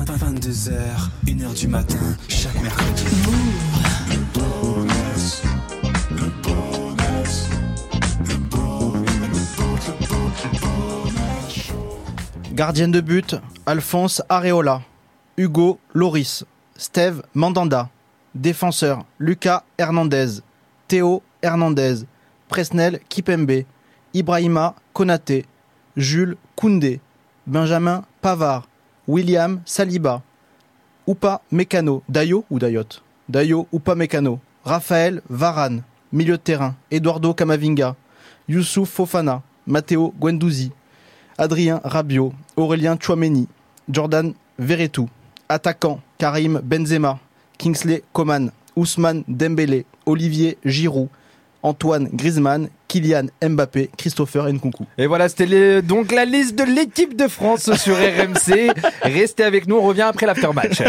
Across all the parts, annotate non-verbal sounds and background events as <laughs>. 22h, 1h du matin, chaque mercredi. Le bonus, le bonus, le bonus, le bonus, le bonus. Gardien de but, Alphonse Areola. Hugo Loris. Steve Mandanda. Défenseur, Lucas Hernandez. Théo Hernandez. Presnel Kipembe. Ibrahima Konaté. Jules Koundé. Benjamin Pavard. William Saliba. Upa Mécano. Dayo ou Dayot Dayo Upa Mécano. Raphaël Varane. Milieu de terrain. Eduardo Camavinga. Youssouf Fofana. Matteo Guendouzi. Adrien Rabiot, Aurélien Chouameni, Jordan Verretou, attaquant Karim Benzema, Kingsley Coman, Ousmane Dembélé, Olivier Giroud, Antoine Griezmann, Kylian Mbappé, Christopher Nkunku. Et voilà, c'était les- donc la liste de l'équipe de France <laughs> sur RMC. Restez avec nous, on revient après l'aftermatch.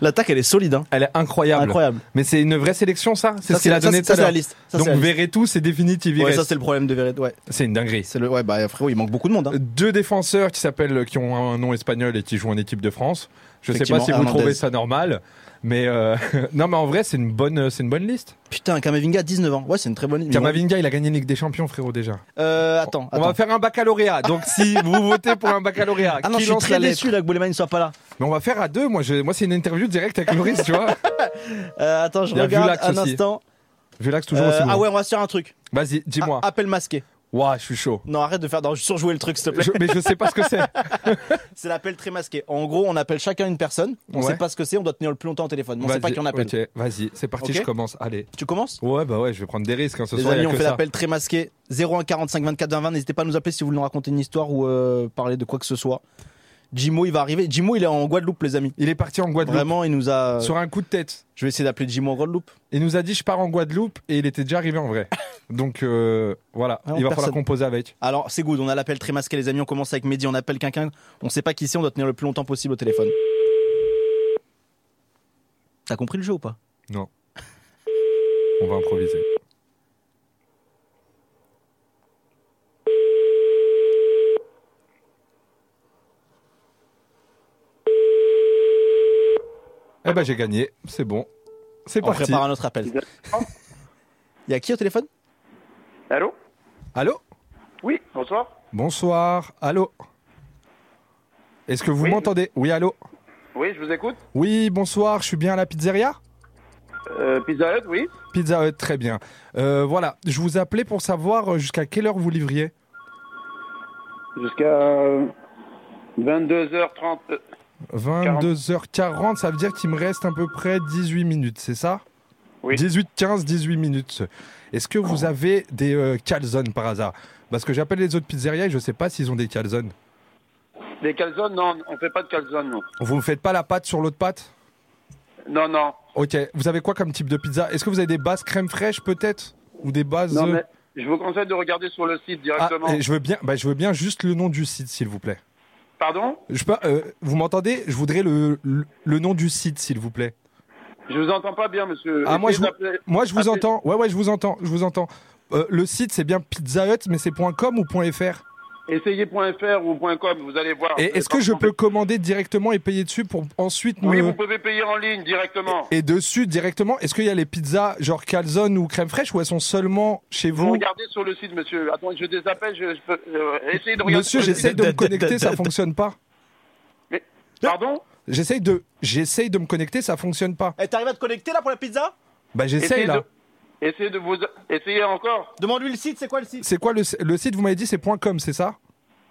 L'attaque elle est solide, hein. Elle est incroyable. incroyable. Mais c'est une vraie sélection, ça C'est Ça, ce qu'il a ça, donné ça, tout à c'est la l'heure. liste. Ça, Donc c'est la liste. verrez tout, c'est définitif. il Ouais, reste. ça c'est le problème de Verretou. Ouais, c'est une dinguerie. Euh, c'est le ouais bah frérot, il manque beaucoup de monde. hein. Deux défenseurs qui s'appellent, qui ont un nom espagnol et qui jouent en équipe de France. Je sais pas Effectivement, si vous Hernandez. trouvez ça normal, mais euh, <laughs> non, mais en vrai, c'est une bonne, c'est une bonne liste. Putain, Kamavinga 19 ans. Ouais, c'est une très bonne. Kamavinga, il a gagné Ligue des Champions, frérot, déjà. Euh, attends, On va attends. faire un baccalauréat. Donc si vous votez pour un baccalauréat, Ah non, qui je suis lance très la lettre déçu là que Boulema ne soit pas là. Mais on va faire à deux. Moi, je- moi, c'est une interview directe avec Loris, tu <laughs> vois. <laughs> Euh, attends, je Il y a regarde Vulax un aussi. instant. Vulax toujours aussi Euh, bon. ah ouais, on va se faire un truc. Vas-y, dis-moi. Ah, appel masqué. Ouah, je suis chaud. Non, arrête de faire de surjouer le truc s'il te plaît. Je- mais je sais pas ce que c'est. <laughs> C'est l'appel très masqué. En gros, on appelle chacun une personne. On Ouais. sait pas ce que c'est. On doit tenir le plus longtemps au téléphone. mais On sait pas Vas-y, qui on appelle. Ok, vas-y, c'est parti, Ok je commence. Allez. Tu commences Ouais, bah ouais, je vais prendre des risques. hein, ce Les soir, il y amis, a on que fait ça. l'appel très masqué. 01 45 24 20 20. N'hésitez pas à nous appeler si vous voulez nous raconter une histoire ou euh, parler de quoi que ce soit. Jimo, il va arriver. Jimo, il est en Guadeloupe, les amis. Il est parti en Guadeloupe Vraiment, il nous a. sur un coup de tête. euh, Je vais essayer d'appeler Jimo en Guadeloupe. Il nous a dit je pars en Guadeloupe et il était déjà arrivé <laughs> en vrai. Donc euh, voilà, Ah non, il va personne. falloir composer avec. Alors, c'est good. On a l'appel très masqué, les amis. On commence avec Mehdi. On appelle quelqu'un. On sait pas qui c'est. On doit tenir le plus longtemps possible au téléphone. T'as compris le jeu ou pas <laughs> On va improviser. Eh ben j'ai gagné, c'est bon. C'est On parti. prépare un autre appel. Il <laughs> y a qui au téléphone Allô Allô Oui, bonsoir. Bonsoir, allô Est-ce que vous Oui. m'entendez Oui, allô Oui, je vous écoute. Oui, bonsoir, je suis bien à la pizzeria Euh, Pizza Hut, oui. Pizza Hut, très bien. Euh, voilà, je vous appelais pour savoir euh, jusqu'à quelle heure vous livriez. Jusqu'à euh, 22h30. 22h40, ça veut dire qu'il me reste à peu près 18 minutes, c'est ça Oui. 18, 15, 18 minutes. Est-ce que vous avez des euh, calzones par hasard Parce que j'appelle les autres pizzerias et je sais pas s'ils ont des calzones. Des calzones, non, on fait pas de calzones, nous. Vous ne faites pas la pâte sur l'autre pâte Non, non. Ok, vous avez quoi comme type de pizza Est-ce que vous avez des bases crème fraîche peut-être Ou des bases... Non, euh, mais je vous conseille de regarder sur le site ah, directement. et je veux bien, bah, je veux bien juste le nom du site, s'il vous plaît. Pardon Je peux, euh, vous m'entendez Je voudrais le, le, le nom du site, s'il vous plaît. Je vous entends pas bien, monsieur. Ah, moi, Essayez je vous- d'appeler- Moi, je vous Ah, entends. Ouais, ouais, je vous entends. Je vous entends. Euh, le site, c'est bien Pizza Hut, mais c'est .com ou .fr Essayez.fr ou .com, vous allez voir. Et est-ce que je peux commander directement et payer dessus pour ensuite me... Oui, vous pouvez payer en ligne directement. Et dessus, directement, est-ce qu'il y a les pizzas genre calzone ou crème fraîche ou elles sont seulement chez Vous vous regardez sur le site, monsieur. Attends, je des appelle, je, je peux... euh, essayez de regarder Monsieur, sur le site. j'essaye de me connecter, ça fonctionne pas. Pardon J'essaye de... J'essaye de me connecter, ça fonctionne pas. Eh, t'arrives à te connecter là pour la pizza Bah, j'essaye Essayez là. de- Essayez de vous... Essayez encore. Demande-lui le site, c'est quoi le site C'est quoi le, le site Vous m'avez dit, c'est .com, c'est ça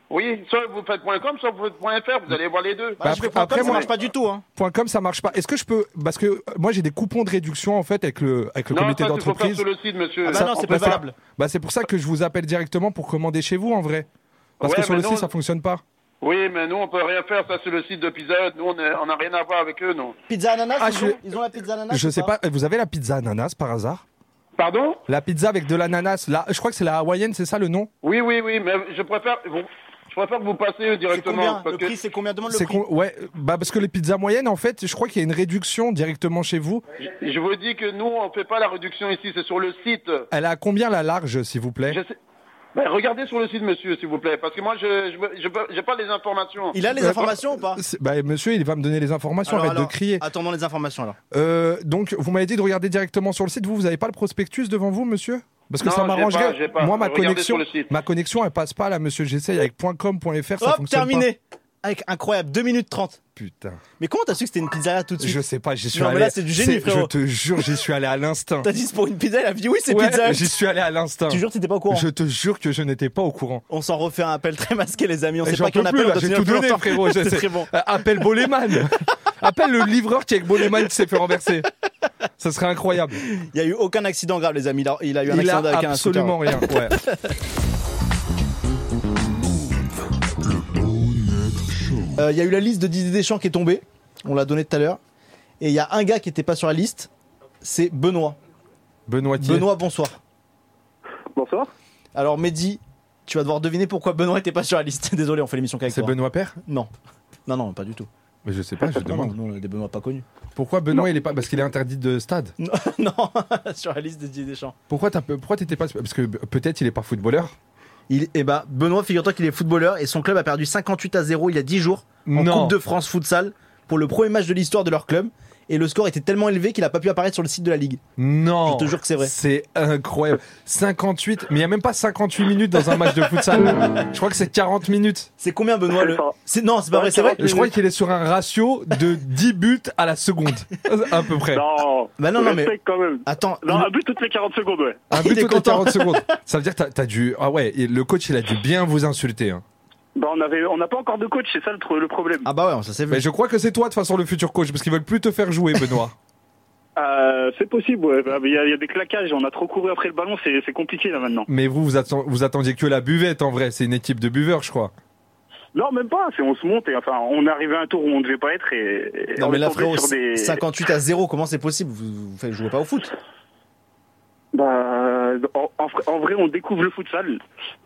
Oui, soit vous faites .com, soit vous faites .fr, vous allez voir les deux. Bah, Bah, je fais après- point com, après, ça moi- marche pas du tout. Hein. Point .com ça marche pas. Est-ce que je peux parce que euh, moi j'ai des coupons de réduction en fait avec le avec le non, comité ça, c'est faut faire d'entreprise. sur le site, monsieur. Ah bah Ça, non, on c'est peut pas valable. Bah c'est pour ça que je vous appelle directement pour commander chez vous en vrai. Parce Ouais, que sur mais le non, site ça fonctionne pas. Oui, mais nous, on peut rien faire. Ça, c'est le site de Pizza Hut. Nous, on est- on n'a rien à voir avec eux, non. Pizza ananas, Ah, ils, je- ont, ils ont la pizza ananas Je ou sais pas, vous avez la pizza ananas par hasard Pardon La pizza avec de l'ananas là, je crois que c'est la hawaïenne, c'est ça le nom Oui, oui, oui, mais je préfère... vous- Je préfère que vous passez eux C'est directement. combien parce Le que prix, c'est combien Demande le C'est prix. qu'on ouais, euh, bah parce que les pizzas moyennes en fait, je crois qu'il y a une réduction directement chez vous. je, je vous dis que nous, on fait pas la réduction ici. C'est sur le site. Elle a combien la large s'il vous plaît Je sais- Ben, regardez sur le site, monsieur, s'il vous plaît, parce que moi, je je- je peux- j'ai pas les informations. Il a les Euh, informations ou pas C'est- Bah, monsieur, il va me donner les informations, Alors, arrête alors, de crier. Attendons les informations alors. Euh, donc, vous m'avez dit de regarder directement sur le site. Vous, vous n'avez pas le prospectus devant vous, monsieur Parce que Non, ça j'ai pas, j'ai m'arrangerait. pas. Moi, ma Regardez connexion, sur le site. ma connexion, elle passe pas là, monsieur. J'essaye avec .com.fr, ça Hop, fonctionne pas. terminé Avec incroyable, 2 minutes 30. Putain. Mais comment t'as su que c'était une pizzeria tout de suite Je sais pas, j'y suis Non, mais allé. là, c'est du génie, frérot. Je te jure, j'y suis allé à l'instinct. T'as dit c'est pour une pizza, elle a dit oui, c'est Ouais, pizza. J'y suis allé à l'instinct. Tu jures, t'étais pas au courant. Je te jure que je n'étais pas au courant. On s'en refait un appel très masqué, les amis. On Et sait j'en pas qui on peux appelle, plus, on là, doit j'ai tenir tout plus donné, longtemps. frérot, <laughs> je C'est sais. très bon. Euh, Appelle Boleman. <laughs> Appelle le livreur qui avec Boleman qui s'est fait renverser. Ça serait incroyable. Il y a eu aucun accident grave, les amis. Il a- Il a eu un Il a accident avec un scooter. absolument rien. Ouais. <laughs> Euh, Il y a eu la liste de Didier Deschamps qui est tombée. On l'a donnée tout à l'heure. Et il y a un gars qui était pas sur la liste. C'est Benoît. Benoît Thier. Benoît, bonsoir. Bonsoir. Alors, Mehdi, tu vas devoir deviner pourquoi Benoît était pas sur la liste. <laughs> Désolé, on fait l'émission qu'avec C'est toi. Benoît Père Non. Non, non, pas du tout. Mais je sais pas, je Non, non, demande. nous, on a des Benoît pas connus. Pourquoi Benoît il est pas parce qu'il est interdit de stade non, <laughs> sur la liste de Didier Deschamps. Pourquoi t'as pourquoi t'étais pas parce que peut-être il est pas footballeur Il, eh ben, Benoît, figure-toi qu'il est footballeur et son club a perdu 58 à 0 il y a 10 jours en Non. Coupe de France futsal pour le premier match de l'histoire de leur club. Et le score était tellement élevé qu'il n'a pas pu apparaître sur le site de la Ligue. Non. Je te jure que c'est vrai. C'est incroyable. 58, mais il y a même pas 58 minutes dans un match de futsal. je crois que c'est 40 minutes. C'est combien, Benoît le... Enfin, c'est... Non, c'est pas vrai, c'est vrai. Je crois qu'il est sur un ratio de 10 buts à la seconde à peu près. Non. Bah non, non, Respect quand même. Attends, Non, un but toutes les 40 secondes, ouais. Un il but est toutes les content. 40 secondes. Ça veut dire que t'as- t'as dû ah ouais, et le coach il a dû bien vous insulter hein. Bah, on avait, on n'a pas encore de coach, c'est ça le, tr- le problème. Ah bah ouais, ça s'est vu. Mais je crois que c'est toi de toute façon le futur coach parce qu'ils veulent plus te faire jouer Benoît. Euh, c'est possible, ouais. Bah, Il y, a- il y a des claquages, on a trop couru après le ballon, c'est c'est compliqué là maintenant. <laughs> mais vous vous, atten- vous attendiez que la buvette en vrai, c'est une équipe de buveurs je crois. Non, même pas, c'est on se monte et enfin, on est arrivé à un tour où on ne devait pas être et. et Non on mais est là tombé frérot, sur des- 58 à 0, comment c'est possible vous, vous faites- jouez pas au foot Bah, en, en vrai- en vrai, on découvre le futsal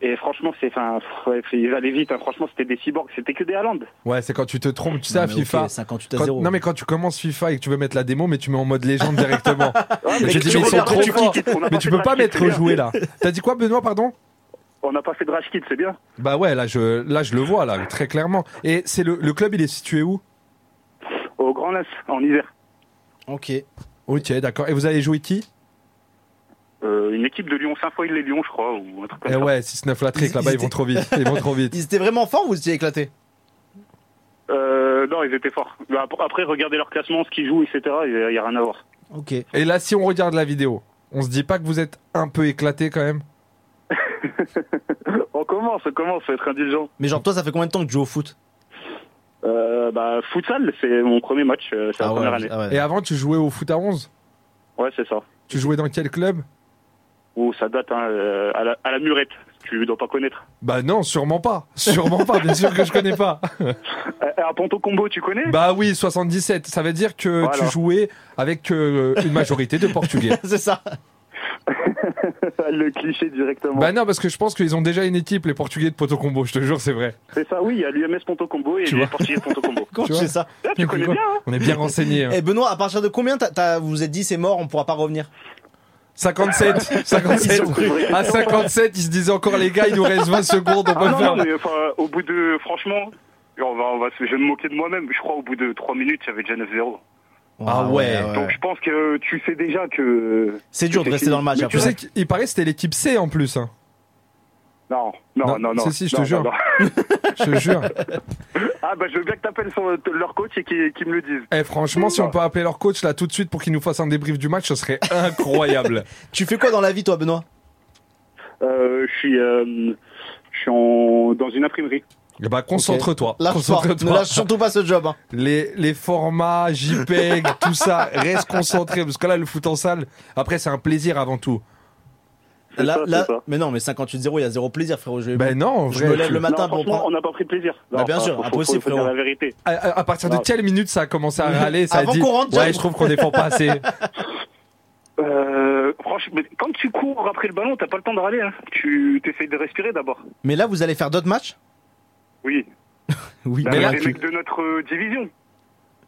et franchement, c'est, enfin, pff, ouais, ils allaient vite. hein. Franchement, c'était des cyborgs, c'était que des <laughs> Haaland. Ouais, c'est quand tu te trompes, tu sais à Non, mais ok, FIFA. 58 à Quand- 0. non mais quand tu commences FIFA et que tu veux mettre la démo mais tu mets en mode <laughs> légende directement. Ouais, mais tu j'ai dit tu mais ils sont regardes, trop tu forts. cliques, on a Mais pas tu fait peux de pas racket, mettre c'est bien. jouer là. T'as dit quoi Benoît pardon On n'a pas fait de rush kit, c'est bien. Bah ouais là je là je le vois là très clairement. Et c'est le, le club il est situé où Au Grand Las, en hiver. Ok. Ok d'accord. Et vous allez jouer qui Euh, une équipe de Lyon, Saint-Foy-les-Lyons, je crois, ou un truc comme Eh ça. ouais 6-9 la trique Ils- là-bas ils ils vont étaient- trop vite. Ils vont trop <laughs> vite. Ils étaient vraiment forts ou vous étiez éclatés Euh, non, ils étaient forts. Mais ap- Après, regardez leur classement, ce qu'ils jouent, etc. Il n'y a rien à voir. <laughs> Ok. Et là si on regarde la vidéo, on se dit pas que vous êtes un peu éclaté quand même On commence, on commence, faut être indulgent. Mais genre toi ça fait combien de temps que tu joues au foot Euh, bah, futsal, c'est mon premier match, euh, c'est la première année. ah ouais. Et avant tu jouais au foot à 11 Ouais, c'est ça. Tu jouais dans quel club Ou ça date hein, euh, à, la, à la murette, tu dois pas connaître. <laughs> Bah non sûrement pas. Sûrement pas. Bien sûr que je connais pas. <laughs> Euh, à Ponto Combo, tu connais Bah oui, 77. Ça veut dire que Voilà. tu jouais avec euh, une majorité de Portugais. <laughs> C'est ça. <laughs> Le cliché directement. bah non, parce que je pense qu'ils ont déjà une équipe, les Portugais de Poto Combo, je te jure, c'est vrai. C'est ça, oui, il y a l'UMS Ponto Combo et Tu les vois. Portugais de Ponto <laughs> Combo. Comment Tu tu vois fais ça Ah, tu connais bien, hein On est bien renseignés. hein. Et Benoît, à partir de combien t'as- t'as- vous vous êtes dit c'est mort, on pourra pas revenir <laughs> 57, 57. Ils ont cru. À 57, ils se disaient encore, les gars, il nous reste 20 secondes, on peut Ah le non, non, faire. mais enfin, au bout de. Franchement, on va, on va, se- je vais me moquer de moi-même. Je crois au bout de 3 minutes, j'avais déjà 9-0. Ah ouais. Donc je pense que tu sais déjà que. C'est dur de rester dans le match Mais Tu après. sais qu'il paraît que c'était l'équipe C en plus. hein. Non, non, Non, non, non. si, si, je te Non, jure. non, non. Je te jure. <laughs> Ah, bah, je veux bien que t'appelles son- leur coach et qu'ils qu'ils me le disent. Eh, franchement, si on peut appeler leur coach là tout de suite pour qu'il nous fasse un débrief du match, ce serait incroyable. <laughs> Tu fais quoi dans la vie toi Benoît Euh, je suis. euh, je suis en- dans une imprimerie. Eh bah, concentre-toi. Lâche pas. Ne Concentre-toi. lâche surtout pas ce job. hein. les, les formats, JPEG, <laughs> tout ça, reste concentré parce que là le foot en salle, après c'est un plaisir avant tout. C'est Là, ça, c'est là- ça. mais non, mais 58-0, il y a zéro plaisir frérot. Je, Ben non, en je vrai, me lève tu- le matin non, pour franchement, on prendre. n'a pas pris de plaisir. Bah, bien sûr, faut- faut- impossible, faut dire frérot. la vérité. à, Euh, à- à partir de Non. quelle minute ça a commencé à râler, ça Avant a dit qu'on rentre, ouais, Jack. je trouve Ah, qu'on défend pas <laughs> assez. Euh, franchement, mais quand tu cours après le ballon, t'as pas le temps de râler. Hein. Tu essayes de respirer d'abord. Mais là, vous allez faire d'autres matchs Oui. <laughs> Oui. Bah, mais là, les tu- mecs de notre euh, division.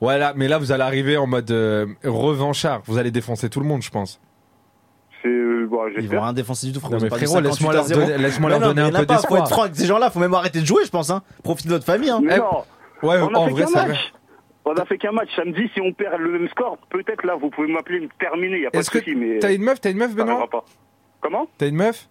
Ouais là, mais là vous allez arriver en mode euh, revanchard, vous allez défoncer tout le monde, je pense. C'est. euh, bon, Ils vont j'espère. rien défoncer du tout, frérot. Non, Ils mais ont perdu frérot, laisse-moi leur 58 à 0. donner, laisse-moi Mais leur non, donner mais un il y en a peu pas, Faut être d'espoir. franc avec ces gens-là, faut même arrêter de jouer, je pense. Hein. Profite de notre famille. Hein. Mais Eh, non, Ouais, on en a fait vrai, qu'un c'est vrai. match. On a fait qu'un match. Samedi, si on perd le même score, peut-être là, vous pouvez m'appeler me terminer. Il a pas de Est-ce souci, mais que t'as une meuf, t'as une meuf, ça Benoît n'arrivera pas. Comment T'as une meuf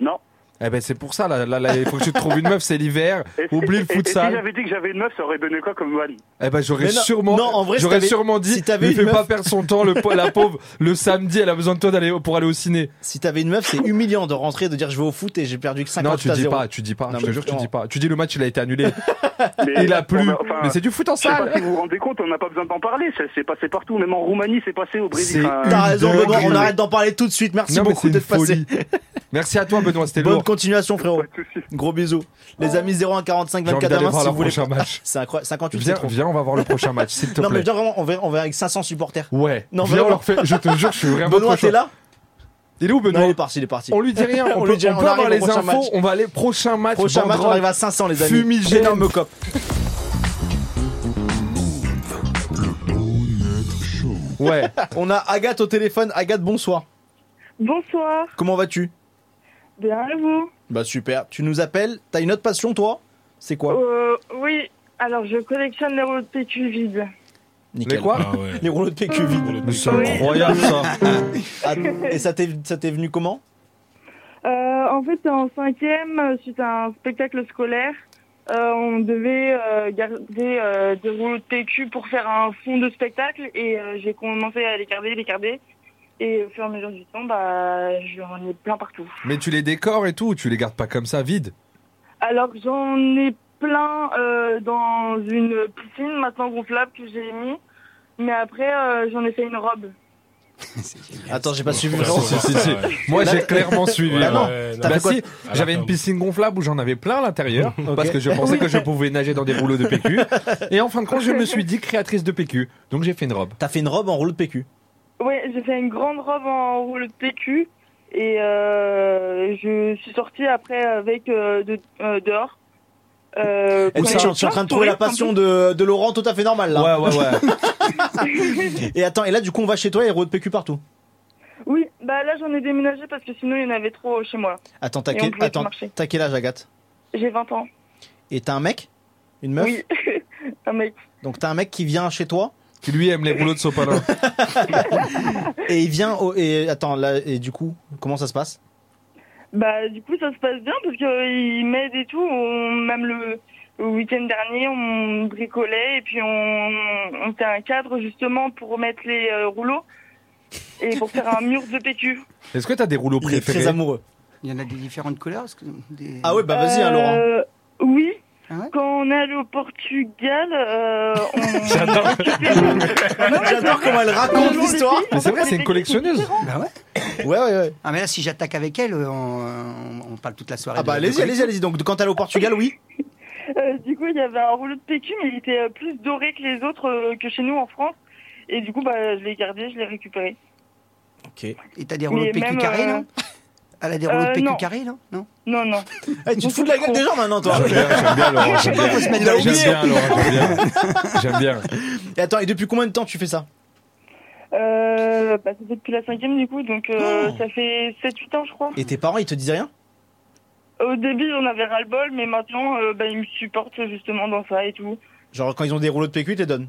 Non. Eh ben c'est pour ça, là, là, là, il faut que tu te trouves une meuf, c'est l'hiver. <laughs> Et- Oublie et- et- le Et si futsal. j'avais dit que j'avais une meuf, ça aurait donné quoi comme van Eh ben j'aurais Mais non, sûrement, non, en vrai, si j'aurais t'avais- sûrement dit, si t'avais lui une fais meuf- pas perdre son temps, le, pa- la pauvre, le samedi, elle a besoin de toi d'aller pour aller au ciné. Si t'avais une meuf, c'est humiliant de rentrer et de dire je vais au foot et j'ai perdu que 50 Non, tu à dis 0. pas, tu dis pas. Ah, Non, je te mais jure, tu vraiment. dis pas. Tu dis le match, il a été annulé. <laughs> <laughs> Mais- il a plu. Bon, bah, enfin, mais c'est du foot en je sais pas si salle. vous vous rendez compte, on n'a pas besoin d'en parler. Ça s'est passé partout. Même en Roumanie, c'est passé au Brésil. C'est Enfin, T'as raison, Dingue. Benoît, on arrête d'en parler tout de suite. Merci Non, mais beaucoup c'est une d'être passé. <laughs> folie. Merci à toi, Benoît, c'était Bonne lourd. continuation, pas frérot. de souci. Gros bisous. Les amis, 01 45 J'ai envie 24 à d'aller 20 voir si le vous voulez. prochain match. <laughs> C'est incroyable, 58 c'est Viens, trop. viens, on va voir le prochain match, s'il te Non, mais plaît. viens vraiment, on verra, on verra avec 500 supporters. Ouais. Non, viens, vraiment. on leur fait. Je te jure, je suis vraiment Benoît, trop chaud. t'es là Il est où, Non, Benoît il est parti, il est parti. On lui dit rien. <laughs> On On, peut, lui dit rien, on on peut arrive avoir au les infos. prochain match. On va aller prochain match. Prochain match, on banderole. arrive à 500, les amis. Fumigène. Énorme cop. Ouais. <laughs> On a Agathe au téléphone. Agathe, bonsoir. Bonsoir, Comment vas-tu bien et vous Bah super. Tu nous appelles. T'as une autre passion, toi C'est quoi Euh, Oui, alors je collectionne les rouleaux de PQ vides. Mais Nickel. quoi Ah ouais. Les rouleaux de PQ vides. Mais C'est Oui. incroyable ça. <laughs> Ah, Et ça t'est ça t'est venu comment Euh, en fait, en cinquième, euh, suite à un spectacle scolaire, euh, on devait euh, garder euh, des rouleaux de PQ pour faire un fond de spectacle et euh, j'ai commencé à les garder, les garder. Et au fur et à mesure du temps, bah, j'en ai plein partout. Mais tu les décores et tout, ou tu les gardes pas comme ça, vide. Alors j'en ai plein euh, dans une piscine maintenant gonflable que j'ai mis. Mais après, euh, j'en ai fait une robe. Attends, j'ai pas suivi. Ouais, vraiment. c'est si, ça, <laughs> si. ouais. Moi Là, j'ai <laughs> clairement suivi. Ouais, Bah non, ouais, non. t'as Bah fait quoi Ah, si, À la j'avais fin. une piscine gonflable où j'en avais plein à l'intérieur parce <laughs> que je pensais que je pouvais nager dans des rouleaux de PQ. Et en fin de compte, je me suis dit créatrice de PQ, donc j'ai fait une robe. T'as fait une robe en rouleau de PQ. Oui, j'ai fait une grande robe en rouleau de PQ. Et euh, je suis sortie après avec euh, de, euh, dehors. Euh, Et quand tu il y sais, avait je suis en train de plein trouver la touristes, passion de, de Laurent tout à fait normale là. Ouais ouais ouais. <laughs> Et attends, et là du coup on va chez toi et rouleaux de PQ partout. en plus. Oui, bah là j'en ai déménagé parce que sinon il y en avait trop chez moi. Attends, t'as Et on quel, pouvait attends, plus marcher. t'as quel âge Agathe J'ai 20 ans. Et t'as un mec Une meuf Oui, <laughs> un mec. Donc t'as un mec qui vient chez toi Qui lui aime les rouleaux de sopalin. <laughs> et il vient au, et attends là et du coup comment ça se passe Bah du coup ça se passe bien parce qu'ils m'aident et tout. On- même le le week-end dernier on bricolait et puis on, on fait un cadre justement pour remettre les euh, rouleaux et pour faire un mur de PQ. Est-ce que t'as des rouleaux Il est préférés très amoureux. Il y en a des différentes couleurs parce que des- Ah ouais bah vas-y hein, <laughs> Laurent. Euh, Oui. Ah ouais Quand on est allé au Portugal, euh, on... <laughs> J'adore. <laughs> J'adore comment elle raconte l'histoire. Mais c'est vrai, c'est une collectionneuse. Bah ouais. Ouais ouais ouais. Ah mais là si j'attaque avec elle, euh, on, on- on parle toute la soirée. Ah bah de- allez-y de- allez-y allez-y. Donc quand t'es allé au Portugal oui. Euh, du coup, il y avait un rouleau de PQ, mais il était euh, plus doré que les autres euh, que chez nous en France. Et du coup, bah, je l'ai gardé, je l'ai récupéré. Et t'as des rouleaux de Mais PQ même, carrés, euh, non Elle a des rouleaux euh, de PQ non. carrés, non Non. Non, non. Eh, tu te fous de la gueule des gens maintenant toi. J'aime bien, j'aime bien Laurent, j'aime bien. Faut se mettre Il a dans J'aime les- oublié. bien Laurent, j'aime bien. J'aime bien. Et attends et depuis combien de temps tu fais ça <laughs> Euh, bah, ça fait depuis la cinquième, du coup, donc euh, Oh. ça fait 7-8 ans, je crois. Et tes parents ils te disaient rien Au début, on avait ras-le-bol, mais maintenant, euh, bah, ils me supportent justement dans ça et tout. Genre quand ils ont des rouleaux de PQ ils te les donnent.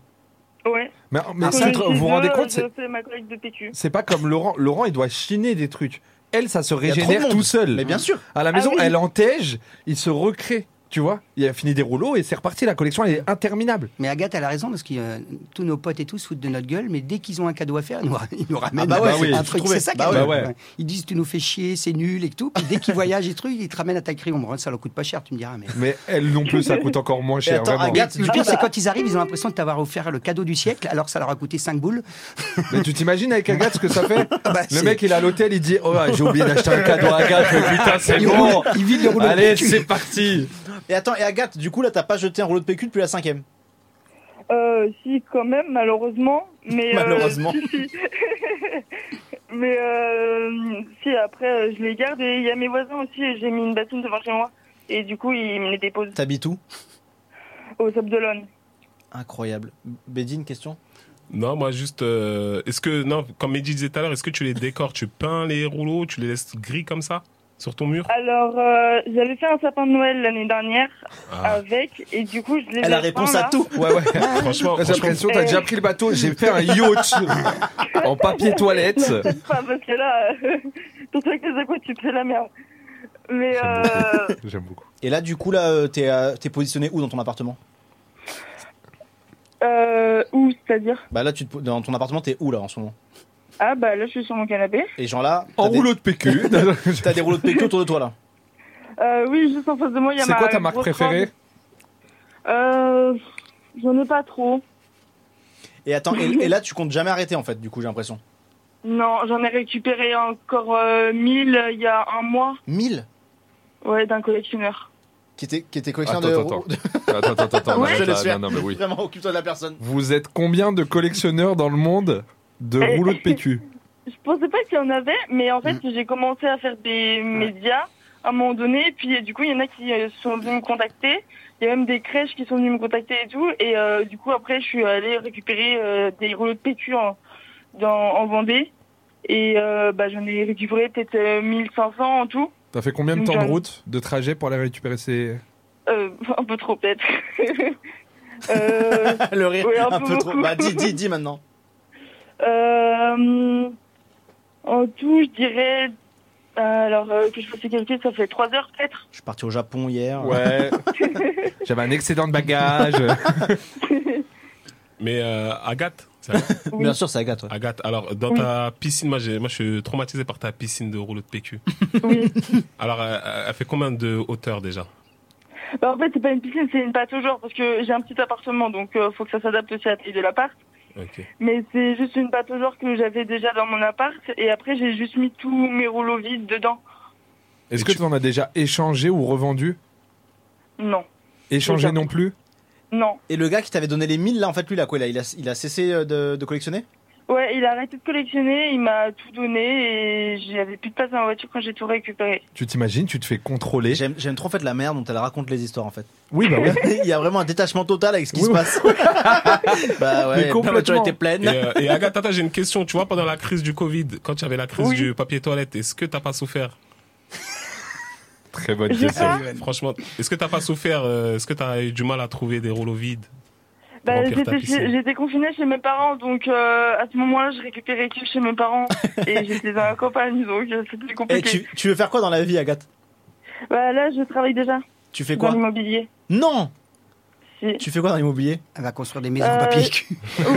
Ouais. Mais, mais Quand ça, je vous suis vous rendez deux, compte, Je c'est- fais ma collègue de PQ. c'est pas comme Laurent. Laurent, il doit chiner des trucs. Elle, ça se y a trop de régénère monde. tout seul. Mais bien sûr. À la maison, Ah oui. elle entège, il se recrée. Tu vois, il a fini des rouleaux et c'est reparti. La collection elle est interminable. Mais Agathe, elle a raison parce que euh, tous nos potes et tout se foutent de notre gueule, mais dès qu'ils ont un cadeau à faire, ils nous, ils nous ramènent Ah bah ouais, oui, un faut truc. trouver. C'est ça Bah qu'elle- ouais. Ouais. Ils disent tu nous fais chier, c'est nul et tout. Puis dès qu'ils voyagent et trucs, ils te ramènent à ta crayon. Bon, ça leur coûte pas cher, tu me diras. Mais Mais elle non plus, ça coûte encore moins cher. attends, vraiment. Agathe, le du coup, pire, t'as- c'est quand ils arrivent, ils ont l'impression de t'avoir offert le cadeau du siècle, alors que ça leur a coûté 5 boules. Mais tu t'imagines avec Agathe ce que ça fait Ah <laughs> bah, Le c'est- mec, il est à l'hôtel, il dit Oh, ouais, j'ai oublié d'acheter un cadeau à Agathe, <laughs> mais putain, c'est ils bon roulent- ils vident le rouleau. de Allez, PQ. c'est parti Et attends et Agathe du coup là t'as pas jeté un rouleau de PQ depuis la cinquième. Euh, si, quand même, malheureusement. Mais, euh, Malheureusement. si, si. <laughs> mais euh, si, après, euh, je les garde. Et il y a mes voisins aussi, et j'ai mis une bassine devant chez moi. Et du coup, ils me les déposent T'habites où au Sable d'Olonne. Incroyable. Bédine question. Non, moi juste. euh, est-ce que non, comme Mehdi disait tout à l'heure, est-ce que tu les décores, tu peins les rouleaux, tu les laisses gris comme ça sur ton mur Alors, euh, j'avais fait un sapin de Noël l'année dernière Ah, avec, et du coup, je l'ai Elle a la peint, réponse à là. tout. <laughs> Ouais, ouais. Ah, Franchement, J'ai franchement, l'impression que Eh t'as déjà pris le bateau. J'ai fait un <laughs> yacht en papier Non, <laughs> toilette. peut-être pas, parce que là, euh, <laughs> ton truc les aquas, tu fais la merde. Mais euh, J'aime beaucoup. Et là, du coup, là, euh, t'es euh, t'es positionné où dans ton appartement euh, où, c'est-à-dire Bah là, tu te po- dans ton appartement, t'es où là en ce moment Ah, bah là, je suis sur mon canapé. Et genre là, En t'as des, rouleau de PQ. <laughs> t'as des rouleaux de PQ autour de toi là. Euh, oui, juste en face de moi, il y a C'est ma quoi ta marque grosse préférée robe. Euh, j'en ai pas trop. Et <laughs> attends, et, et là, tu comptes jamais arrêter en fait, du coup, j'ai l'impression. Non, j'en ai récupéré encore euh, 1000 il y a un mois, 1000 ouais, d'un collectionneur. <laughs> qui était, qui était Attends, collectionneur de. attends, attends. Attends, attends, attends. Ouais, arrête je laisse là. faire. Non, non, mais oui. Vraiment, occupe-toi de la personne. Vous êtes combien de collectionneurs dans le monde de Eh. rouleaux de PQ Je pensais pas qu'il y en avait, mais en fait, j'ai commencé à faire des médias à un moment donné, et puis euh, du coup, il y en a qui euh, sont venus me contacter. Il y a même des crèches qui sont venues me contacter et tout. Et euh, du coup, après, je suis allée récupérer euh, des rouleaux de PQ en, dans, en Vendée. Et euh, bah, j'en ai récupéré peut-être euh, 1500 en tout. T'as fait combien de temps de Nickel. route, de trajet pour aller récupérer ces. Euh, un peu trop <laughs> peut-être. euh, Le rire, Oui, un un peu peu trop. beaucoup. Bah, dis, dis, dis maintenant. euh, en tout, je dirais... euh, alors, euh, que je fasse les calculs, ça fait 3 heures peut-être. Je suis parti au Japon hier. Ouais. <laughs> J'avais un excédent de bagages. mais euh, Agathe, c'est Agathe Oui. <laughs> Bien sûr, c'est Agathe. ouais. Agathe, alors dans Oui. ta piscine, moi, j'ai- moi je suis traumatisé par ta piscine de rouleaux de PQ. Oui. <laughs> Alors euh, elle fait combien de hauteur déjà Bah, en fait, c'est pas une piscine, c'est une pâte au genre, parce que j'ai un petit appartement, donc euh, faut que ça s'adapte aussi à la taille de l'appart. Ok. Mais c'est juste une pâte au genre que j'avais déjà dans mon appart, et après, j'ai juste mis tous mes rouleaux vides dedans. Est-ce Et que tu- tu en as déjà échangé ou revendu Non, Échangé Déjà. non plus non. Et le gars qui t'avait donné les 1000 là, en fait, lui, là, quoi, il a, il a, il a cessé euh, de, de collectionner Ouais, il a arrêté de collectionner, il m'a tout donné, et j'avais plus de place dans la voiture quand j'ai tout récupéré. Tu t'imagines, tu te fais contrôler. J'aime j'aime trop en fait la merde dont elle raconte les histoires en fait. Oui, bah ouais. <laughs> il y a vraiment un détachement total avec ce qui Oui, se oui. passe. bah ouais, Mais complètement. la voiture était pleine. Et, euh, et Agathe, attends, j'ai une question. Tu vois, pendant la crise du Covid, quand il y avait la crise Oui. du papier toilette, est-ce que t'as pas souffert <laughs> Très bonne J'ai question. pas Franchement, est-ce que t'as pas souffert euh, Est-ce que t'as eu du mal à trouver des rouleaux vides pour Bah, remplir ta j'étais, piscine chez- j'étais confinée chez mes parents, donc euh, à ce moment-là, je récupérais que chez mes <laughs> parents et j'étais dans la campagne, donc euh, c'est plus Et compliqué. Eh, tu, tu veux faire quoi dans la vie, Agathe Bah, là, je travaille déjà Tu fais dans quoi l'immobilier. Non Si. Tu fais quoi dans l'immobilier Elle va construire des maisons en Euh, papier cul. <laughs> Oui, non,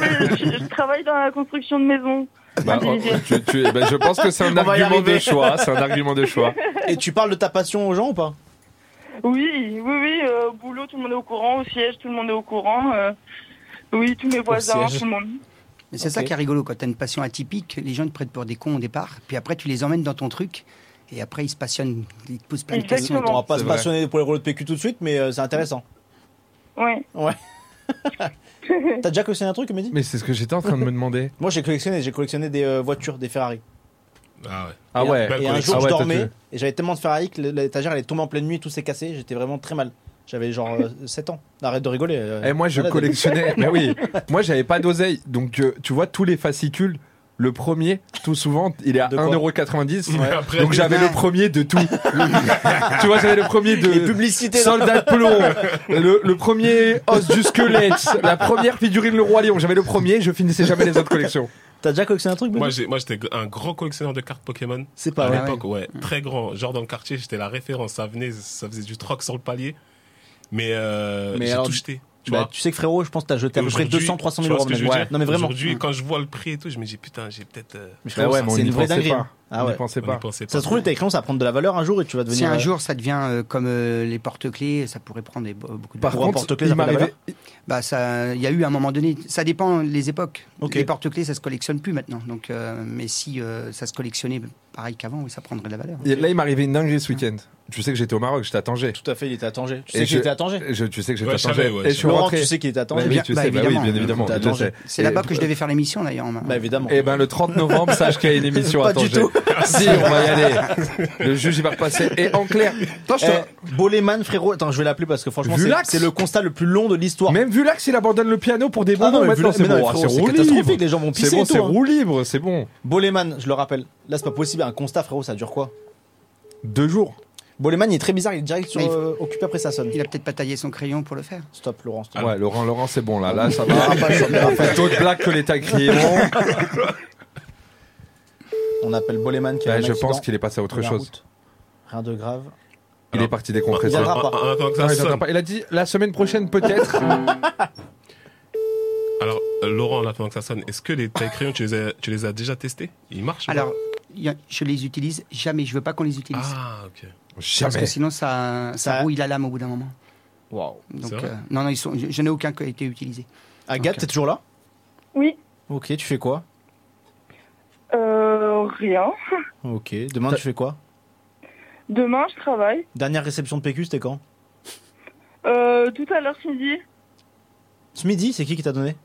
mais je, je travaille dans la construction de maisons. Bah, oh, individuelles. tu- tu- bah, je pense que c'est un On va y argument de arriver. choix. C'est un argument de choix. Et tu parles de ta passion aux gens ou pas <laughs> Oui, oui, oui, euh, au boulot, tout le monde est au courant, au siège, tout le monde est au courant. euh, oui, tous mes voisins, siège. tout le monde. Mais c'est ça ok. qui est rigolo. Quand t'as une passion atypique, les gens te prêtent pour des cons au départ. Puis après, tu les emmènes dans ton truc. Et après, ils se passionnent. Ils te posent plein de questions. On et tout. Exactement. va pas C'est se vrai. passionner pour les rouleaux de PQ tout de suite, mais euh, c'est intéressant. Ouais. T'as déjà collectionné un truc, Mehdi Mais c'est ce que j'étais en train de me <laughs> demander. Moi j'ai collectionné, j'ai collectionné des euh, voitures, des Ferrari. Ah ouais. Ah Et un- ouais. Et Belle un collection. jour Ah je ouais, t'as dormais tué. et j'avais tellement de Ferrari que l'étagère elle est tombée en pleine nuit, tout s'est cassé, j'étais vraiment très mal. J'avais genre <laughs> euh, 7 ans. Arrête de rigoler. euh, Et Eh, moi, je malade. <laughs> collectionnais. <laughs> Mais oui, moi, j'avais pas d'oseille. Donc, euh, tu vois, tous les fascicules, le premier, tout souvent, il est à De quoi 1,90€. Mais après, Donc, j'avais le premier de <laughs> tout. tu vois, j'avais le premier Les de. publicités. dans- Soldat de plomb, le, le premier os du squelette, la première figurine le roi lion. J'avais le premier, je finissais jamais les autres collections. T'as déjà collectionné un truc Mehdi moi, j'ai- moi, j'étais un grand collectionneur de cartes Pokémon. C'est pas À vrai. l'époque, ouais. Très grand. Genre dans le quartier, j'étais la référence. Ça venait, ça faisait du troc sur le palier. Mais, euh, Mais j'ai alors, tout jeté. Tu Bah, vois tu sais que frérot, je pense que t'as jeté à peu près Aujourd'hui, 200, 300 tu 000 vois euros. ce que je veux mec. dire Non mais vraiment. Aujourd'hui, quand je vois le prix et tout, je me dis putain, j'ai peut-être. euh, Mais frérot, Bah Ouais, ça, Mm. mais on c'est y une vraie pensait dinguerie. pas. hein. On Ah y ouais. pensait on y pas. pensait pas. Ça se trouve, tes crayons, ça va prendre de la valeur un jour et tu vas Si devenir. un euh, <laughs> jour ça devient euh, comme euh, les porte-clés, ça pourrait prendre des- beaucoup de Par Pour un contre, porte-clés, ça il fait de la m'arrivait, Bah ça, il y a eu à un moment donné. Ça dépend les époques. Ok. Les porte-clés, ça se collectionne plus maintenant. Donc, euh, mais si euh, ça se collectionnait pareil qu'avant, oui, ça prendrait de la valeur. Et là, il m'arrivait une dinguerie ce week-end. tu sais que j'étais au Maroc, j'étais à Tanger. Tout à fait, il était à Tanger. Tu Et sais je- qu'il était à Tanger Je- tu sais que j'étais Ouais, à je Tanger. savais, ouais, je et je suis Laurent, rentré. tu sais qu'il était à Bah Tanger oui, Bien- tu bah, sais, bah oui, évidemment. bien évidemment. T'es à je le Tanger. sais. C'est Et- là-bas que je devais faire l'émission d'ailleurs. Bah évidemment. Eh ben le 30 novembre, sache qu'il y a <laughs> une émission Pas à Tanger. du tout. si, on va y aller. Le juge il va repasser. Et en clair, Eh, Boleman, frérot, attends, je vais l'appeler parce que franchement, c'est Vulax c'est le constat le plus long de l'histoire. même Vulax il abandonne le piano pour des Ah non, bonbons. mais maintenant, Vulax, mais c'est non, bon, frérot, c'est roue catastrophique, libre. les gens vont C'est pisser bon, et tout. c'est hein. roue libre, c'est bon. Boleman, je le rappelle. Là, c'est pas possible. Un constat, frérot, ça dure quoi Deux jours. Boleman, il est très bizarre. Il est direct sur Mais il- euh, occupé après ça sonne. Il a peut-être pas taillé son crayon pour le faire. Stop, Laurent. stop. Ouais, Laurent, Laurent, c'est bon là, là ça va. Ah, pas sûr, mais Faites d'autres blagues que les tacriers. <laughs> On appelle Boleman qui a eu Ouais, un je accident pense qu'il est passé à sur autre la chose. route. Rien de grave. Il est parti décompressé. Il viendra En- en- pas. en attendant que ça Non, il sonne. viendra pas. Il a dit la semaine prochaine peut-être. Alors, euh, Laurent, en attendant que ça sonne, est-ce que les tailles crayons, tu les as, tu les as déjà testés Ils marchent ou Alors, il y a- je les utilise jamais. Je veux pas qu'on les utilise. Ah, ok. Parce Jamais. que sinon, ça, ça, Ça- rouille la lame au bout d'un moment. Waouh. Donc, C'est vrai euh, non, non, ils sont, je, je n'ai aucun qui a été utilisé. Agathe, Ok. t'es toujours là Oui, Ok, tu fais quoi euh, rien. <laughs> Ok. Demain, tu fais quoi Demain, je travaille. Dernière réception de PQ, c'était quand Euh, tout à l'heure, ce midi, Ce midi, c'est qui qui t'a donné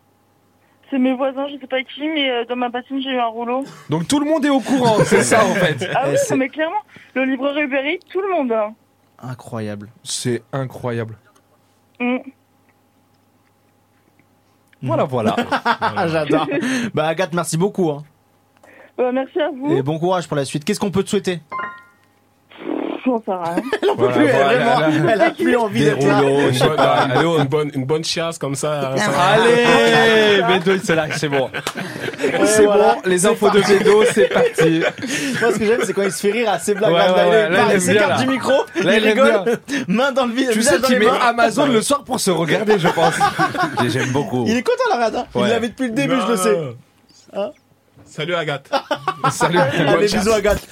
c'est mes voisins, je sais pas qui, mais euh, dans ma bassine, j'ai eu un rouleau. Donc tout le monde est au courant, c'est ça en fait. Ah Eh, oui, c'est- non, mais clairement, le libraire Berry, tout le monde. hein. Incroyable. C'est incroyable. Mm. Voilà, voilà. <laughs> Ah, j'adore. bah, Agathe, merci beaucoup. hein. <laughs> Bah, merci à vous. Et bon courage pour la suite. Qu'est-ce qu'on peut te souhaiter Pff, j'en sais <laughs> rien. Voilà, Elle a voilà, vraiment- là. Elle a plus envie Des d'être là. rouleaux, je Une sais bonne, pas. une Allez, on- bonne, une bonne chiasse comme ça. ça- <laughs> Allez, Bédo, c'est là, c'est bon. C'est voilà, bon, les infos de Bédo, <laughs> c'est parti. Moi, ce que j'aime, c'est quand il se fait rire à ses blagues. Ouais, Là, ouais, il ouais, là, part, il aime il s'écarte bien, du là. micro, Là, il il aime rigole, <laughs> main dans le vide. Tu visage sais dans qu'il les met mains. Amazon le soir pour se regarder, <laughs> je pense. Et J'aime beaucoup. Il est content, la rade. hein. Il Ouais. l'avait depuis le début, Non. je le sais. Hein Salut Agathe. <laughs> Salut. Allez, bisous, Agathe.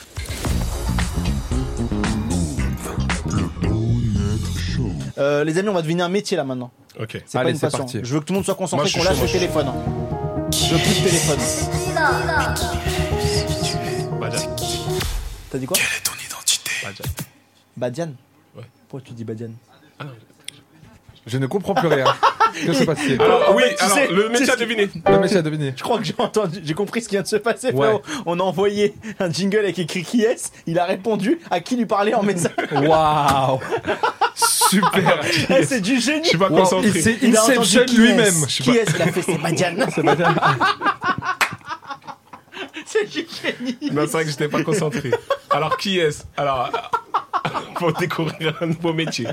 Euh, les amis, on va deviner un métier là maintenant. Ok. C'est pas Allez, une c'est passion. parti. <laughs> Je veux que tout le monde soit Moi, concentré, je suis qu'on chaud, lâche moi, le je suis téléphone. hein. Je veux plus de téléphone. Badiane. T'as dit quoi Quelle est ton identité Badiane. Badiane Ouais. Ah Pourquoi tu dis Badiane Je ne comprends <laughs> plus rien. Que se passe-t-il Alors, oui, fait, tu alors, sais- le tu métier sais à ce qui- deviner. Non, mais j'ai deviné. Je crois que j'ai entendu, j'ai compris ce qui vient de se passer. Ouais. frérot. On a envoyé un jingle avec écrit qui est. Il a répondu à qui lui parlait en message. Waouh. Super. <laughs> Eh, c'est du Je génie. suis pas Wow, concentré. il s'est Il a entendu Inception qui lui-même. est-ce. Je sais Qui pas. est-ce qu'il a fait C'est Badiane. <laughs> C'est pas bien. <laughs> C'est du génie. Non, Bah, c'est vrai que j'étais pas concentré. Alors, qui est-ce Alors, <laughs> faut découvrir un nouveau métier.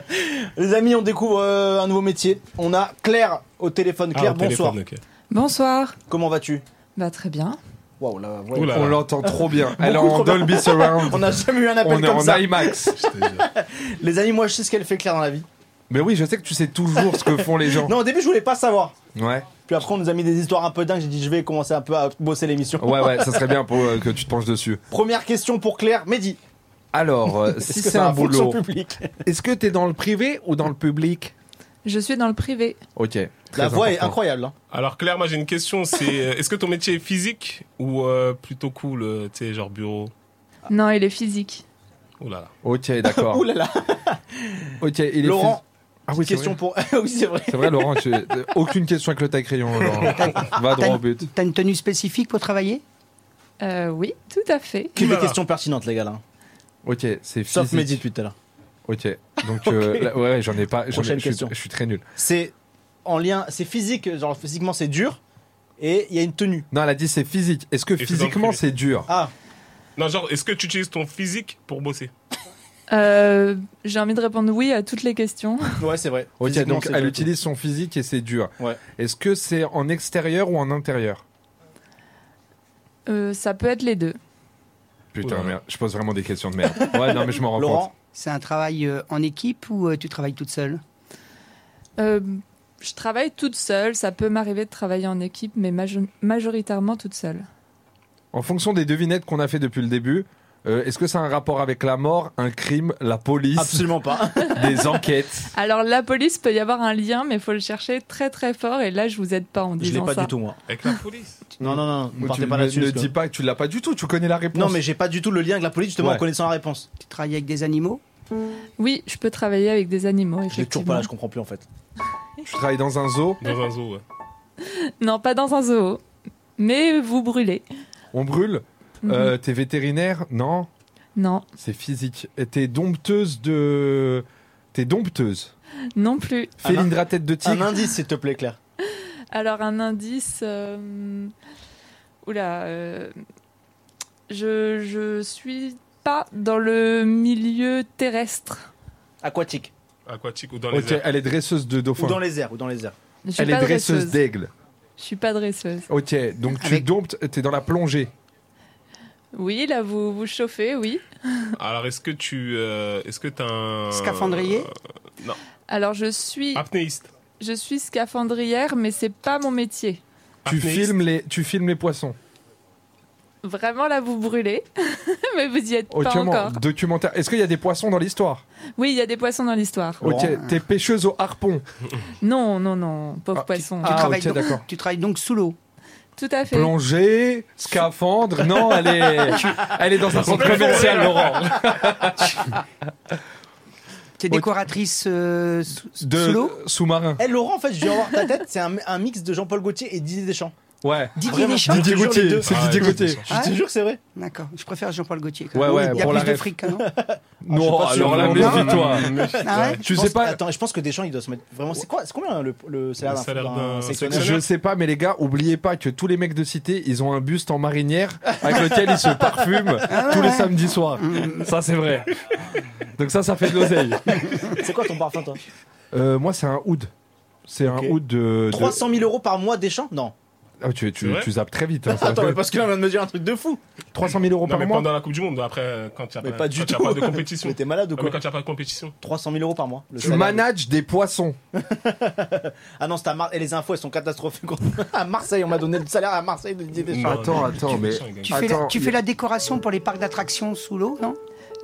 Les amis, on découvre euh, un nouveau métier. On a Claire au téléphone. Claire, Ah, au bonsoir. téléphone, ok. Bonsoir. Comment vas-tu Bah très bien. Waouh, la voix. Oula. On l'entend trop bien. Elle est Beaucoup trop en bien. Dolby Surround. On n'a jamais eu un appel On est comme en ça. IMAX. Les amis, moi je sais ce qu'elle fait Claire dans la vie. Mais oui, je sais que tu sais toujours ce que font les gens. Non, au début je voulais pas savoir. Ouais, Puis après on nous a mis des histoires un peu dingues. J'ai dit je vais commencer un peu à bosser l'émission. ouais, ouais, ça serait bien pour euh, que tu te penches dessus. <laughs> Première question pour Claire. Mehdi, Alors, euh, est-ce si que c'est un fonction boulot, publique est-ce que t'es dans le privé ou dans le public Je suis dans le privé. Ok. très La voix est important. incroyable. hein. Alors, Claire, moi j'ai une question. C'est euh, est-ce que ton métier est physique ou euh, plutôt cool, euh, tu sais, genre bureau Non, il est physique. Oh là là. Ok, d'accord. <laughs> Ouh là là. ok, il est Laurent, phys- Ah oui, c'est question vrai. pour. oui c'est vrai. C'est vrai, Laurent, tu- <laughs> euh, aucune question avec le taille crayon. <laughs> <laughs> Laurent. Va droit au but. T'as une tenue spécifique pour travailler Euh, oui, tout à fait. Que des Voilà. questions pertinentes les gars là. Ok, c'est physique. Sauf Mehdi depuis tout à l'heure. Ok, <laughs> donc euh, Ok. là- ouais, ouais, j'en ai pas. j'en ai- Prochaine je suis- question. Je suis très nul. C'est en lien, c'est physique. Genre physiquement c'est dur et il y a une tenue. Non, elle a dit c'est physique. Est-ce que c'est dans le physiquement privé. c'est dur Ah, Non, genre, est-ce que tu utilises ton physique pour bosser Euh, J'ai envie de répondre oui à toutes les questions. ouais c'est vrai. Ok, Physiquement, donc c'est elle dur. utilise son physique et c'est dur. Ouais. Est-ce que c'est en extérieur ou en intérieur Euh, ça peut être les deux. Putain, Oula. merde, je pose vraiment des questions <laughs> de merde. Ouais, non, mais je m'en rends Laurent, compte. C'est un travail euh, en équipe ou euh, tu travailles toute seule Euh, je travaille toute seule. Ça peut m'arriver de travailler en équipe, mais majo- majoritairement toute seule. En fonction des devinettes qu'on a fait depuis le début, euh, est-ce que ça a un rapport avec la mort, un crime, la police, absolument pas. <laughs> des enquêtes Alors la police peut y avoir un lien, mais il faut le chercher très très fort. Et là, je vous aide pas en Je l'ai disant pas ça. du tout moi. Avec la police Non non non, ne Ou partez tu pas ne, là-dessus. ne parce que- dis pas que tu l'as pas du tout, tu connais la réponse. Non mais j'ai pas du tout le lien avec la police justement Ouais. en connaissant la réponse. Tu travailles avec des animaux Oui, je peux travailler avec des animaux. Je l'ai toujours pas là, je effectivement. comprends plus en fait. Tu travailles dans un zoo, Dans un zoo, ouais. Non, pas dans un zoo. Mais vous brûlez. on brûle. Euh, T'es vétérinaire Non, Non, c'est physique. Et T'es dompteuse de. T'es dompteuse. non plus. Un in- Félindra tête de Un tigre. indice, s'il te plaît, Claire. Alors un indice. euh, Oula. euh, Je, je suis pas dans le milieu terrestre. Aquatique. Aquatique ou dans les Ok, airs. elle est dresseuse de dauphins. Ou dans les airs, ou dans les airs. Je suis Elle pas est dresseuse dresseuse. d'aigle. Je suis pas dresseuse. Ok, donc tu Avec- domptes, t'es dans la plongée. Oui, là vous vous chauffez, oui. Alors, est-ce que tu. euh, est-ce que t'as un. euh, Scaphandrier Alors je Ah. suis Apnéiste. je suis scaphandrière, mais c'est pas mon métier. Tu Apnéiste. filmes, les, tu filmes les poissons. Vraiment là vous brûlez, <laughs> mais vous y êtes pas Autrement, encore. documentaire. Est-ce qu'il y a des poissons dans l'histoire Oui, il y a des poissons dans l'histoire. Ok, Laurent. t'es pêcheuse au <laughs> harpon. Non, non, non, pauvre Ah, poisson. ah, travailles ok, donc- d'accord. Tu travailles donc sous l'eau. Tout à fait. Plongée, scaphandre. Non, <laughs> elle est, elle est dans un centre commercial, <laughs> Laurent. Tu es Au- décoratrice euh, sous, sous De l'eau sous-marin. Eh Laurent, en fait, je viens voir ta tête, c'est un, un mix de Jean-Paul Gaultier et Didier Deschamps. Ouais. Didier Vraiment. Deschamps Didier Didier Toujours les Gauthier, deux. c'est Ah, Didier ouais, Gauthier. c'est Je Ah te ouais jure, que c'est vrai. D'accord, je préfère Jean-Paul Gauthier. quand Ouais, même. ouais, Il y a pour la plus de ref. fric, hein, non Non, Ah, je sais pas alors si hein. là, on l'a. méfie-toi. Ah ouais Je Tu pense sais pas- que- Attends, je pense que Deschamps, il doit se mettre. Vraiment, c'est quoi C'est combien le, le salaire Le d'un- salaire d'un d'un sectionnaire sectionnaire. Je sais pas, mais les gars, oubliez pas que tous les mecs de cité, ils ont un buste en marinière avec lequel ils se parfument Ah Ah ouais, Mmh. tous les ouais. samedis soirs. Mm, Ça, c'est vrai. Donc ça, ça fait de l'oseille. <laughs> C'est quoi ton parfum, toi Euh, moi, c'est un oud. C'est Ok. un oud de. de- 300 000 euros par mois Deschamps Non. Ah, tu, tu, C'est vrai tu zappes très vite. hein, ça Attends, va mais faire- parce que là, on vient de me dire un truc de fou. 300 000 euros Non, par mais mois. pendant la Coupe du Monde, après, euh, quand il n'y a, Mais pas- pas du quand il y a tout. pas de compétition. <laughs> Mais t'es malade ou Non, quoi mais quand il n'y a pas de compétition. 300 000 euros par mois. le Tu salaire. manages des poissons. Ah non, c'est à Mar- Et les infos, elles sont catastrophiques. <laughs> à Marseille, on m'a donné le salaire à Marseille de Didier Deschamps. Non, attends, non, attends, mais- il gagne. Tu, fais, la, Attends, tu il y fais a- <laughs> la décoration pour les parcs d'attractions sous l'eau, non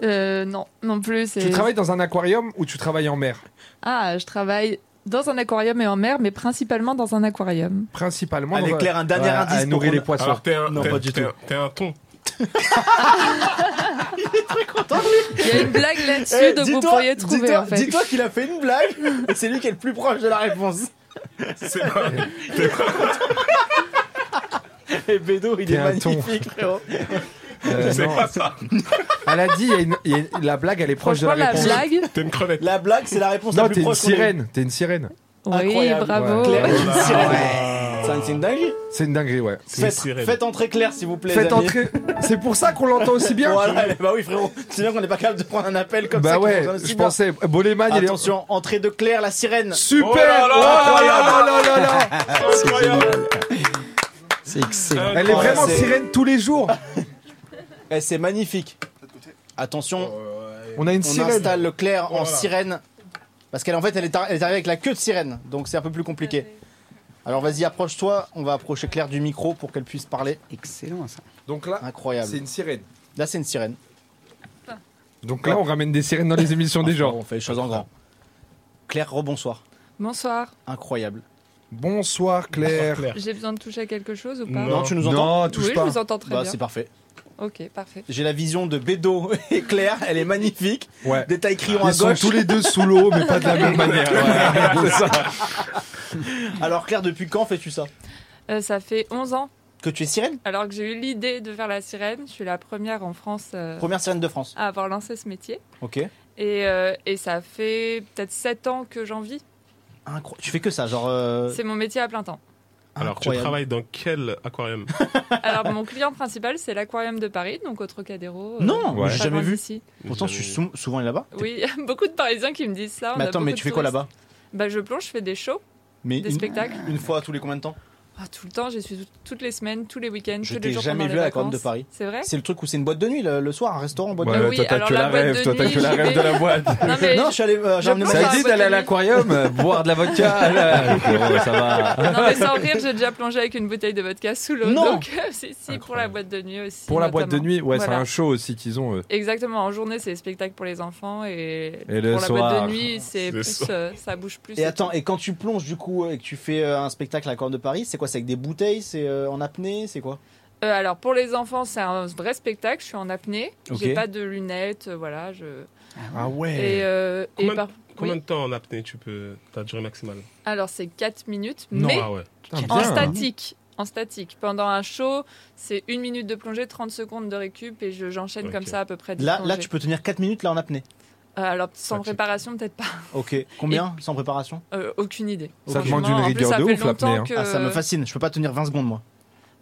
Euh, non, non plus. c'est- Tu travailles dans un aquarium ou tu travailles en mer Ah, je travaille dans un aquarium et en mer, mais principalement dans un aquarium. Principalement. Allez, dans Claire, un dernier indice À pour nourrir qu'on- les poissons. Alors, t'es un. Non, t'es- pas du t'es tout. un- T'es un ton. Il y a une blague là-dessus, Eh, donc vous dis-toi- pourriez trouver dis-toi- en fait. Dis-toi qu'il a fait une blague et c'est lui qui est le plus proche de la réponse. C'est pas. <laughs> Et Eh, Bédo, il T'es est un ton. magnifique, frérot. Euh, C'est non. pas ça. Elle a dit, il y a une- il y a une- la blague, elle est proche de Franchement, la la réponse. blague. T'es une crevette. La blague, c'est la réponse Non, la plus t'es une proche. qu'on ait eue. sirène. T'es une sirène. Oui, Incroyable. bravo. Claire est une Voilà. sirène. C'est un- C'est une dinguerie. C'est une dinguerie, ouais. C'est une Faites, sirène. faites entrer Claire, s'il vous plaît. Faites les amis. entrer. C'est pour ça qu'on l'entend aussi bien. Voilà, <laughs> elle- bah oui, frérot. C'est bien qu'on n'est pas capable de prendre un appel comme ça. Bah qui ouais, fonctionne aussi je bien. pensais. euh, Boleman, il est. Attention, entrée de Claire, la sirène. Super Oh là là, Oh incroyable. là là là là <laughs> Incroyable. C'est excellent. Elle est vraiment c'est- sirène tous les jours. Eh, c'est magnifique. Attention, On a une on sirène. installe le Claire en Voilà. sirène. Parce qu'elle en fait, elle est, arri- elle est arrivée avec la queue de sirène. Donc c'est un peu plus compliqué. Alors vas-y, approche-toi. On va approcher Claire du micro pour qu'elle puisse parler. Excellent, ça. Donc là, c'est Incroyable. une sirène. Là, c'est une sirène. Donc là, on ramène des sirènes dans les émissions des Franchement, gens. On fait les choses en grand. Claire, rebonsoir. Bonsoir. Incroyable. Bonsoir Claire. Claire. J'ai besoin de toucher à quelque chose ou pas Non, tu nous entends Non, touche Oui, pas. je vous entends très Bah, bien. c'est parfait. Ok, parfait. J'ai la vision de Bédo <laughs> et Claire. Elle est magnifique. Ouais. Détail crayon à Ils sont gauche. tous les deux <laughs> sous l'eau, mais pas de la même manière. Ouais, c'est ça. Alors Claire, depuis quand fais-tu ça Euh, ça fait 11 ans, Que tu es sirène alors que j'ai eu l'idée de faire la sirène, je suis la première en France euh, Première sirène de France. à avoir lancé ce métier. Ok. Et, euh, et ça fait peut-être 7 ans que j'en vis. Incro- Tu fais que ça, genre. euh, C'est mon métier à plein temps. Alors, tu incroyable. travailles dans quel <laughs> aquarium Euh, Alors, mon client principal, c'est l'Aquarium de Paris, donc au Trocadéro. euh, Non, Ouais. pas j'ai jamais loin vu. d'ici. Pourtant, je suis sou- souvent là-bas. Oui, <laughs> beaucoup de Parisiens qui me disent ça. on Mais a attends, beaucoup mais de tu fais quoi touristes. là-bas Bah, je plonge, je fais des shows, Mais des une, spectacles. une fois tous les combien de temps Ah, tout le temps, j'y suis tout- toutes les semaines, tous les week-ends, Je tous t'ai les jours. jamais pendant vu les à l'Aquarium vacances. de Paris. C'est vrai C'est le truc où c'est une boîte de nuit le, le soir, un restaurant en boîte de Ouais. nuit. Ah oui, alors la boîte de nuit, j'y vais. rêve. Non, mais Non, je je- suis allé. euh, j'ai Je emmené ma pense Ça Bonsoir, dit bonne d'aller à nuit. l'aquarium, euh, boire de la vodka. là. Bon, euh, ça va. Ah, non, <laughs> mais sans rire, j'ai déjà plongé avec une bouteille de vodka sous l'eau. Non. Donc, euh, si, si, pour la boîte de nuit aussi. Pour la boîte de notamment. nuit, ouais, c'est Voilà. un show aussi qu'ils ont. euh. eux. Exactement, en journée, c'est les spectacles pour les enfants et, Et le pour la soir. boîte de nuit, c'est Le plus, soir. euh, ça bouge plus. Et attends, et quand tu plonges du coup euh, et que tu fais euh, un spectacle à la Corne de Paris, c'est quoi C'est avec des bouteilles C'est euh, en apnée C'est quoi Euh, alors pour les enfants, c'est un vrai spectacle. Je suis en apnée, Ok. j'ai pas de lunettes, euh, voilà. Je... Ah ouais. Et, euh, et Combien- par- Combien oui. de temps en apnée tu peux ta durée maximale Alors c'est 4 minutes, Non, mais Ah ouais. Putain, en bien. statique. En statique. Pendant un show, c'est une minute de plongée, 30 secondes de récup et je- j'enchaîne Ok. comme ça à peu près. dix Là, là, plongées. tu peux tenir 4 minutes là en apnée. Euh, alors sans Statique. préparation, peut-être pas. <laughs> Ok. Combien sans préparation Euh, aucune idée. Ça Franchement, demande une en plus, rigueur ça de fait ouf, l'apnée, longtemps hein. que- Ah, ça me fascine. Je peux pas tenir 20 secondes moi.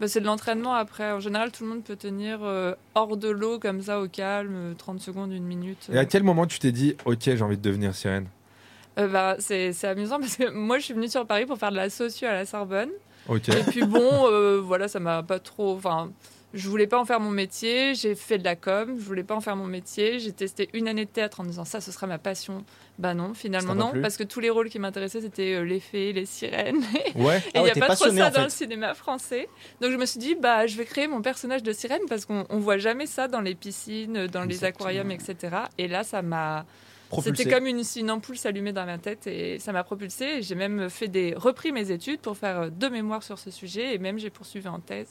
Bah, c'est de l'entraînement après. En général, tout le monde peut tenir euh, hors de l'eau comme ça au calme, euh, 30 secondes, une minute. Et à quel moment tu t'es dit, ok, j'ai envie de devenir sirène Euh, bah, c'est c'est amusant parce que <laughs> moi, je suis venue sur Paris pour faire de la socio à la Sorbonne. Ok. Et puis bon, euh, voilà, ça m'a pas trop. Enfin, je voulais pas en faire mon métier. J'ai fait de la com. Je voulais pas en faire mon métier. J'ai testé une année de théâtre en me disant ça, ce sera ma passion. Bah non, finalement Ça t'a pas non, plu parce que tous les rôles qui m'intéressaient c'était euh, les fées, les sirènes. <laughs> Ouais. Et Ah il ouais, n'y a t'es pas trop passionné, ça en dans le fait. cinéma français. Donc je me suis dit, bah, je vais créer mon personnage de sirène parce qu'on on voit jamais ça dans les piscines, dans les Exactement. aquariums, etc. Et là, ça m'a. Propulsé. C'était comme une, une ampoule s'allumait dans ma tête et ça m'a propulsé. Et J'ai même fait des, repris mes études pour faire euh, deux mémoires sur ce sujet et même j'ai poursuivi en thèse.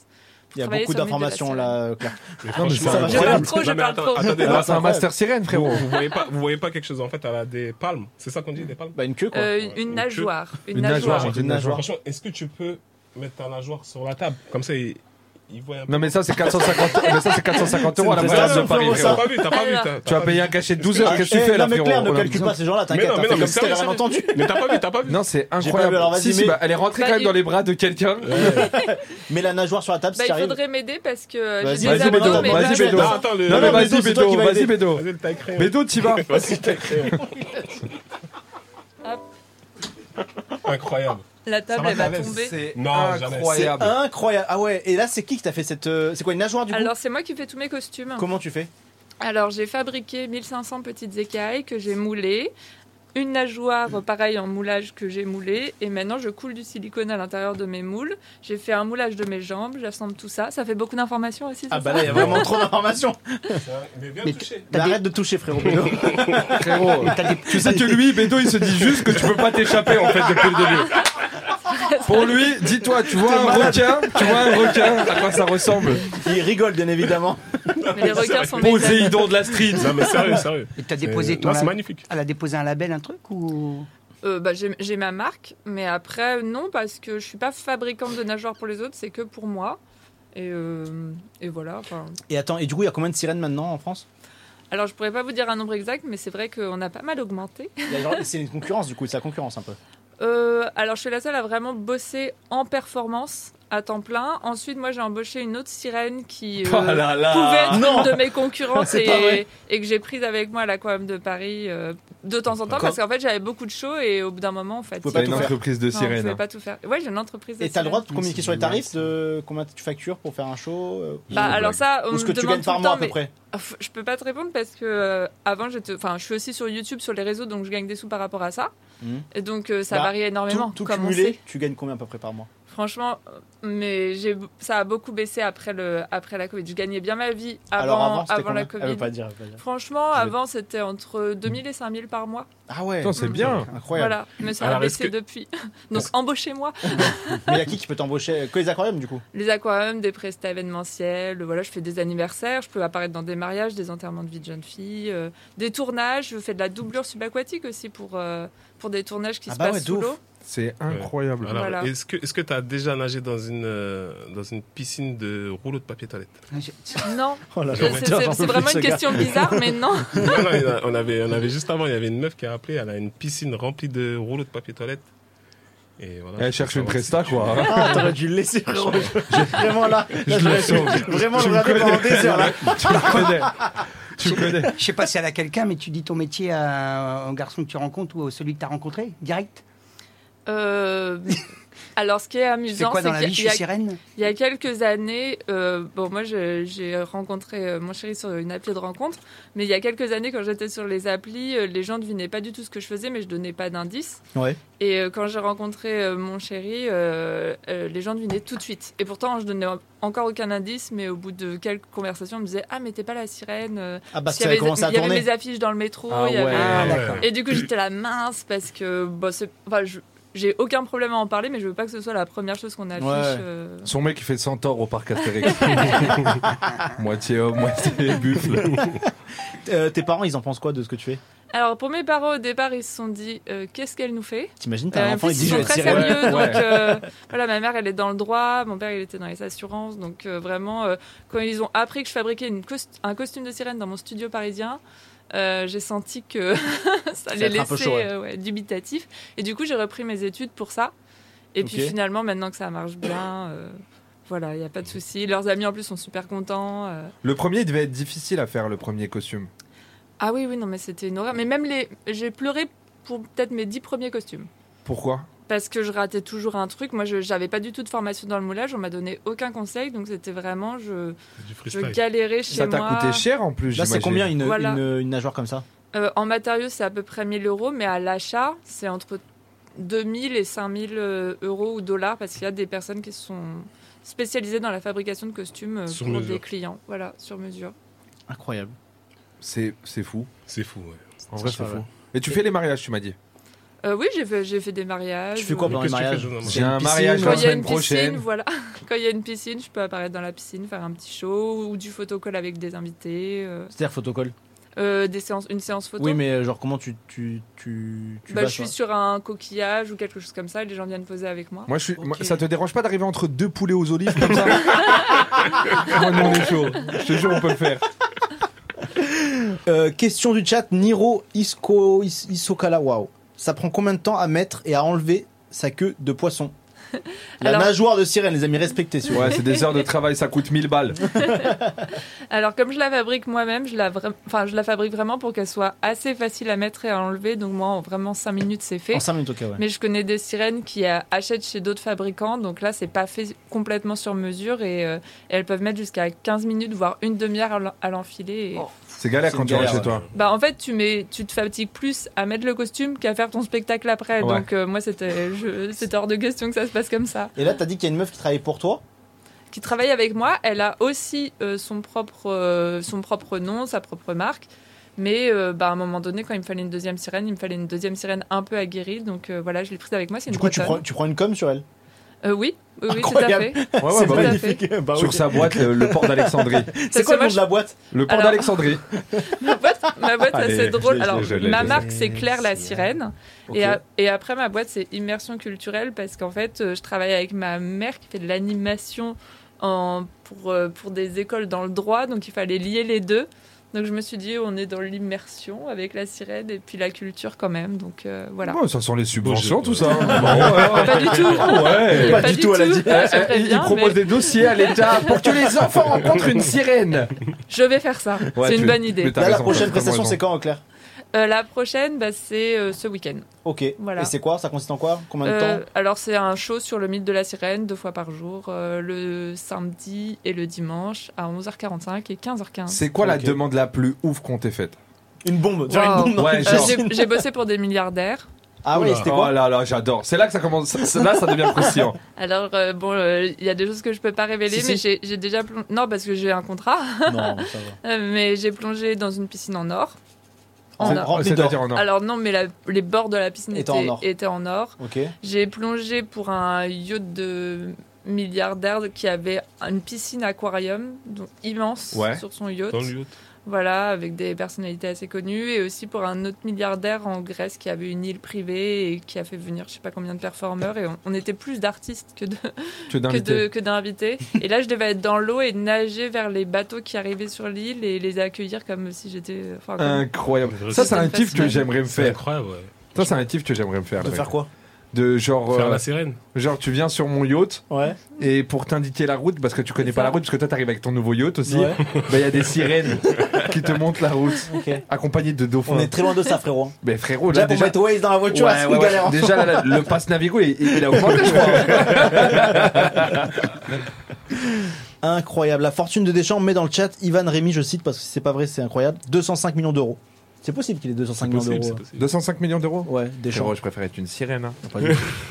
pour Il y a travailler beaucoup sur le mythe de la d'informations sirène. là. Claire. Mais Non, mais franchement, ça va, <laughs> Bah, je parle incroyable. trop, je Non, mais parle attends- trop. Attendez, Ah, là, c'est un ça- master sirène, frérot. vous voyez pas, vous voyez pas quelque chose en fait, elle a des palmes. C'est ça qu'on dit, des palmes Bah une queue quoi. Euh, ouais. une Une nageoire. Une, Une nageoire, nageoire. j'ai dit une nageoire. Franchement, est-ce que tu peux mettre ta nageoire sur la table Comme ça, il, il voit un peu. Non, mais ça, <laughs> c'est 450, mais ça, c'est 450 euros à la C'est une place de prestation, Paris, frérot, T'as ça. pas frérot. vu, <laughs> t'as pas vu. Alors. t'as- Tu vas t'as payer pas un vu. cachet de 12 heures, Ah, qu'est-ce que tu eh, fais là, non, mais frérot Claire, ne On a calcule besoin. pas ces gens-là, Mais t'inquiète. non, hein, mais non, comme mais si t'avais sérieux, sérieux. rien entendu. Mais t'as pas vu, t'as pas vu. Non, c'est pas vu, alors incroyable. vas-y, Si, si, mais- bah, elle est rentrée quand Bah, même dans il- les bras de quelqu'un. <laughs> Mets la nageoire sur la table Bah, si t'y il arrives. faudrait m'aider parce que euh, Vas-y, j'ai des vas-y, abdos, Bédo, mais vas-y, pas- Bédo. Non, attends, le- Non, mais mais vas-y, Bédo, c'est toi Bédo, qui vas vas-y, aider. Bédo. Vas-y, t'as écrit. Bédo, <laughs> t'y vas. Vas-y, t'as écrit. <laughs> Hop. Incroyable. La table, elle va tomber. C'est Non, jamais. C'est incroyable. incroyable. Ah ouais. Et là c'est qui qui t'a fait cette euh, C'est quoi une nageoire du coup Alors, c'est moi qui fais tous mes costumes. Comment tu fais Alors, j'ai fabriqué 1500 petites écailles que j'ai moulées. Une nageoire, euh, pareil, en moulage que j'ai moulée. Et maintenant, je coule du silicone à l'intérieur de mes moules. J'ai fait un moulage de mes jambes. J'assemble tout ça. Ça fait beaucoup d'informations aussi. Ah c'est bah ça là il y a vraiment trop d'informations. C'est un- Mais viens Mais toucher. Mais Arrête de toucher frérot. Bédo. Frérot, tu sais que lui, Bédo, il se dit juste que tu peux pas t'échapper en fait depuis le début. Pour lui, dis-toi, tu vois un requin, tu vois un requin, à quoi ça ressemble Il rigole bien évidemment. Mais les requins sont métal. Poséidon de la street. Non, mais sérieux, sérieux. Et t'as C'est- déposé ton Non, c'est lab- magnifique. Elle a déposé un label, un truc ou Euh, bah, j'ai j'ai ma marque, mais après, non, parce que je suis pas fabricante de nageoires pour les autres, c'est que pour moi. Et, euh, et voilà. enfin. Et attends, et du coup il y a combien de sirènes maintenant en France Alors, je pourrais pas vous dire un nombre exact, mais c'est vrai qu'on a pas mal augmenté. Il y a genre- C'est une concurrence du coup, c'est la concurrence un peu. Euh, alors, je suis la seule à vraiment bosser en performance à temps plein. Ensuite, moi, j'ai embauché une autre sirène qui euh, pouvait être Oh Non. une de mes concurrentes <laughs> C'est pas vrai. et, et que j'ai prise avec moi à l'aquarium de Paris euh, de temps en temps D'accord. parce qu'en fait, j'avais beaucoup de shows et au bout d'un moment, en fait, Vous pouvez C'est pas une tout faire. entreprise de non, je sirène. pouvais hein. pas tout faire. Ouais, j'ai une entreprise. de Et t'as le sirène. droit de communiquer c'est sur les génial, tarifs ça. de combien tu factures pour faire un show euh, Bah, alors ça, on ou ce me que tu demande gagnes tout par le mois temps, à peu mais- près. Ah, f- Je peux pas te répondre parce que euh, avant j'étais, enfin, je suis aussi sur YouTube, sur les réseaux, donc je gagne des sous par rapport à ça. Mhm. Et donc euh, ça Bah, varie énormément. tout tout comme on sait. cumulé, tu gagnes combien à peu près par mois Franchement, euh, mais j'ai, ça a beaucoup baissé après le, après la Covid. Je gagnais bien ma vie avant, Alors avant, c'était la combien Elle Covid. veut pas dire. elle veut pas dire. Franchement, Je- avant c'était entre 2000 et 5000 par mois. Ah ouais, Putain, c'est bien. incroyable. Voilà, mais ça a Alors, est-ce baissé que- depuis. <laughs> Donc <laughs> embauchez-moi. Mais il y a qui qui peut t'embaucher Que les aquariums du coup Les aquariums, des prestats événementiels, euh, voilà, je fais des anniversaires, je peux apparaître dans des mariages, des enterrements de vie de jeunes filles, euh, des tournages, je fais de la doublure subaquatique aussi pour, euh, pour des tournages qui Ah se bah passent ouais, de sous ouf. l'eau. C'est incroyable. Alors, Voilà. est-ce que est-ce que t'as déjà nagé dans une euh, dans une piscine de rouleau de papier toilette <laughs> Non, Oh là, c'est j'en ai c'est- peur, j'en c'est peux vraiment plus, une ce gars. question bizarre, mais non. <laughs> Non, non, il y en a- on avait on avait juste avant, il y avait une meuf qui a appelé, elle a une piscine remplie de rouleaux de papier toilette. Et voilà. Elle cherche une presta quoi. <laughs> hein. Ah, t'aurais dû le laisser, frérot. J'ai Vraiment là, là, Je le j'aurais sauve. pu Vraiment, Je je me regardais pendant connais. des heures là. <laughs> tu me connais. Tu me connais. Je sais pas si elle a quelqu'un, mais tu dis ton métier à un garçon que tu rencontres ou à celui que tu as rencontré direct. Euh, alors, ce qui est C'est amusant, quoi dans la c'est vie qu'il Je y suis a- sirène. Il y a quelques années, euh, bon, moi je- j'ai rencontré euh, mon chéri sur une appli de rencontre, mais il y a quelques années, quand j'étais sur les applis, euh, les gens devinaient pas du tout ce que je faisais, mais je donnais pas d'indices. <laughs> Ouais. Et euh, quand j'ai rencontré euh, mon chéri, euh, euh, les gens devinaient tout de suite. Et pourtant, je donnais en- encore aucun indice, mais au bout de quelques conversations, on me disait Ah, mais t'es pas la sirène. euh, Ah bah, parce qu'il ça avait y avait, commencé à il y avait tourner. mes affiches dans le métro. Ah il y avait- ouais. Ah, ouais. d'accord. Et du coup, j'étais la mince parce que bah, c'est- enfin, je- J'ai aucun problème à en parler, mais je veux pas que ce soit la première chose qu'on affiche. Ouais. euh. Son mec, il fait centaure au parc <laughs> Astérix. <laughs> <laughs> moitié homme, moitié buffle. <laughs> Euh, tes parents, ils en pensent quoi de ce que tu fais Alors, pour mes parents, au départ, ils se sont dit euh, qu'est-ce qu'elle nous fait T'imagines, Euh, t'as en un enfant, plus, il dit ils je sont vais très tirer. tirer. sérieux. Ouais. Donc, euh, <laughs> voilà, ma mère, elle est dans le droit. Mon père, il était dans les assurances. Donc, euh, vraiment, euh, quand ils ont appris que je fabriquais une cos- un costume de sirène dans mon studio parisien, euh, j'ai senti que <laughs> ça va les être un peu laissait chaud, ouais. euh, ouais, dubitatifs. Et du coup, j'ai repris mes études pour ça. Et puis, Ok. finalement, maintenant que ça marche bien, euh, voilà, il n'y a pas de souci. Leurs amis, en plus, sont super contents. euh. Le premier, il devait être difficile à faire, le premier costume. Ah oui, oui, non, mais c'était une horreur. Mais même les. J'ai pleuré pour peut-être mes dix premiers costumes. Pourquoi parce que je ratais toujours un truc. Moi, je n'avais pas du tout de formation dans le moulage, on m'a donné aucun conseil, donc c'était vraiment, je, Du je freestyle. galérais chez Ça t'a moi. coûté cher en plus, Là, c'est j'imagine. combien une, Voilà. une, une nageoire comme ça Euh, en matériaux, c'est à peu près 1000 euros, mais à l'achat, c'est entre 2000 et 5000 euh, euros ou dollars, parce qu'il y a des personnes qui sont spécialisées dans la fabrication de costumes euh, Sur pour mesure. des clients, voilà, sur mesure. Incroyable. C'est c'est fou. C'est fou, ouais. En vrai, Ça, c'est ouais. fou. Et tu fais les mariages, tu m'as dit. Euh, oui, j'ai fait, j'ai fait des mariages. euh, Tu fais quoi ou- Dans Mais les qu'est-ce que tu fais, généralement mariages. J'ai un piscine, mariage Quand il la y a semaine une piscine, prochaine. voilà. <laughs> Quand il y a une piscine, je peux apparaître dans la piscine, faire un petit show ou du photocoll avec des invités. euh, C'est-à-dire photocolle. Euh, des séances, une séance photo. Oui, mais euh, genre, comment tu, tu, tu, tu Bah, vas, je suis toi sur un coquillage ou quelque chose comme ça, et les gens viennent poser avec moi. Moi, je suis. moi, Ok. ça te dérange pas d'arriver entre deux poulets aux olives comme ça <laughs> Moi, nous, on est chaud. Je te jure, on peut le faire. Euh, Question du chat Niro Isko, Is- Isokala. Waouh. Ça prend combien de temps à mettre et à enlever sa queue <laughs> de poisson La Alors- nageoire de sirène, les amis, respectez celui Ouais, c'est des heures de travail, ça coûte 1000 balles. Alors, comme je la fabrique moi-même, je, la vra- enfin, je la fabrique vraiment pour qu'elle soit assez facile à mettre et à enlever. Donc, moi, en vraiment 5 minutes, c'est fait. En 5 minutes, ok, ouais. Mais je connais des sirènes qui euh, achètent chez d'autres fabricants. Donc là, c'est pas fait complètement sur mesure. Et euh, elles peuvent mettre jusqu'à 15 minutes, voire une demi-heure à l'en- à l'enfiler. et- C'est Oh, galère C'est quand une tu rentres galère, chez toi. Bah, en fait, tu, mets, tu te fatigues plus à mettre le costume qu'à faire ton spectacle après. Ouais. Donc, euh, moi, c'était je- c'était hors de question que ça se passe comme ça. Et là, t'as dit qu'il y a une meuf qui travaille pour toi qui travaille avec moi. Elle a aussi euh, son, propre, euh, son propre nom, sa propre marque. Mais euh, bah, à un moment donné, quand il me fallait une deuxième sirène, il me fallait une deuxième sirène un peu aguerrie. Donc euh, voilà, je l'ai prise avec moi. C'est une Du coup, tu bretonne. prends, tu prends une com sur elle Euh, oui, oui, oui, tout à Incroyable. fait. Ouais, ouais, C'est bah tout à oui. magnifique. Bah oui. Sur sa boîte, le, le port d'Alexandrie. C'est quoi Parce que le moi, nom de la boîte Le port Alors- d'Alexandrie. Ma boîte, <laughs> ma boîte Allez, c'est assez je drôle. l'ai, Alors, je l'ai, je ma l'ai. marque, c'est Claire la sirène. Et, a- et après, ma boîte, c'est Immersion culturelle parce qu'en fait, euh, je travaille avec ma mère qui fait de l'animation en- pour, euh, pour des écoles dans le droit. Donc, il fallait lier les deux. Donc, je me suis dit, on est dans l'immersion avec la sirène et puis la culture quand même. Donc, euh, voilà. Ouais, ça sent les subventions, Bon, je- <laughs> tout ça. Bon, ouais. Pas du Euh, tout. Ah ouais. Pas du tout, elle a dit. je préviens, il propose mais des dossiers à l'État pour que les <laughs> enfants rencontrent une sirène. Je vais faire ça. Ouais, c'est tu- une bonne idée. mais t'as Là, la raison, prochaine t'as prestation, vraiment c'est quand, Claire Euh, la prochaine, bah, c'est euh, ce week-end. Ok. Voilà. Et c'est quoi Ça consiste en quoi Combien de Euh, temps alors c'est un show sur le mythe de la sirène deux fois par jour, euh, le samedi et le dimanche à 11h45 et 15h15. C'est quoi la Ok. demande la plus ouf qu'on t'ait faite Une bombe. Genre une Wow. bombe dans Ouais, une genre- Euh, piscine. j'ai- J'ai bossé pour des milliardaires. Ah ouais, c'était Oh quoi là là, j'adore. C'est là que ça commence. c'est- Là, ça <laughs> devient croustillant. <laughs> Alors euh, bon, euh, il y a des choses que je peux pas révéler, Si, mais si. j'ai- j'ai déjà plongé... non parce que j'ai un contrat, <laughs> Non, ça va. euh, mais j'ai plongé dans une piscine en or. En En or. rempli d'or. C'est-à-dire en or. Alors non, mais la- les bords de la piscine Étaient étaient en or. étaient en or. Ok. J'ai plongé pour un yacht de milliardaire qui avait une piscine aquarium donc immense Ouais. sur son yacht. Dans le yacht. Voilà, avec des personnalités assez connues et aussi pour un autre milliardaire en Grèce qui avait une île privée et qui a fait venir je sais pas combien de performeurs et on, on était plus d'artistes que de- que Tu es d'invité. de- que d'invités. et là, je devais être dans l'eau et nager vers les bateaux qui arrivaient sur l'île et les accueillir comme si j'étais. Enfin, comme- Incroyable. C'était Ça, c'est un une kiff que fascination. j'aimerais me C'est faire. incroyable, ouais. Ça, c'est un kiff que j'aimerais me faire. De mec. faire quoi De genre, Faire euh, la sirène. genre, tu viens sur mon yacht Ouais. et pour t'indiquer la route, parce que tu connais C'est pas ça. la route, parce que toi, t'arrives avec ton nouveau yacht aussi. Ouais. <laughs> Bah, il y a des sirènes <laughs> qui te montrent la route, Ok. accompagnées de On dauphins. est très loin de ça, <laughs> frérot. Mais frérot, là, Déjà, pour déjà, mettre Waze dans la voiture, Ouais, c'est ouais, une ouais. galère. Déjà, là, là, le pass Navigo, il, il a augmenté, je crois. <laughs> Ah, Incroyable. La fortune de Deschamps met dans le chat Ivan Rémy, je cite parce que si c'est pas vrai, c'est incroyable. 205 millions d'euros. C'est possible qu'il ait 205 millions Possible, d'euros. hein. c'est possible. 205 millions d'euros Ouais, Deschamps. Frérot, je préfère être une sirène. hein.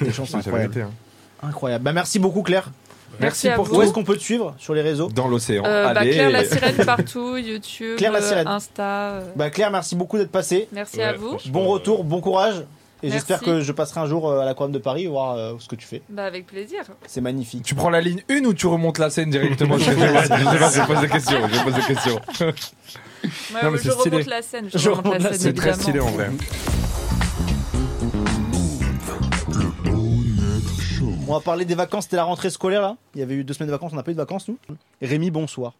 Deschamps, c'est C'est la incroyable. vérité, hein. Incroyable. Bah, merci beaucoup, Claire. Merci, à pour vous. Où tout. est-ce qu'on peut te suivre sur les réseaux Dans l'océan. Euh, bah, Allez. Claire la <laughs> sirène partout, YouTube, hein. Claire la euh, sirène. Insta. euh, Bah, Claire, merci beaucoup d'être passé. Merci Ouais, à vous. franchement, Bon euh, retour, bon courage. Et Merci. j'espère que je passerai un jour euh, à l'aquarium de Paris voir euh, ce que tu fais. Bah avec plaisir. C'est magnifique. Tu prends la ligne 1 ou tu remontes la scène directement Je sais pas, je sais pas, je pose des questions. Je pose des questions. Moi, Non, mais je c'est stylé. remonte la scène. Je, Je remonte la remonte la scène. C'est très évidemment. stylé en vrai. <laughs> On va parler des vacances, c'était la rentrée scolaire là. Il y avait eu deux semaines de vacances, on n'a pas eu de vacances nous. Rémi, bonsoir.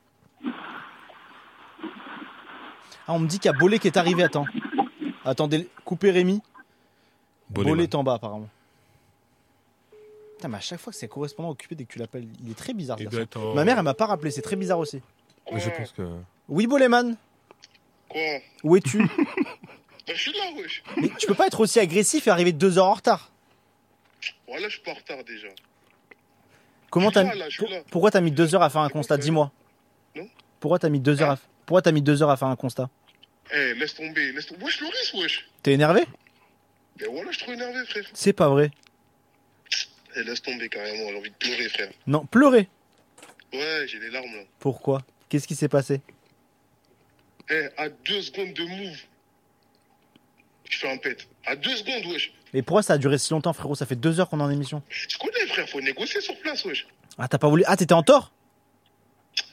Ah, on me dit qu'il y a Bolé qui est arrivé, attends. Attendez, coupez Rémi. Bolé, Bonnet, est en bas apparemment. Putain, mais à chaque fois que c'est correspondant occupé dès que tu l'appelles, il est très bizarre. Il de doit faire être en- ça. Ma mère, elle m'a pas rappelé, c'est très bizarre aussi. Mais je pense que. Oui, Boléman, Quoi où es-tu Bah, je suis là, wesh. Mais tu peux pas être aussi agressif et arriver deux heures en retard. Voilà, je suis pas en retard déjà. Comment t'as Je suis là, là, je suis là. Pourquoi t'as mis deux heures à faire un constat Dis-moi. Non. Pourquoi t'as mis deux heures à... Pourquoi t'as mis deux heures à faire un constat Eh, laisse tomber, laisse tomber. Wesh, Loris, wesh. T'es énervé Mais voilà, je suis trop énervé, frère. C'est pas vrai. Eh, laisse tomber carrément, j'ai envie de pleurer, frère. Non, pleurer. Ouais, j'ai les larmes là. Pourquoi Qu'est-ce qui s'est passé Eh, à deux secondes de move, je fais un pet. À deux secondes, wesh. Et pourquoi ça a duré si longtemps, frérot Ça fait deux heures qu'on est en émission. Tu connais, frère, faut négocier sur place, wesh. Ah, t'as pas voulu. Ah, t'étais en tort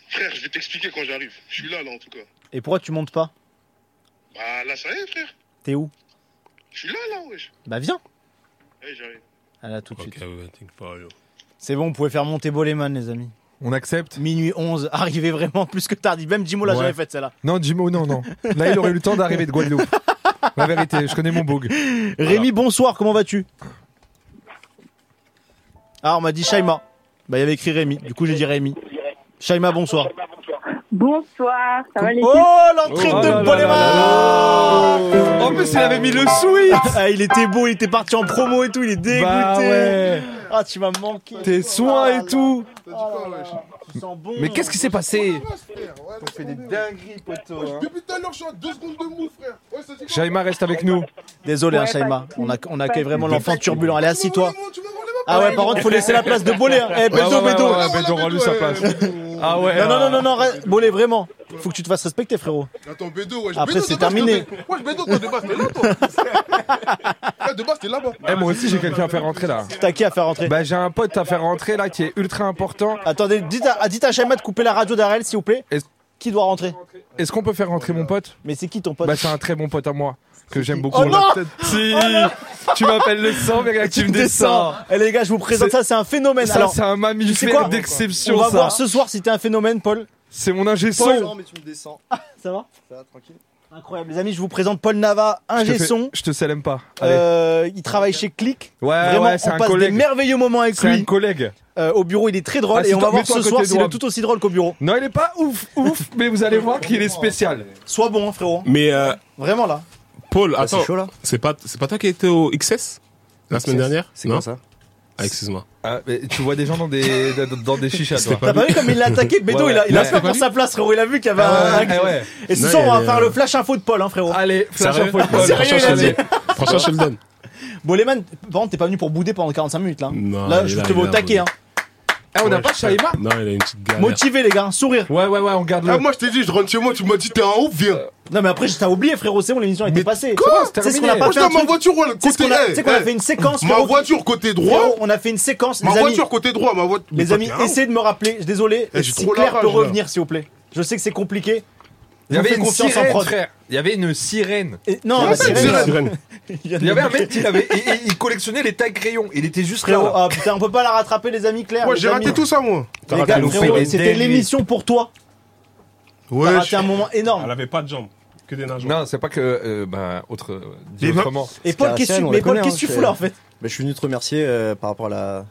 Frère, je vais t'expliquer quand j'arrive. Je suis là, là, en tout cas. Et pourquoi tu montes pas Bah, là, ça y est, frère. T'es où Je suis là, là, wesh. Bah, viens Eh, j'arrive. Ah là, tout de Ok, suite. waiting for you. C'est bon, vous pouvez faire monter Boleman, les amis. On accepte Minuit <laughs> 11, arrivez vraiment plus que tardi. Même Jimo l'a Ouais. jamais faite, celle-là. Non, Jimo, non, non. Là, il aurait eu le temps d'arriver de Guadeloupe. La vérité, je connais mon bug. Rémi, bonsoir, comment vas-tu Ah, on m'a dit Shaima. Bah, il y avait écrit Rémi. Du coup, j'ai dit Rémi. Shaima, bonsoir. Bonsoir, ça va les filles Oh, l'entrée Oh là de là là Boleman En plus, il avait mis le sweat <laughs> Ah, il était beau, il était parti en promo et tout, il est dégoûté. Bah ouais Ah, tu m'as manqué. Tes soins et tout Tu sens bon. Mais qu'est-ce qui s'est passé fait des hein. dingueries, poteau. Depuis tout à l'heure, je suis à deux secondes de mou, frère. Ouais, ça dit quoi Shaima, reste avec nous. Désolé, hein, Ouais, Shaima. pas- On, a- on accueille vraiment l'enfant turbulent. Allez, Tu assis-toi. m'envoies les mots, tu m'envoies les mots. Ah ouais, par contre, faut laisser la place de Bolé. Hein. Eh, Bédo, Ouais, ouais, ouais, Bédo. ouais, ouais, Bédo, rends-lui sa ouais, <laughs> place. Bédo. Ah ouais. Non, non, non, non, non, re- Bolé, vraiment. Faut que tu te fasses respecter, frérot. Attends, Bédo, ouais. Après, c'est terminé. Ouais, Bédo, toi, de base, t'es là, toi. <laughs> Ouais, de base, t'es là-bas. Eh, moi aussi, j'ai quelqu'un à faire rentrer là. T'as qui à faire rentrer Bah, j'ai un pote à faire rentrer là qui est ultra important. Attendez, ah, dites à, dites à Shaima de couper la radio d'Arel, s'il vous plaît. Est-ce- Qui doit rentrer Est-ce qu'on peut faire rentrer mon pote Mais c'est qui ton pote Bah, c'est un très bon pote à moi que j'aime beaucoup. Oh non Si Tu m'appelles le sang, mais là, tu me descends. Eh les gars, je vous présente ça, c'est un phénomène. Ça, Alors, c'est un sais quoi mammifère on d'exception, va ça. voir ce soir si t'es un phénomène, Paul. C'est mon ingé son. mais tu me descends. Ça va Ça va, tranquille. Incroyable, les amis, je vous présente Paul Nava, Je te ingé fais- son. Je te salue pas. Allez. Euh, il travaille chez Click. ouais, Vraiment, ouais, c'est on un passe des collègue. merveilleux moments avec C'est un lui. collègue. Euh, au bureau, il est très drôle Ah, et si, on va toi, voir mets-toi ce à côté soir de s'il est Rob. tout aussi drôle qu'au bureau. Non, il est pas ouf, ouf, mais vous allez voir qu'il est spécial. Mm. Sois bon, hein, frérot. Mais euh, Vraiment là. Paul, attends, chaud, là. c'est pas, c'est pas toi qui étais au XS la semaine dernière C'est Non quoi ça Ah, excuse-moi. Ah, mais tu vois des gens dans des, dans- dans des chichas, toi. <laughs> T'as pas vu comme il l'a <laughs> attaqué Bédo Ouais, Il a, il a ouais. peur pour sa place, frérot. Il a vu qu'il y avait Ah un. ouais, ouais. Et ce Non, soir, il y on va avait faire un- euh, le flash info de Paul, hein, frérot. Allez, flash Sérieux info de Paul. Sérieux, Franchement, il a je l'ai. Franchement, je le donne. Boleman, par contre, t'es pas venu pour bouder pendant 45 minutes là. Non, là, il je est vous là, préviens il au est là, taquet. Hein. Eh, on n'a pas Shaima Non, il a une petite galère. Motivé, les gars, hein, sourire. Ouais, ouais, ouais, on garde Ah, le. moi, je t'ai dit, je rentre chez moi, tu m'as dit, t'es un ouf, viens. Non, mais après, je t'ai oublié, frérot. C'est bon, l'émission était passée. quoi C'est C'est ce qu'on terminé. a pas Moi, fait. je un ma truc. voiture, ouais, le C'est ce côté. qu'on a- eh, c'est qu'on a eh. fait une séquence. Ma frérot. voiture, côté droit. Frérot, on a fait une séquence, Ma les amis. voiture, côté droit, ma voiture. Les amis, essayez de me rappeler. Désolé, Eh, j'ai si trop la Claire peut rage, là. revenir, s'il vous plaît. Je sais que c'est compliqué. Il y Je vous avait fais une confiance en sirène, prod. frère. Il y avait une sirène. Et- Non, Ah, la c'est sirène, une là. Sirène. vient de Il y avait un me mec qui avait, il, il- il collectionnait les tags crayons. Il était juste Frérot, là. ah putain, on peut pas la rattraper, les amis, Claire. Moi, les j'ai amis. raté tout ça, moi. T'as Les raté gars, le nous frérot, fait des c'était dingueries. l'émission pour toi. T'as Ouais. raté un moment Elle énorme. avait pas de jambes, que des nageoires. Non, c'est pas que, euh, bah, autre, euh, dis Les- autrement. Et Paul, C'était la qu'est-ce que scène, tu- on mais la Paul, connaît, hein, qu'est-ce que tu fous c'est- là en fait Mais je suis venu te remercier euh, par rapport à la.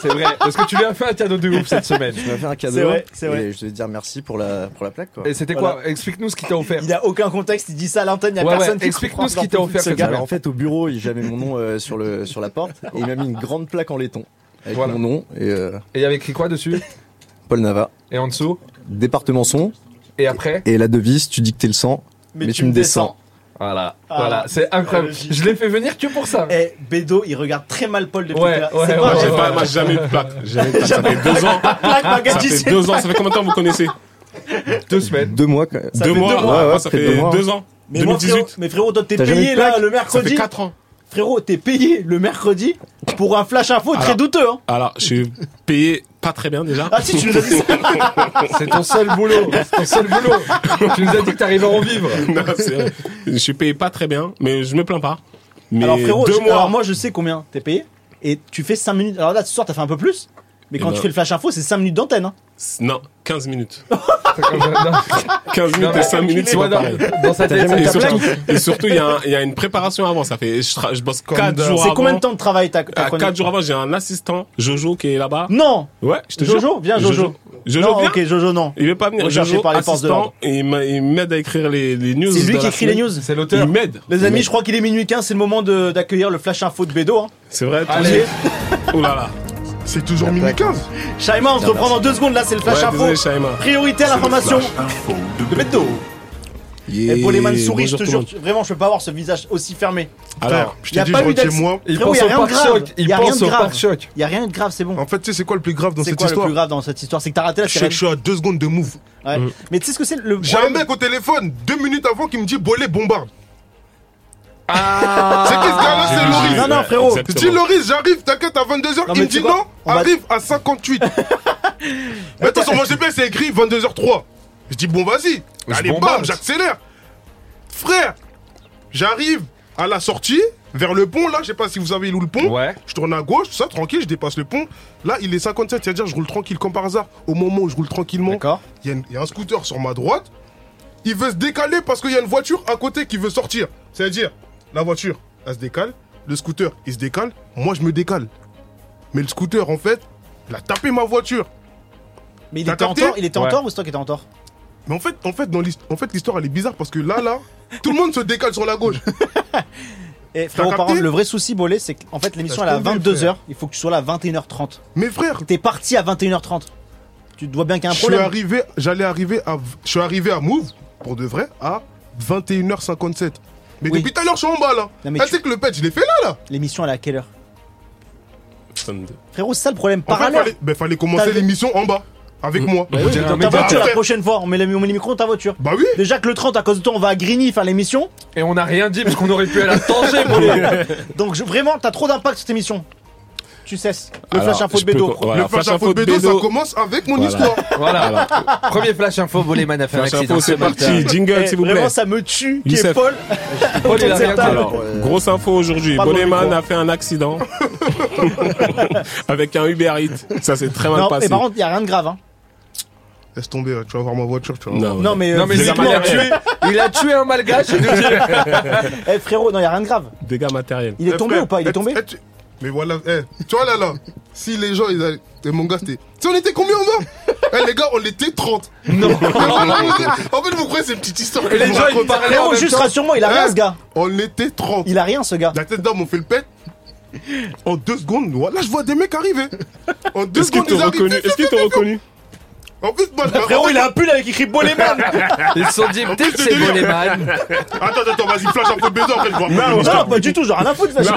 C'est vrai. Parce que tu lui as fait un cadeau de ouf cette semaine. Tu m'as fait un cadeau. C'est vrai, c'est vrai. Et je devais te dire merci pour la, pour la plaque, quoi. Et c'était quoi? Explique-nous ce qu'il t'a offert. Il a aucun contexte, il dit ça à l'antenne, il y a Ouais, personne ouais, qui explique-nous ce comprend qu'il t'a offert Ce cette gars, alors, semaine. en fait, au bureau, il j'avais mon nom euh, sur, le, sur la porte. Et il m'a mis une grande plaque en laiton. Avec Voilà. mon nom et euh, Et il y avait écrit quoi dessus? Paul Nava. Et en dessous? Département son. Et après? Et la devise, tu dis que t'es le sang. Mais, tu me descends. Voilà, Ah, voilà, c'est incroyable. logique. Je l'ai fait venir que pour ça. Eh, Bédo, il regarde très mal Paul depuis Ouais, tout à l'heure. ouais, C'est ouais, pas Moi, j'ai vrai. pas- moi, j'ai jamais <laughs> eu de plaque. J'ai jamais eu de plaque. Ça fait deux ans. Ça Plaque, baguette, tu sais. fait deux ans. Ça fait combien de temps vous connaissez Deux semaines. Deux mois, quand même. Ça Deux fait mois. deux Ouais, mois. ouais, Ouais, ça ouais, fait deux mois. deux ans. Mais moi, frérot- 2018. Mais frérot, toi t'es T'as jamais payé de plaque là le Ça fait mercredi. quatre ans. Frérot, t'es payé le mercredi pour un flash info très Alors- douteux. Hein. Alors, je suis payé pas très bien déjà. Ah si, tu nous as dit <laughs> ça. C'est ton seul boulot. C'est ton seul boulot. <laughs> tu nous as dit que t'arrivais à en vivre. <laughs> Non, c'est vrai. Je suis payé pas très bien, mais je me plains pas. Mais alors frérot, deux je- mois. alors moi je sais combien t'es payé et tu fais 5 minutes. Alors là ce soir t'as fait un peu plus, mais Eh quand ben. tu fais le flash info c'est 5 minutes d'antenne. hein. Non, 15 <laughs> minutes. 15 minutes et 5 minutes, c'est tu vois, pas dans, pareil. dans sa tête, Et c'est surtout, et surtout, il y, a un- il y a une préparation avant. Ça fait, je, tra- je bosse 4 C'est jours avant. combien de temps de travail t'as t'as À connu 4 jours avant, j'ai un assistant, Jojo, qui est là-bas. Non Ouais, je te Jojo, jure. viens Jojo. Jojo, non, viens. ok Jojo non. Il veut pas venir. Recherché Jojo, par les forces de assistant, l'ordre. et il m'a- il m'aide à écrire les, les news. C'est lui de qui la écrit les semaine. news. C'est l'auteur. Il m'aide. Les Il amis, m'aide. je crois qu'il est minuit 15, c'est le moment de- d'accueillir le flash info de Bédo. Hein. C'est vrai, t'as Allez. dit Oh là là. C'est toujours minuit 15. Shaima, on se reprend dans deux secondes là, c'est le flash Ouais, info. désolé, Shaima. Priorité à l'information de Bédo. Et pour les souris, je te jure, vraiment, je peux pas avoir ce visage aussi fermé. Alors, je y t'ai a dit, pas eu retiens d'ex- moi. Il Frérot, pense y a au rien de grave. pare-choc. Il Y a rien pense de au grave. pare-choc. Y a rien de grave, c'est bon. En fait, tu sais, c'est quoi le plus grave dans C'est cette quoi le histoire plus grave dans cette histoire C'est que t'as raté la je, sais que je suis série. à deux secondes de move. Ouais. Mais tu sais ce que c'est le J'ai un problème mec au téléphone, deux minutes avant, qui me dit Bolé bombarde. Ah <laughs> C'est qui ce gars-là C'est Loris. Non, non, frérot. Je dis Loris, j'arrive, t'inquiète, à 22h. Non, il mais me dit tu vois, non, on va- arrive à <laughs> 58. mais attends, sur mon GPS, c'est écrit 22h03. Je dis bon, vas-y. Je Allez, bam, bombarde. j'accélère. Frère, j'arrive à la sortie, vers le pont, là, je sais pas si vous savez, il est où le pont. Ouais. Je tourne à gauche, ça, tranquille, je dépasse le pont. Là, il est 57, c'est-à-dire, je roule tranquille, comme par hasard. Au moment où je roule tranquillement, D'accord. il y a une- il y, a un scooter sur ma droite. Il veut se décaler parce qu'il y a une voiture à côté qui veut sortir. C'est-à-dire, la voiture, elle se décale. Le scooter, il se décale. Moi, je me décale. Mais le scooter, en fait, il a tapé ma voiture. Mais il T'as était en capté tort, il était en Ouais. tort ou c'est toi qui étais en tort Mais en fait, en fait, dans l'hist- en fait l'histoire, elle est bizarre parce que là, là, tout le monde se décale sur la <laughs> gauche. Et Eh, frérot, capté par contre, le vrai souci, Bolé, c'est qu'en fait, l'émission elle est à Laisse tomber, 22h. Il faut que tu sois là à 21h30. Mes frères, T'es parti à 21h30. Tu te dois bien qu'il y a un je suis problème. arrivé, j'allais arriver à, je suis arrivé à Move, pour de vrai, à 21h57. Mais Oui. depuis tout à l'heure, je suis en bas, là. Non, mais elle tu- sait que le pet, je l'ai fait là, là. L'émission elle est à quelle heure Personne <laughs> de- Frérot, c'est ça le problème. En Par fait, ailleurs- fallait, ben, fallait commencer T'as- l'émission en bas, avec moi. Ouais, Mmh. Bah Oui, J'ai dans un ta média. voiture, la Frère. prochaine fois, on met les, on met les micros dans ta voiture. Bah oui Déjà que le 30, à cause de toi, on va à Grigny faire l'émission. Et on n'a rien dit parce qu'on aurait pu aller à Tanger, <laughs> mon gars. Donc je- vraiment, t'as trop d'impact cette émission. Tu cesses. Le Alors, flash info je peux de Bédo. co- voilà, le flash info de Bédo, ça commence avec mon Voilà. histoire. Voilà. Premier flash info, volé man a fait un Flash accident info, ce c'est matin. parti. Jingle, Eh, s'il vous plaît. vraiment, ça me tue, qui est Youssef. folle. Paul, il a rien dit. Alors, euh, grosse info aujourd'hui. Pas dans le Boleman micro. a fait un <laughs> accident avec un Uber Eats. Ça s'est très mal Non, passé. mais par contre, y a rien de grave. Hein. Laisse tomber, hein, tu vas voir ma voiture, tu vas voir. Non, Non, mais, euh, Non mais Des il physiquement, a amateurs. tué, il a tué un malgache. <laughs> il nous dit. <laughs> eh, frérot, non, y a rien de grave. dégâts matériels. Il est Eh, tombé frère, ou pas Il est eh, tombé eh, tu- Mais voilà, eh, tu vois là, là, si les gens, ils allaient- eh, mon gars, c'était. Si on était combien en bas Eh, les gars, on était 30. <laughs> <laughs> Non En fait, vous croyez ces petites histoires que Et les je vous gens, ils raconte parlaient en Frérot, même juste temps. rassure-moi, il a rien Hein ce gars. On était 30. Il a rien ce gars. La tête d'homme, on fait le pet. En deux secondes, voilà, je vois des mecs arriver. En deux Est-ce qu'ils secondes, ils t'ont arrivent. reconnu Est-ce qu'ils t'ont reconnu En plus, moi, je me- Frérot, il a un pull avec écrit Boleman. <laughs> Ils se sont dit peut-être que c'est délire. volé man. Attends, attends, vas-y, flash un peu de baiser, après, je vois. non, non, pas du tout, genre rien à foutre. ça, je-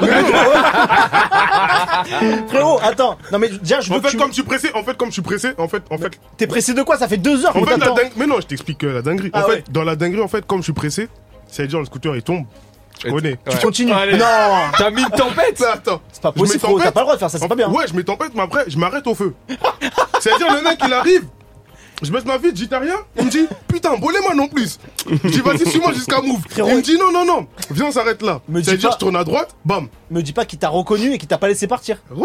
Frérot, attends. Non, mais déjà, je veux En que fait, tu. comme je suis pressé, en fait, comme je suis pressé, en fait, en fait, T'es pressé de quoi Ça fait deux heures en que fait, la t'attends. dingue. Mais non, je t'explique euh, la dinguerie. Ah En ouais. fait, dans la dinguerie, en fait, comme je suis pressé, c'est-à-dire le scooter il tombe. Tu connais. Tu continues. Allez. Non, T'as mis une <laughs> tempête. Ça, attends. c'est pas Je mets possible, frérot. T'as tempête. pas le droit de faire ça, c'est pas bien. Ouais, je mets tempête, mais après, je m'arrête au feu. <laughs> C'est-à-dire, le mec, il arrive. Je baisse ma vie, je dis t'as rien Il me dit putain, bolez-moi non plus. Je dis vas-y, suis-moi jusqu'à move. Il Frérot. me dit non, non, non, viens, on s'arrête là. Me dis C'est-à-dire, pas- je tourne à droite, bam. Me dis pas qu'il t'a reconnu et qu'il t'a pas laissé partir. Ouais.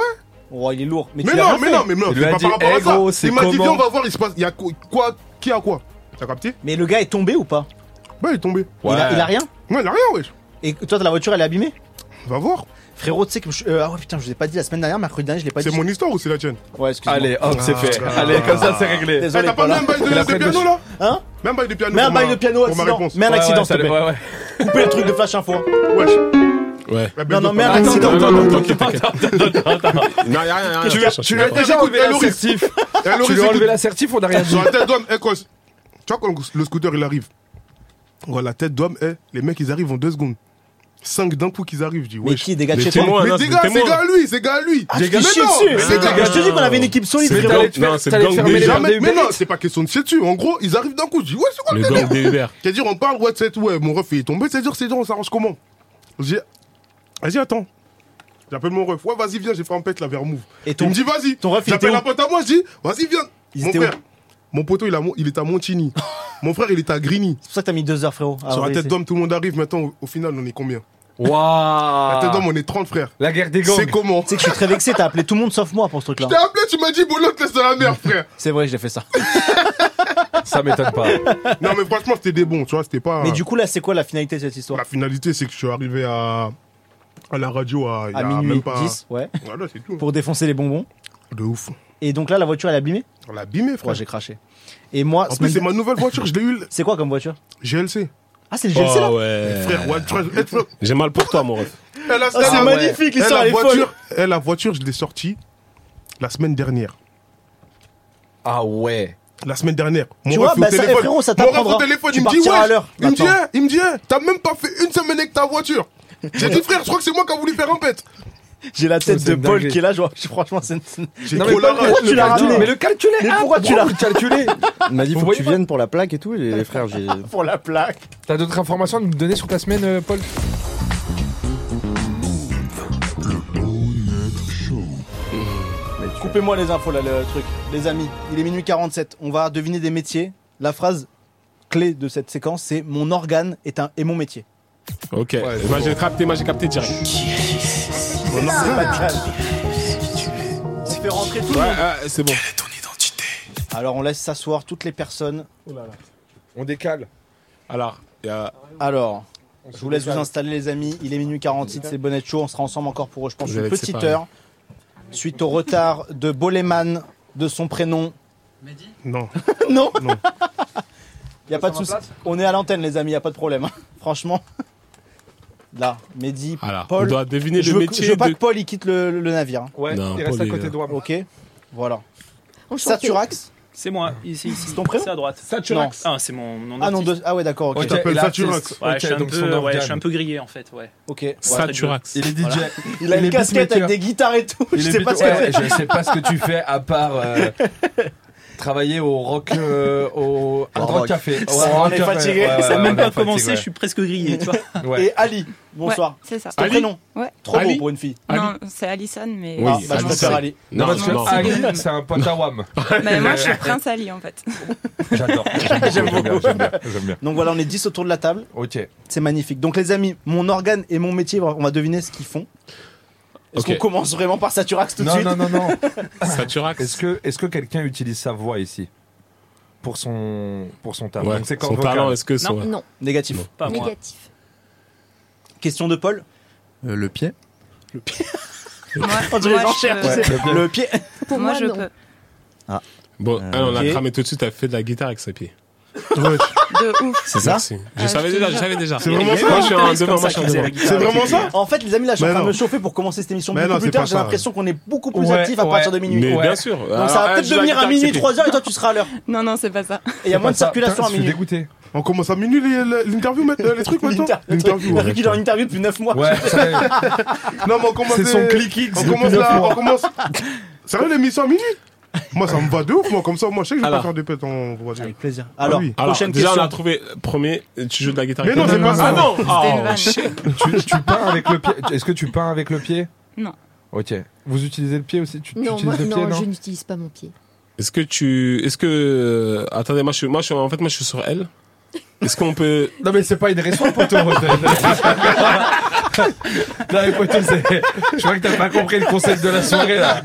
Oh, il est lourd. Mais, Mais tu l'as non, bien mais fait. non, mais non, Il lui c'est a pas dit, par rapport Eh, à ça. gros, c'est Il m'a dit, comment viens, on va voir, il se passe. Il y a quoi, quoi- qui a quoi T'as capté Mais le gars est tombé ou pas Bah, il est tombé. il, a, il a rien Ouais, il a rien, wesh. Et toi, t'as la voiture, elle est abîmée Va voir. Frérot, tu sais que je- euh, ah ouais putain, je vous ai pas dit la semaine dernière, mercredi dernier, je l'ai pas dit. C'est mon histoire ou c'est la tienne Ouais, excuse-moi. Allez, hop, c'est fait. Ah. Allez, comme ça, c'est réglé. Eh, Désolé. T'as pas voilà. même bail de, Il a de fait le- piano là Hein Même bail de piano. Mets un pour bail ma- de piano pour ma accident. réponse. Mets un Ouais, accident, ouais, s'il ça te le- plaît. ouais, ouais. Coupez le truc de flash info. hein. Wesh. Ouais. La baille Non, de non, mets un piano. accident. Non, y'a rien, y'a rien. Tu lui as déjà Écoute, enlevé Laurie. l'assertif. Eh, Laurie, Tu lui as écoute, enlevé l'assertif, on n'a rien dit. Sur la tête d'homme, eh, quoi, Tu vois, quand le scooter il arrive, on voit la tête d'homme, eh, les mecs ils arrivent en deux secondes. Cinq d'un coup qu'ils arrivent, je dis, Mais wesh. qui est dégagé Mais chez toi témoin. Ouais, Mais non, des c'est gars, des c'est témoins. gars à lui, c'est gars à lui. Ah, je Mais t'ai chié non, dessus. c'est gars- Je te dis qu'on avait une équipe solide, Mais C'est frérot. t'allais dingue. te faire- Non, c'est t'allais te dingue, faire mais Mais, mêler jamais, des mais non, Uber Eats. c'est pas question de chier dessus. En gros, ils arrivent d'un coup. Je dis, ouais, c'est quoi Le le gang délire des Uber. C'est-à-dire, on parle, ouais, c'est ouais, mon ref, il est tombé. C'est-à-dire, c'est genre, on s'arrange comment J'ai. Vas-y, attends. J'appelle mon ref. Ouais, vas-y, viens, j'ai fait un pète là vers Move. Et il me dit, vas-y. Ton ref, il était J'appelle où un pote à moi, je dis, vas-y, viens. Ils mon étaient frère, où mon poteau, il, a mon- il est à <laughs> Montigny. mon frère, il est à Grigny. C'est pour ça que t'as mis deux heures, frérot. Ah, à Sur la arriver tête ici. d'homme, tout le monde arrive. Maintenant, au, au final, on est combien Waouh La tête d'homme, on est 30 frères. La guerre des gangs. C'est comment Ah. Tu sais que je suis très vexé, t'as appelé tout le monde sauf moi pour ce Je truc-là. t'ai appelé, tu m'as dit, Bolo, te laisse dans la mer, <laughs> frère. C'est vrai, j'ai fait ça. Ça m'étonne pas. <laughs> non, mais franchement, c'était des bons, tu vois, c'était pas. Mais du coup, là, c'est quoi la finalité de cette histoire La finalité, c'est que je suis arrivé à, à la radio à, il y À a minuit même pas. 10, ouais. Voilà, c'est tout. Pour défoncer les bonbons. De ouf. Et donc là, la voiture, elle est abîmée On l'a abîmé, frère. Ouais, j'ai craché. Et moi, En semaine- plus, c'est ma nouvelle voiture, je l'ai eu, le c'est quoi comme voiture GLC. Ah, c'est le GLC là Oh, ouais. Frère, ouais, frère, eh, frère, J'ai mal pour toi, mon ref. elle a- Ah, C'est elle a- magnifique, Eh, l'histoire, la elle est folle. voiture, eh, la voiture, je l'ai sortie la semaine dernière. Ah ouais. La semaine dernière, mon Tu vois, ref bah au ça, téléphone, frérot, ça mon ref t'apprendra. au téléphone, Tu il me dit partiras à ouais, l'heure. il me dit, Attends. eh, il me dit, eh, t'as même pas fait une semaine avec ta voiture. J'ai <laughs> dit frère, je crois que c'est moi qui a voulu faire un pet. J'ai la tête C'est de une Paul dinguerie. qui est là, je vois, <laughs> je- franchement, c'est. c'est- J'ai Non, trop mais la pourquoi rage. tu l'as ramené Mais le calculer Mais ah, pourquoi tu l'as- le <laughs> calculé Il m'a dit, Vous faut que tu voyez pas viennes pour la plaque et tout. Et <laughs> les frères, j'ai. Pour la plaque. T'as d'autres informations à nous donner sur ta semaine, euh, Paul Coupez-moi les infos là, le truc. Les amis, il est minuit 47. On va deviner des métiers. La phrase clé de cette séquence, c'est mon organe est un est mon métier. Ok. Ouais, c'est moi, bon. j'ai capté, moi, j'ai capté direct. Mon organe. On fait rentrer tout le Ouais, monde. ouais, c'est bon. Alors on laisse s'asseoir toutes les personnes. On décale. Alors, il y a. Alors, je vous laisse vous installer les amis. Il est minuit 46, c'est Bonnet Show. On sera ensemble encore pour, je pense, Vous une allez être petite séparés. heure. Suite au retard de Boleman, de son prénom. Non, <laughs> non Non. Il a pas de souci. On est à l'antenne les amis, il a pas de problème. hein. <laughs> Franchement. Là, Mehdi, Alors, on Paul. doit deviner je le veux, métier je veux pas de. que Paul il quitte le, le navire. hein. Ouais, Non, il reste Paul à est côté là. de moi. Ok Voilà. On chantait. Saturax C'est moi, ici, ici. ton prénom C'est à droite. Saturax. Ah, c'est mon nom Ah non, d'artiste. deux- ah ouais d'accord, ok. Ouais, t'appelles et là, Saturax. c'est- Ouais, ok, je, suis un donc son peu, ouais, je organe. suis un peu grillé en fait, ouais. ok, ouais. Saturax. Il est DJ. <laughs> Il a Il une est casquette avec beatmaker. des guitares et tout. Il je est sais pas beat- ce que ouais, c'est. je sais pas ce <laughs> que tu fais à part euh, travailler au rock euh, au Hard Rock rock. Café. Ouais, Ça, Hard on Rock est Café, fatigué, ouais, ouais, ça a ouais, même on est pas fatigué, commencé, ouais. je suis presque grillé, tu vois. Ouais. Et Ali, bonsoir. C'est ça. Ton Ali prénom Ouais. Trop Ali beau pour une fille. Ali. Non, c'est Alison, mais. euh, Oui, Ah, bah, je Ali, préfère c'est- Ali. Non, Parce non. que Ali, c'est un pote à Wam. Mais moi, <laughs> <laughs> je suis Prince Ali, en fait. <laughs> J'adore. J'aime beaucoup. J'aime bien. J'aime bien. Donc voilà, on est 10 autour de la table. Ok. C'est magnifique. Donc les amis, mon organe et mon métier, on va deviner ce qu'ils font. Est-ce Ok. qu'on commence vraiment par Saturax tout de Non, suite non, non, non. Est-ce Saturax. que, est-ce que quelqu'un utilise sa voix ici pour son, pour son talent Ouais, Donc c'est cordes Son talent, vocales. est-ce que Non, son. Non, Négatif. Pas moi. négatif. <laughs> Question de Paul. Euh, le pied Moi, On dirait les enchères, tu je sais. Le pied. peux. Pour moi, je peux. Bon, Euh, alors, on Ah. ok. a cramé tout de suite, elle fait de la guitare avec ses pieds. De ouf. <laughs> C'est ça Merci. Je Ah, je savais te déjà, jure. je savais déjà. C'est vraiment ça Moi, je suis un devant, moi, je suis un devant. C'est vraiment ça Ah En fait, les amis, là, je suis en Mais train de non. me chauffer pour commencer cette émission Mais beaucoup non, plus c'est tard. pas J'ai ça. l'impression qu'on est beaucoup plus Ouais, actif à ouais. partir de minuit. Mais Donc Ouais. bien sûr. Ah, Alors, ça va elle peut-être joue la devenir guitare à avec ses minuit pieds. 3h et toi, tu seras à l'heure. Non, non, c'est pas ça. Et il y a moins de circulation à Je suis minuit. dégoûté. On commence à minuit les, les- l'interview maintenant, les trucs maintenant. L'inter- L'interview. Le ouais. truc, il est en interview depuis 9 mois. Ouais, <laughs> c'est- Non, mais on commence. c'est son les- click On commence là, on commence. Sérieux, l'émission à minuit Moi, ça me va de ouf, moi, comme ça, moi, je sais que je vais pas Alors. faire de pète en voiture. Ah Avec plaisir. Alors, oui. Alors, prochaine déjà, on question. a trouvé euh, premier, euh, tu joues de la guitare Mais avec non, tes c'est mains. pas ça. Ah non C'était une Oh, vanne. shit. tu, tu peins avec le pied. Est-ce que tu peins avec le pied Non. Ok. Vous utilisez le pied aussi tu, tu Non, utilises le pied, non je n'utilise pas mon pied. Est-ce que tu. Est-ce que. euh, Attendez, moi, je suis. Moi, je suis... En fait, moi, je suis sur elle. Est-ce qu'on peut. <laughs> Non, mais c'est pas une raison pour toi. Non mais poteau, <laughs> c'est... je crois que t'as pas compris le concept de la soirée là.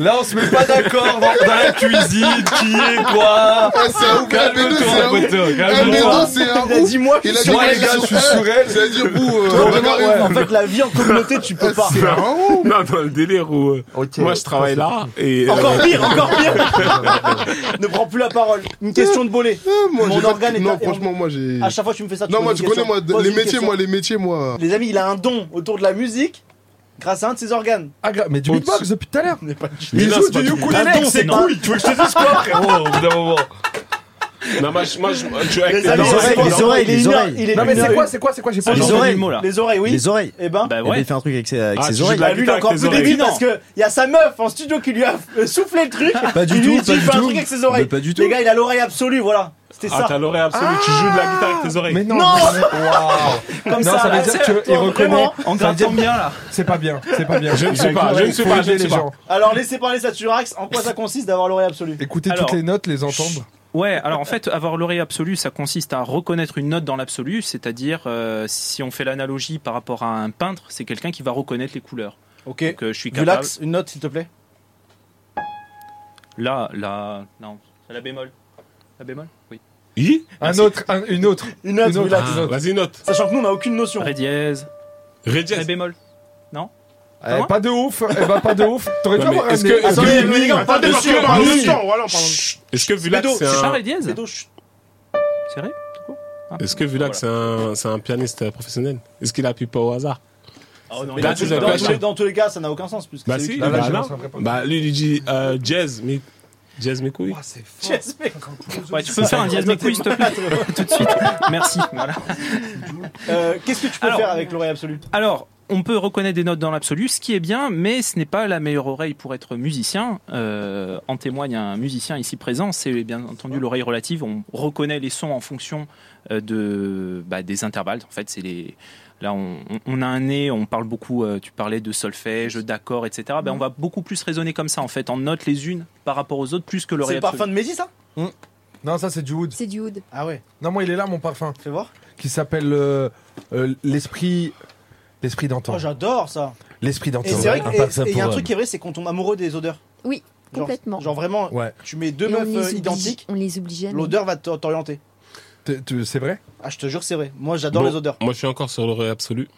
Là on se met pas d'accord dans, dans la cuisine, qui est quoi Ah, C'est ouf, Calme-toi poteau, calme-toi. Bédo, c'est un Il a dit moi, je Il a suis dit sur Moi qu'il elle. les est gars, je sur- suis sur elle. C'est-à-dire, vous, euh, Toi, Jean-Marie, ouais, En fait, la vie en communauté, tu peux pas. Ah, c'est <laughs> un ouf. Non, dans le délire où. euh, Moi, je travaille là et. euh, Encore <laughs> pire, encore pire. ne prends plus la parole. Une question de bolée. Ah, Moi, Mon j'ai pas- organe est Non, un- franchement, moi, j'ai. À chaque fois, tu me fais ça. Non, poses moi, une tu connais, question, moi, poses les une métiers, question. moi, les métiers, moi. Les amis, il a un don autour de la musique grâce à un de ses organes. Ah, grave, mais du beatbox depuis tout à l'heure. mais Il non, joue c'est pas du du- ukulélé, Ah non, c'est c'est pas- couilles. Tu veux que je te dise quoi frérot au bout d'un moment <laughs> Non, moi, je. Moi, je... moi, je joue avec Les amis, les oreilles, il est- les oreilles, il est les une heure- oreilles. il est Non mais une c'est heure- quoi, c'est quoi, c'est quoi J'ai pas Les Les entendu oreilles, le mot, là. les oreilles, oui. Les oreilles Eh ben, Il Bah avait ouais. fait un truc avec ses, avec Ah, ses tu joues oreilles. de la bah, lui, il est guitare encore avec plus tes oreilles. débile parce que il y a sa meuf en studio qui lui a euh, soufflé le truc. Pas du Il tout, lui pas dit, du fais un tout. truc avec ses oreilles. Mais pas du Les tout. gars, il a l'oreille absolue, voilà. c'était Ah, ça. t'as l'oreille absolue, tu joues de la guitare avec tes oreilles. Mais non, Non Waouh. Comme non, ça, ça, là, veut dire Ah, c'est- qu'il Attends, reconnaît. vraiment, en ça veut grattant dire- bien, là. C'est pas bien, c'est pas bien. Je ne sais Il pas, faut- je ne il sais faut pas, aider je ne les sais pas. gens. Alors, laissez parler Saturax. En quoi ça consiste d'avoir l'oreille absolue Écoutez Alors- toutes les notes, les entendre. Ouais, alors en fait, avoir l'oreille absolue, ça consiste à reconnaître une note dans l'absolu, c'est-à-dire, euh, si on fait l'analogie par rapport à un peintre, c'est quelqu'un qui va reconnaître les couleurs. Ok. Donc, euh, je suis capable. Relax, une note, s'il te plaît. Là, là, non, c'est la bémol. La bémol Oui. Oui Un autre, un- une autre. Une note, oui, là, une note. Vas-y, note. Sachant que nous, on n'a aucune notion. Ré dièse. Ré dièse. Ré bémol. Non Eh, pas de ouf, eh ben pas de ouf. T'aurais dû Ouais, mais avoir est-ce un- que- un- est-ce que- Attendez, un- un- parce que- un- parce que- un- voilà, pardon. Chut. Est-ce que Vulax, Bédo, c'est c'est pas un... Ré dièse C'est vrai Ah. Est-ce que Vulax, c'est un, c'est un pianiste euh, professionnel Est-ce qu'il appuie pas au hasard non, Là, dans, tu tous- les as dans pas tous chers. les, dans tous les cas, ça n'a aucun sens. Puisque Bah c'est lui si, qui- bah, Bah, non. non. bah lui, il dit euh, jazz, mais... Jazz mes couilles. Yes, mec. bah. <laughs> Ouais, tu peux faire un dièse T'es McQueen, s'il te malade, plaît, <laughs> <laughs> tout de suite. Merci. Voilà. Euh, Qu'est-ce que tu peux Alors- faire avec l'oreille absolue Alors, on peut reconnaître des notes dans l'absolu, ce qui est bien, mais ce n'est pas la meilleure oreille pour être musicien. Euh, en témoigne un musicien ici présent, c'est bien entendu l'oreille relative. On reconnaît les sons en fonction euh, de, bah, des intervalles. En fait, c'est les. Là, on, on- on a un nez, on parle beaucoup, euh, tu parlais de solfège, d'accords, etc. Ben, Mhm. on va beaucoup plus raisonner comme ça, en fait, en notes les unes par rapport aux autres, plus que C'est l'oreille le absolue. parfum de Mehdi, ça Hmm. Non, ça c'est du wood. C'est du wood. Ah ouais. Non, moi il est là mon parfum. Fais voir. Qui s'appelle euh, euh, l'esprit, l'esprit d'antan. Oh, j'adore ça. l'esprit d'antan. Et c'est vrai Un que- parfum et- et il y a un pour truc qui est vrai, c'est qu'on tombe amoureux des odeurs. Oui, Genre- complètement. Genre vraiment, homme. Ouais. tu mets deux Et on meufs les euh, oblige- identiques, On les oblige jamais. l'odeur va t'or- t'orienter. T'es- tu- C'est vrai. Ah, je te jure, c'est vrai. Moi, j'adore Bon, les odeurs. Moi, je suis encore sur l'oreille absolue.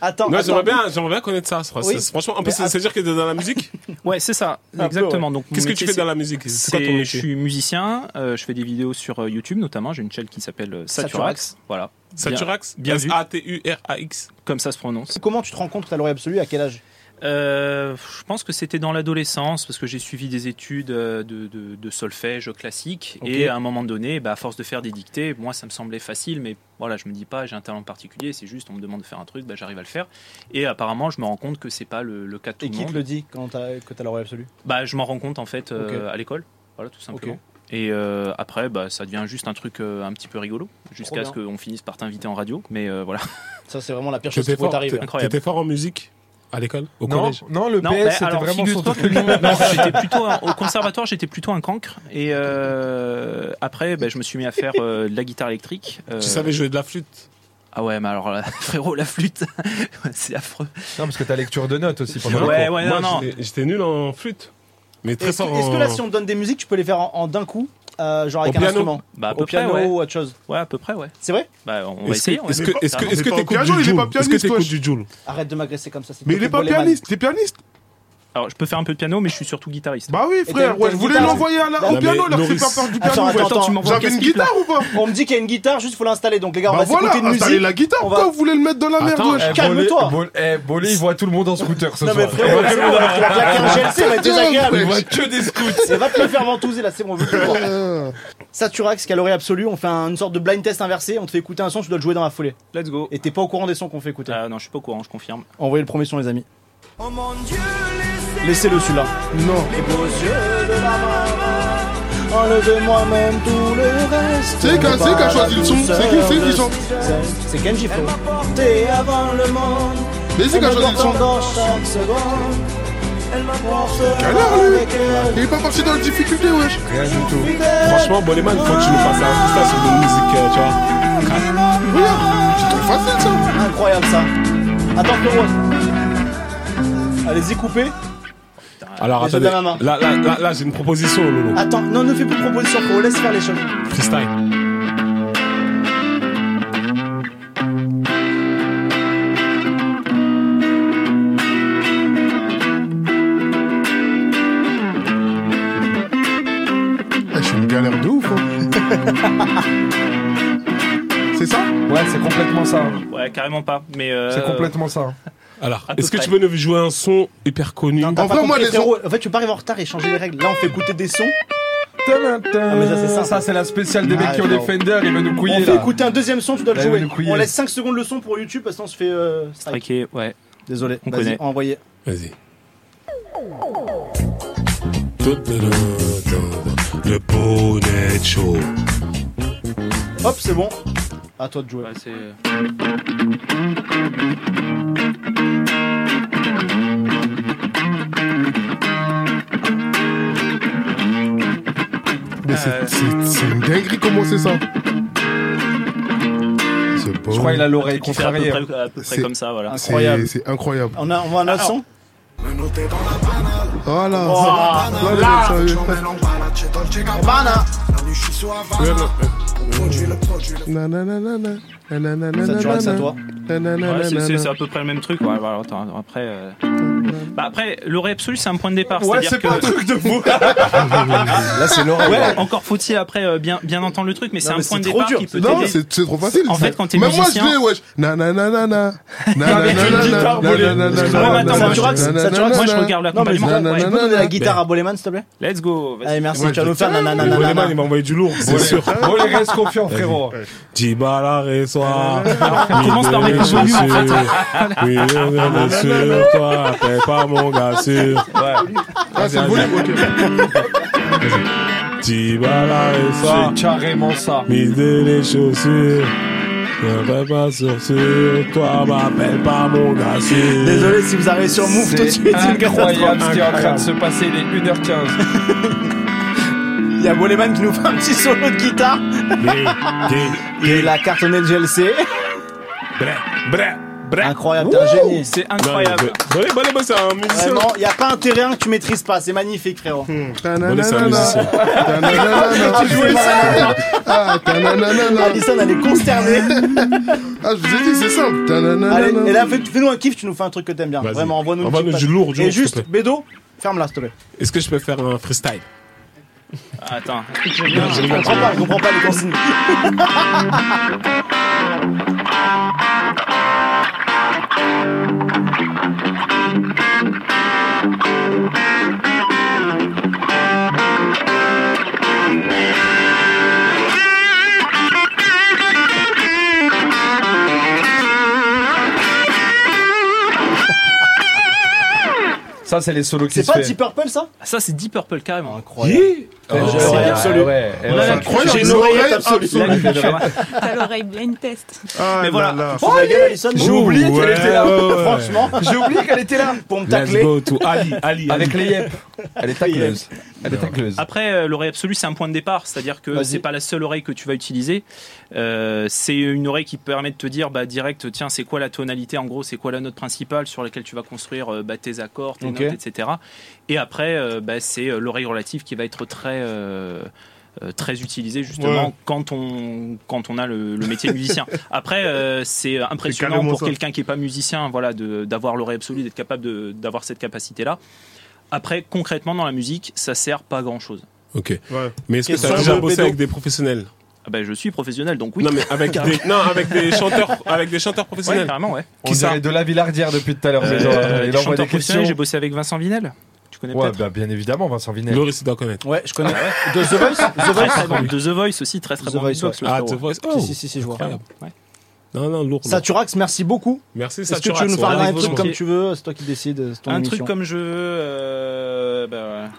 Attends, Non, attends. j'aimerais bien, j'aimerais bien connaître ça. je crois. Oui. C'est- Franchement, en Mais plus, c'est- att- c'est-à-dire que t'es dans la musique <laughs> Ouais, c'est ça, Un peu, exactement. ouais. Donc, mon Qu'est-ce que métier, tu fais dans c'est- la musique C'est quoi C'est- ton Je métier suis musicien, euh, je fais des vidéos sur euh, YouTube notamment, j'ai une chaîne qui s'appelle euh, Saturax. Saturax. Voilà. Bien- Saturax Bien vu, S-A-T-U-R-A-X. comme ça se prononce. Comment tu te rends compte que t'as l'oreille absolue À quel âge Euh, je pense que c'était dans l'adolescence parce que j'ai suivi des études euh, de, de- de solfège classique Ok. et à un moment donné, bah, à force de faire des dictées, moi ça me semblait facile, mais voilà, je me dis pas j'ai un talent particulier, c'est juste on me demande de faire un truc, bah, j'arrive à le faire. Et apparemment, je me rends compte que c'est pas le, le cas de tout Et le qui te monde. le dit quand t'as- que t'as l'oreille absolue Bah, je m'en rends compte en fait euh, à l'école, voilà tout simplement. Et euh, après, bah, ça devient juste un truc euh, un petit peu rigolo, jusqu'à ce Trop qu'on finisse par t'inviter en radio. Mais euh, voilà. Ça, c'est vraiment la pire chose qui T'étais peut fort, t'arriver. t'étais- Incroyable. t'étais fort en musique à l'école, au Non, collège non, le Non, mais PS c'était alors, vraiment son figure-toi truc. que non, <laughs> non, j'étais plutôt un- au conservatoire, j'étais plutôt un cancre. Et euh, après, bah, je me suis mis à faire euh, de la guitare électrique. euh, Tu savais jouer de la flûte Ah ouais, mais alors là, <laughs> frérot, la flûte, <laughs> c'est affreux. euh, Non, parce que ta lecture de notes aussi pendant. le Ouais, cours. ouais, non, non. Moi, j'étais- J'étais nul en flûte. Mais très Est-ce fort que, est-ce que là, euh, en... si on te donne des musiques, tu peux les faire en, en d'un coup euh, Genre avec Au un piano. instrument Bah, à peu Au près, piano ouais. ou autre chose Ouais, à peu près, ouais. C'est vrai Bah, on va Est-ce que essayer. on est-ce essayer. que est-ce que Carrément. est-ce que Il t'écoutes est pas du piano, il est Joule pas Est-ce que pianiste, t'écoutes wesh. du Joule Arrête de m'agresser comme ça. c'est Mais toi il est qui pas bois les vannes. pianiste, t'es pianiste Alors, je peux faire un peu de piano, mais je suis surtout guitariste. Bah oui, t'as frère, ouais, une- t'as je une voulais guitare l'envoyer à la- Bah, au piano, mais il a pris Norris- faire part du Attends, piano, attends, wesh. attends, tu m'envoies un J'avais une casse-pipe, là. guitare ou pas On me dit qu'il y a une guitare, juste faut l'installer. Donc les gars, on Bah va voilà, s'écouter une installez musique. la guitare, on va- pourquoi vous voulez le mettre dans la merde, Attends, wesh Eh, Calme-toi. Bolé- Bolé- eh, Bolé, il voit tout le monde en scooter ce Non mais soir. frérot, c'est bon, on va te faire claquer un GLC, <laughs> on va être désagréable. Il voit que des scooters. Et va te le faire ventouser là, c'est bon, on veut plus le <laughs> voir. Saturax, calorie absolue, on fait un- une sorte de blind test inversé, on te fait écouter un son, tu dois le jouer dans la foulée. Let's go. Et t'es pas au courant des sons qu'on fait écouter. Ah, non, je suis pas au courant, je confirme. Envoyez le premier son, les amis. Oh Laissez-le celui-là. Non. Enlevez-moi même tout le reste. C'est qui c'est qui a choisi le son C'est qui c'est qui chante C'est- C'est Kenji, frérot. T'es avant le monde. Mais c'est qui a choisi le son Canard, lui Il est pas parti dans la difficulté, wesh Rien du tout. Franchement, Boleman, faut que tu nous fasses un freestyle sur une musique, euh, tu vois. Regarde, c'est trop facile, ça Incroyable ça. Attends, frérot. Allez-y, coupez. Alors Les attendez, Adama Mar. là, là, là, là, j'ai une proposition, Lolo. Attends, non, ne fais plus de propositions, frérot. Laisse faire les choses. Freestyle. Eh, Je suis une galère de ouf, hein. <laughs> C'est ça Ouais, c'est complètement ça. Ouais, carrément pas. Mais euh, C'est complètement hein. ça. Alors, À peu est-ce que près. tu peux nous jouer un son hyper connu Non, t'as En pas vrai, moi, compris, les frérot. En fait, tu peux pas arriver en retard et changer les règles. Là, on fait écouter des sons. Ah, mais ça, c'est ça. c'est la spéciale des Ah, mecs qui ont des non. Fender, il veut nous On couiller fait là. écouter un deuxième son, tu dois le Là, il jouer. va nous couiller. On laisse 5 secondes le son pour YouTube parce qu'on se fait euh, strike. Ok, ouais. Désolé, On vas-y, connaît. envoyez. Vas-y. Le poney show. Hop, c'est bon. À toi de jouer. euh, Mais Euh. c'est- c'est c'est une dinguerie comment c'est ça. Je crois qu'il a l'oreille Qui fait à peu contrariée. hein. près- à peu près C'est- comme ça, voilà. c'est- C'est incroyable. On a, on a un autre son Voilà. Oh, ça- là. là, ça y est. Habana. Nananana, nananana, Ça, tu restes à toi. nananana, Ouais, c'est- c'est c'est nananana. à peu près le même truc. Ouais, voilà, attends, après, euh, bah après, l'oreille absolue, c'est un point de départ. Ouais, c'est-à-dire c'est que... pas un truc de fou. Là, c'est l'oreille. encore faut-il après euh, bien, bien entendre le truc, mais c'est un mais point de c'est trop départ dur. qui peut Non, t'aider. c'est c'est trop facile. En ça. fait, quand t'es Même moi, je musicien- l'ai, wesh. Nananana. euh, une guitare volée. Excuse-moi, mais attends, moi, je- Nananana. ça, tu vois, moi, je regarde l'accompagnement. Non, mais Ouais. tu peux donner la guitare à Boleman, s'il te plaît Let's go. vas-y. Allez, merci, Ouais, tu vas je- nous faire Tiens, nanana. Boleman, nanana. il m'a envoyé du lourd, c'est sûr. Bon, les reste confiants, frérot. Dibala reçoit. commence par mettre Oui, un bien peu mieux, en sûr. fait. Oui, bien, bien sûr, toi, t'es pas mon gars sûr. Ah, c'est le volume, Dibala reçoit. C'est carrément ça. Mise de les chaussures. Ne fais pas sur sur, toi m'appelle pas mon gars sûr. Désolé si vous arrivez sur Move tout de suite, c'est une Incroyable ce qui est en train de catastrophe. se passer, il est 1h15. Il y a Boleman qui nous fait un petit solo de guitare. Il a cartonné le GLC. Incroyable, t'es un Wouh génie. C'est incroyable. Bolé, bolé, bolé, c'est un musicien. Vraiment, il n'y a pas un terrain que tu maîtrises pas, c'est magnifique, frérot. Bolé, c'est un musicien. Tu jouais ça Ah, tananana. Alison, elle est consternée. Ah, je vous ai dit, c'est simple. Allez, Tananana. et là, fais- fais-nous un kiff, tu nous fais un truc que t'aimes bien. Vas-y. Vraiment, envoie-nous une Envoie-nous petite du passe. lourd, du Et lourd, s'il te juste, Bédo, ferme-la, s'il te plaît. Est-ce que je peux faire un freestyle Ah, Attends. Je comprends pas, je comprends pas les consignes. <laughs> Ça, c'est les solos qui C'est se pas fait. Deep Purple, ça Ça, Ah, c'est Deep Purple carrément. Incroyable. J'ai C'est l'oreille absolue. ouais, Oh, Ouais, On ouais. a la Incroyable, j'ai une j'ai oreillette l'oreille absolue. absolue. La culture. T'as l'oreille blind test. Mais voilà. Oh, la gueule, Alison. J'ai oublié Ouh, qu'elle ouais, était là. ouais, ouais. <laughs> Franchement. j'ai oublié qu'elle était là. Pour me Let's tacler. go to Ali, <laughs> Ali, <laughs> Avec les yep. <laughs> Elle est tacleuse. Elle est tacleuse. Après, euh, l'oreille absolue, c'est un point de départ, c'est-à-dire que Vas-y. c'est pas la seule oreille que tu vas utiliser. Euh, c'est une oreille qui permet de te dire bah, direct, tiens, c'est quoi la tonalité, en gros, c'est quoi la note principale sur laquelle tu vas construire euh, bah, tes accords, tes Ok. notes, etc. Et après, euh, bah, c'est euh, l'oreille relative qui va être très euh, euh, très utilisée justement Ouais. quand on quand on a le, le métier de <laughs> musicien. Après, euh, c'est impressionnant carrément pour ça. quelqu'un qui est pas musicien, voilà, de- d'avoir l'oreille absolue, d'être capable de- d'avoir cette capacité-là. Après, concrètement, dans la musique, ça sert pas à grand chose. Ok. Mais est-ce que Question t'as de déjà Bédo. bossé avec des professionnels Ben, je suis professionnel, donc oui. Non, mais <laughs> avec des, non, avec des chanteurs, avec des chanteurs professionnels. Ouais, carrément, ouais. On dirait de la Villardière depuis tout à l'heure. mais genre, Euh, Il des envoie chanteurs des questions. professionnels, j'ai bossé avec Vincent Vinel. Tu connais Ouais, peut-être bah, bien évidemment, Vincent Vinet. Loris, tu dois connaître. Ouais, je connais. Ah De The Voice The Très, Voice, très bon. pardon. De The Voice aussi, très très The bon. Voice, beatbox, ouais. le Ah, frérot. The Voice, oh. Si, si, si, si, je vois. Incroyable. Ouais. Non, non, lourd. lourd. Saturax, merci beaucoup. Merci, Est-ce que Saturax, tu veux nous faire ouais, un truc volontiers. comme tu veux C'est toi qui décides. c'est oh. ton Un émission. truc comme je veux. euh, bah,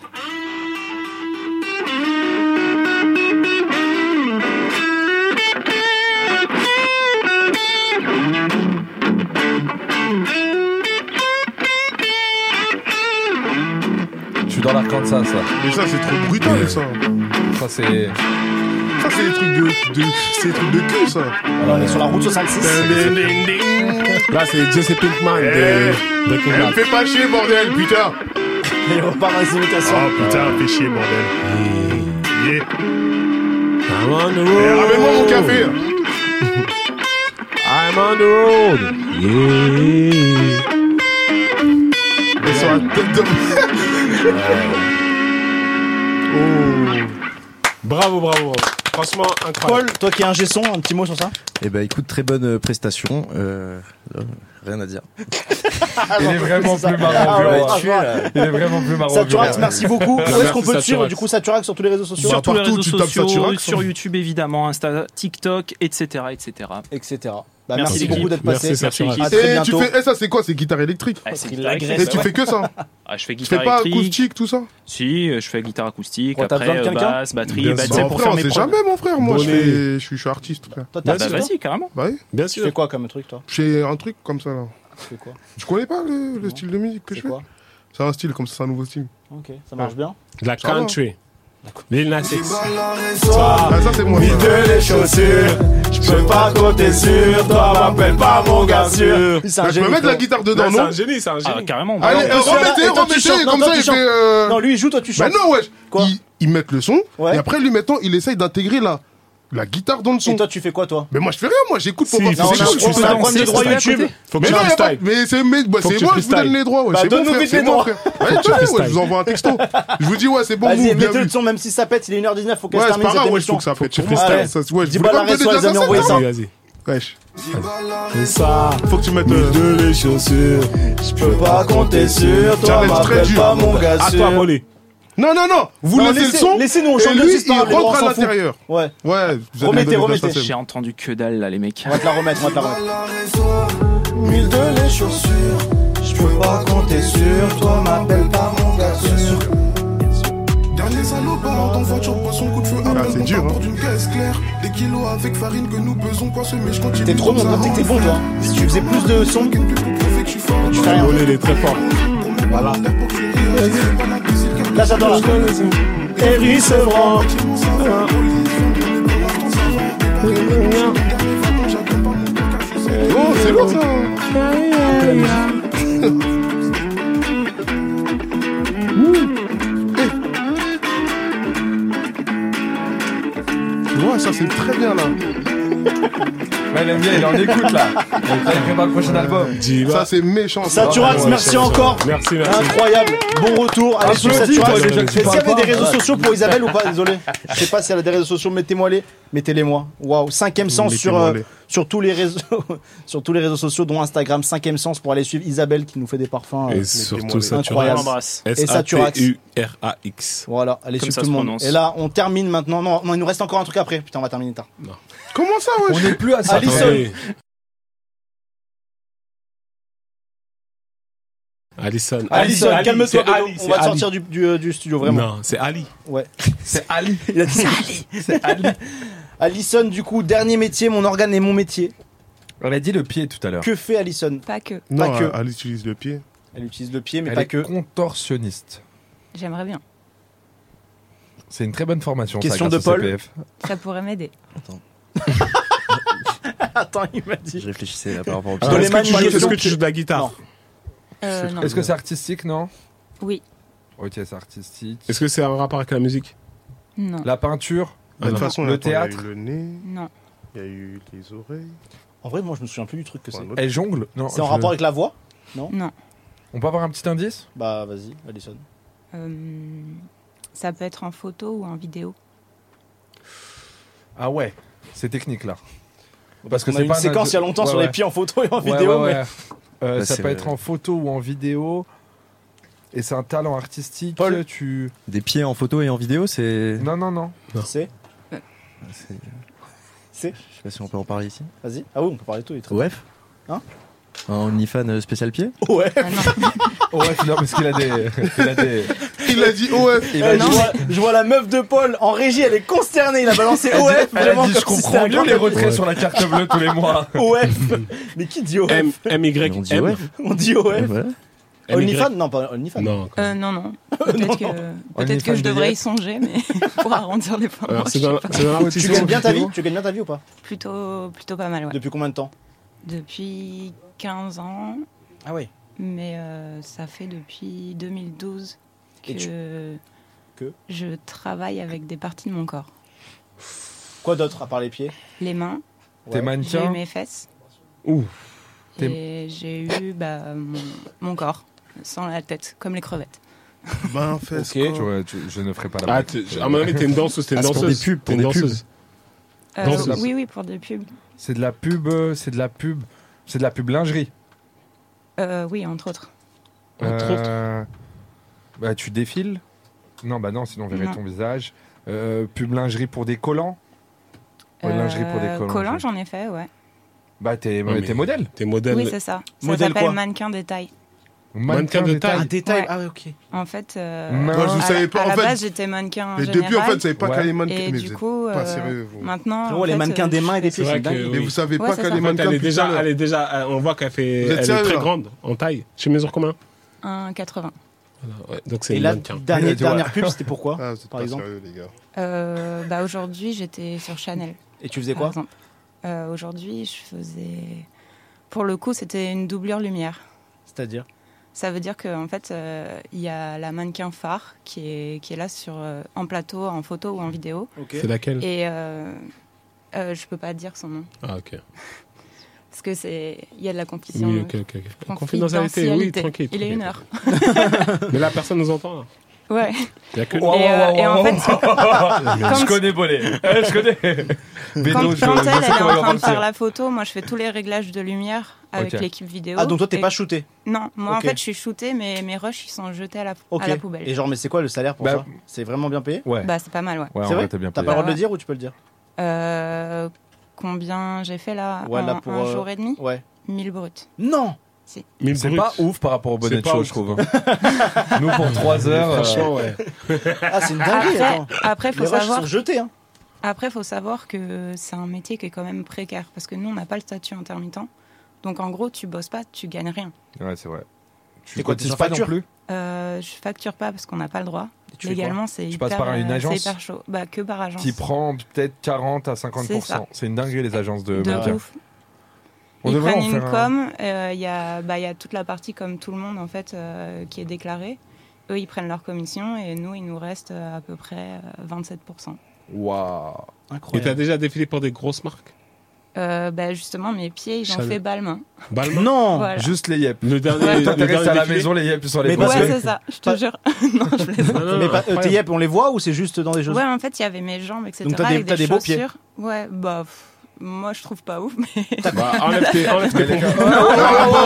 Je suis dans l'Arkansas, ça. Mais ça, c'est trop brutal, ça. Ça, c'est. Ça, c'est des trucs de, de, c'est des trucs de cul, ça. Alors, on est sur la route 66. Ding, ding, ding. Là, c'est Jesse Pinkman Eh, de Breaking Elle me Bad. fait pas chier, bordel, putain. Il repart dans les imitations. Oh putain, fais chier, bordel. Yeah. I'm on the Eh, road. Ramène-moi mon café. I'm on the road. Yeah. Ils sont à tête de. Oh. Bravo, bravo, bravo. Franchement, incroyable. Paul, toi qui es un G-son, un petit mot sur ça Eh ben, écoute, très bonne euh, prestation. Euh, là, rien à dire. Il est vraiment Ah C'est ça. plus marrant, Ah ouais, Bureau. tu vois. Il est vraiment plus marrant. Saturax, Bureau. Bah, merci beaucoup. Où est-ce Merci, qu'on peut te suivre Saturax. du coup Saturax sur tous les réseaux sociaux sur tous les partout, réseaux tu hein. tapes sociaux, Saturax, sur hein. YouTube évidemment, Insta, TikTok, etc. etc. Etc. <laughs> Bah, merci beaucoup d'être passé. À très Et tu bientôt. fais, eh, ça, c'est quoi C'est guitare électrique. Ah, c'est Et guitare électrique, tu ouais. fais que ça. Ah, je fais Tu guitare fais pas électrique. acoustique, tout ça Si, euh, je fais guitare acoustique, Ouais, t'as après besoin de euh, quelqu'un basse, batterie, Bien bah, tu sûr. sais, Mon pour frère, faire on mes sait pro- jamais, mon frère. Moi, je Bonnet. fais- je suis je suis artiste, frère. Toi, t'as Bien fait sûr. vas-y, carrément. Bah oui. Bien sûr. Tu fais quoi comme truc, toi Je fais un truc comme ça, là. Tu fais quoi Tu connais pas le, le style de musique que je fais C'est un style, comme ça, c'est un nouveau style. Ah. Ok, ça marche bien De la country. Lil Nas X. Ah, ça, c'est moi. Ni de les chaussures, je peux pas compter sur toi, m'appelle pas mon gars sûr. Bah, je peux mettre la guitare dedans, non génie, c'est un génie. carrément. bah Allez, euh, remettez, remettez, comme ça, il fait. euh, Non, lui, il joue, toi, tu chantes. Bah non, wesh ils, ils mettent le son, et après, lui, maintenant, il essaye d'intégrer la, la guitare dans le son. Et toi, tu fais quoi, toi Mais moi, je fais rien, moi, j'écoute pour Si, voir faut que tu- tu freestyles, c'est freestyle à côté. Faut que Mais tu non, y a pas. freestyles. Mais c'est mais- bah, Faut que c'est tu moi, je vous donne freestyles. les droits, ouais. Bah, C'est mon donne-nous frère, vite c'est les mon droits. frère. Faut Ouais, que tu tu vois, ouais, Je freestyles. vous envoie un <laughs> texto. Je vous dis, ouais, c'est bon, Vas-y, vous, bien mettez le vu. son, même si ça pète, il est 1h19, faut qu'elle Ouais, se c'est termine pas grave, cette ouais, je émission. trouve que ça fait Faut tu que- Ouais. freestyles. ça, ouais, je Dis voulais pas pas la me donner reste, on déjà les ça, amis, envoyez ça. ça. Wesh. C'est ça. Faut que tu mettes. euh, Ni de les chaussures, je peux pas compter sur toi, Challenge très m'appelle dur. pas mon gars À sûr. toi, Mollet. Non, non, non, vous Non, laissez le laissez- son. laissez-nous, on et chante lui, de suite, il par rapport, rentre on à s'en fout. l'intérieur. Ouais. Ouais, vous avez Remettez, donné remettez. ça, c'est- J'ai entendu que dalle, là, les mecs. On va te la remettre, on va te la remettre. Mille de les chaussures, je peux pas compter sur toi, m'appelle pas mon gars sûr. Dernier salopard en voiture, passe son coup de feu, Ah, appelle c'est mon dur, rapport hein. d'une caisse claire. Des kilos avec farine que nous pesons, poisson, mais je continue. T'es trop bon, comme ça, toi, t'es que t'es bon, toi. Si tu faisais plus de son, tu fais rien. Mollet, il est très fort. Voilà. Là, j'adore là. Eric Sevran. Oh, c'est lourd ça. Eh. Tu vois, ça c'est très bien là. Ouais, il aime bien, il est en écoute là. Il prépare le prochain album. Ça c'est méchant. ça. Saturax, Ah ouais, merci ça, ça. encore. Incroyable. Bon retour. Allez sur Applaudis, toi, Saturax. déjà que Est-ce tu qu'il y parles avait pas. des réseaux sociaux pour Isabelle ou pas Désolé. Je sais pas si elle a des réseaux sociaux. Mettez-moi les. Mettez-les moi. Waouh. Cinquième sens sur, Mettez-moi euh, les. sur tous les réseaux, <laughs> sur tous les réseaux sociaux, dont Instagram. Cinquième sens pour aller suivre Isabelle qui nous fait des parfums. Et euh, surtout incroyables. Saturax. Et Saturax. S-A-T-U-R-A-X. Voilà, allez Comme suivre ça tout se le monde. prononce. Et là, on termine maintenant. Non, non, il nous reste encore un truc après. Putain, on va terminer tard. Comment ça, ouais On est plus à ça. Allison. Attendez. Allison. Alison, Ali, calme-toi. c'est Beno. Ali, On c'est va te Ali. sortir du, du, euh, du studio, vraiment. Non, c'est Ali. Ouais. <laughs> C'est Ali. Il a dit Ali. <laughs> C'est Ali. Alison, du coup, dernier métier, mon organe et mon métier. On a dit le pied tout à l'heure. Que fait Alison Pas que. Non, que. elle, elle utilise le pied. Elle utilise le pied, mais Elle pas est que. contorsionniste. J'aimerais bien. C'est une très bonne formation. Question ça, de grâce au Paul. CPF. Ça pourrait m'aider. Attends, il m'a dit. Je réfléchissais là par rapport au Alors, pied. est-ce que tu joues- est-ce que tu joues de <laughs> la guitare Euh, non. Est-ce que c'est artistique, non Oui. Ok, c'est Oh, artistique. Est-ce que c'est un rapport avec la musique Ah, Non. La peinture De toute Non. façon, le attends, il y a eu théâtre le nez, Non. il y a eu les oreilles. En vrai, moi, je me souviens plus du truc que c'est. Elle jongle Non, C'est en je- rapport avec la voix Non Non. On peut avoir un petit indice Bah, vas-y, Alison. Euh, ça peut être en photo ou en vidéo. Ah ouais, c'est technique là. Parce qu'on a eu une un séquence indi- il y a longtemps Ouais, sur ouais. les pieds en photo et en Ouais, vidéo. ouais, ouais. mais- Euh, Bah, ça c'est peut le- être en photo ou en vidéo. Et c'est un talent artistique. tu... Des pieds en photo et en vidéo, c'est. Non, non, non. C'est Ah, c'est- C'est Je sais pas si on peut en parler ici. Vas-y. Ah oui, on peut parler de tout. il est très- OF Hein Un OnlyFan spécial pied Ouais. OF, non, parce qu'il a des. <laughs> Il a des. Il a dit OF. Il a dit, je, vois, Euh, je vois la meuf de Paul en régie, elle est consternée. Il a balancé Elle a dit- OF. elle a vraiment comme dit, je si c'était comprends un mieux les club. retraits sur la carte bleue tous <laughs> les mois. OF. Mais qui dit OF M, M, Y, On dit M. OF On dit OF. Ouais. OnlyFans Non, pas OnlyFans. Non. Oh, Euh, non, <laughs> non. Oh, Peut-être que, peut-être que fan je de devrais y Yelp. songer, mais <laughs> pour arrondir les Oh, points. Alors, Non, c'est je sais dans- pas. c'est dans la Tu rotation gagnes bien ta vie vidéo. Tu gagnes bien ta vie ou pas Plutôt, plutôt pas mal, ouais. Depuis combien de temps Depuis 15 ans, Ah oui. mais euh, ça fait depuis 2012 Et tu- que, Que je travaille avec des parties de mon corps. Quoi d'autre à part les pieds Les mains, T'es j'ai eu mannequin mes fesses Ouh. T'es- et j'ai eu bah, mon, mon corps, sans la tête, comme les crevettes. Ben, fais Ok. Tu vois, tu- je ne ferai pas la Ah, blague. t'es- à mon avis, t'es une danseuse. T'es une Ah, c'est pour danseuse. des pubs, pour T'es une des pubs. danseuse. Euh, Dans ce- oui, oui, pour des pubs. C'est de la pub, euh, c'est de la pub, c'est de la pub lingerie. Euh, oui, entre autres. Entre Euh, Bah, tu défiles Non, bah non, sinon on verrait Non. ton visage. Euh, pub lingerie pour des collants Ouais, lingerie pour des Euh, collants. collants, je- j'en ai fait, ouais. Bah, t'es Ouais, mais t'es modèle. T'es modèle. Oui, c'est ça. Ça Modèle s'appelle quoi mannequin de taille. Mannequin de Ah, taille. Ouais. En fait, euh, Mince. Moi, je à la- savais pas, à en la fait. base, j'étais mannequin. Et en général, depuis, en fait, vous savez pas qu'elle est mannequin. Et Mais vous du êtes coup, pas euh, sérieux, vous. maintenant. Frérot, en les fait, mannequins euh, des mains et des je pieds, fais c'est ça. dingue. Mais vous savez Ouais, pas c'est qu'elle ça. est mannequin Elle est putain. déjà, elle est déjà, euh, on voit qu'elle fait, Vous êtes elle est sérieux, très là grande en taille. Tu mesures <laughs> combien euh, 1,80. Ouais, Donc c'est Et une la mannequin. dernière, dernière pub, c'était pourquoi Par exemple Euh, bah, Aujourd'hui, j'étais sur Chanel. Et tu faisais par quoi exemple. Euh, Aujourd'hui, je faisais. Pour le coup, c'était une doublure lumière. C'est-à-dire Ça veut dire qu'en fait, euh, il y a la mannequin phare qui est, qui est là sur, euh, en plateau, en photo ou en vidéo. Ok. C'est laquelle Et euh, euh, je peux pas dire son nom. Ah ok. Parce que c'est, il y a de la confusion. Oui, ok, ok. ok. Confidentialité. Confidentialité, oui, tranquille. Il est tranquille. une heure. <laughs> Mais là, personne nous entend. là. ouais. Il y a que Et, euh, et en fait, <laughs> je quand, connais Bolé. Eh, <laughs> Je connais. quand- Bédo, je- quand je elle, sais elle est comment en va train de partir. faire la photo, moi je fais tous les réglages de lumière avec Ok. l'équipe vidéo. Ah, donc toi, t'es Et- pas shooté Non, moi Ok. en fait je suis shootée, mais mes rushs ils sont jetés à la, à Ok. la poubelle. Et genre, mais c'est quoi le salaire pour ça C'est vraiment bien payé Bah, Ouais. Bah, c'est pas mal, ouais. c'est en vrai vrai, t'es bien T'as payé. pas le droit de Ouais. le dire ou tu peux le dire Euh, combien j'ai fait là Ouais, en- là, pour, Un euh, jour et demi Ouais. 1000 bruts. Non Si. C'est pas ouf par rapport au bonnet C'est de pas show, ouf. je trouve. hein. Nous, pour 3 heures. euh, Franchement, ouais. Ah, c'est une dinguerie, Après- attends. après, faut Les rushs savoir- sont jetés, hein. Après, faut savoir que c'est un métier qui est quand même précaire parce que nous on n'a pas le statut intermittent. Donc en gros, tu bosses pas, tu gagnes rien. Ouais, c'est vrai. C'est quoi, t'es cotises sur pas non facture plus Euh, je facture pas parce qu'on n'a pas le droit. tu fais Légalement, quoi c'est Tu hyper, passes par une euh, c'est agence hyper chaud. Bah, que par agence. Qui prend peut-être 40 à C'est 50%. ça. C'est une dinguerie, les agences de, De mannequins. ouf. On Ils devrait prennent en une faire un- com, euh, il y, a- bah, il y a toute la partie comme tout le monde en fait euh, qui est déclarée. Eux, ils prennent leur commission et nous, il nous reste euh, à peu près euh, 27%. Waouh. Et t'as déjà défilé pour des grosses marques Euh, bah, justement, mes pieds, ils ont Chale- fait balmain. Balmain Non Voilà. Juste les yep. Le dernier. Ouais. le T'intéresses dernier à la défilé maison, les yep sur les Mais bras. parce Ouais, que- c'est ça, je te jure. <laughs> non, je plaisante. non, Mais pas- incroyable. euh, tes yep, on les voit ou c'est juste dans les jeux Ouais, en fait, il y avait mes jambes, etc. Donc, t'as des- avec t'as des beaux pieds. chaussures. Ouais, bah, pff, moi, je trouve pas ouf, mais. Bah, enlève <laughs> tes, enlève tes pompes. Oh,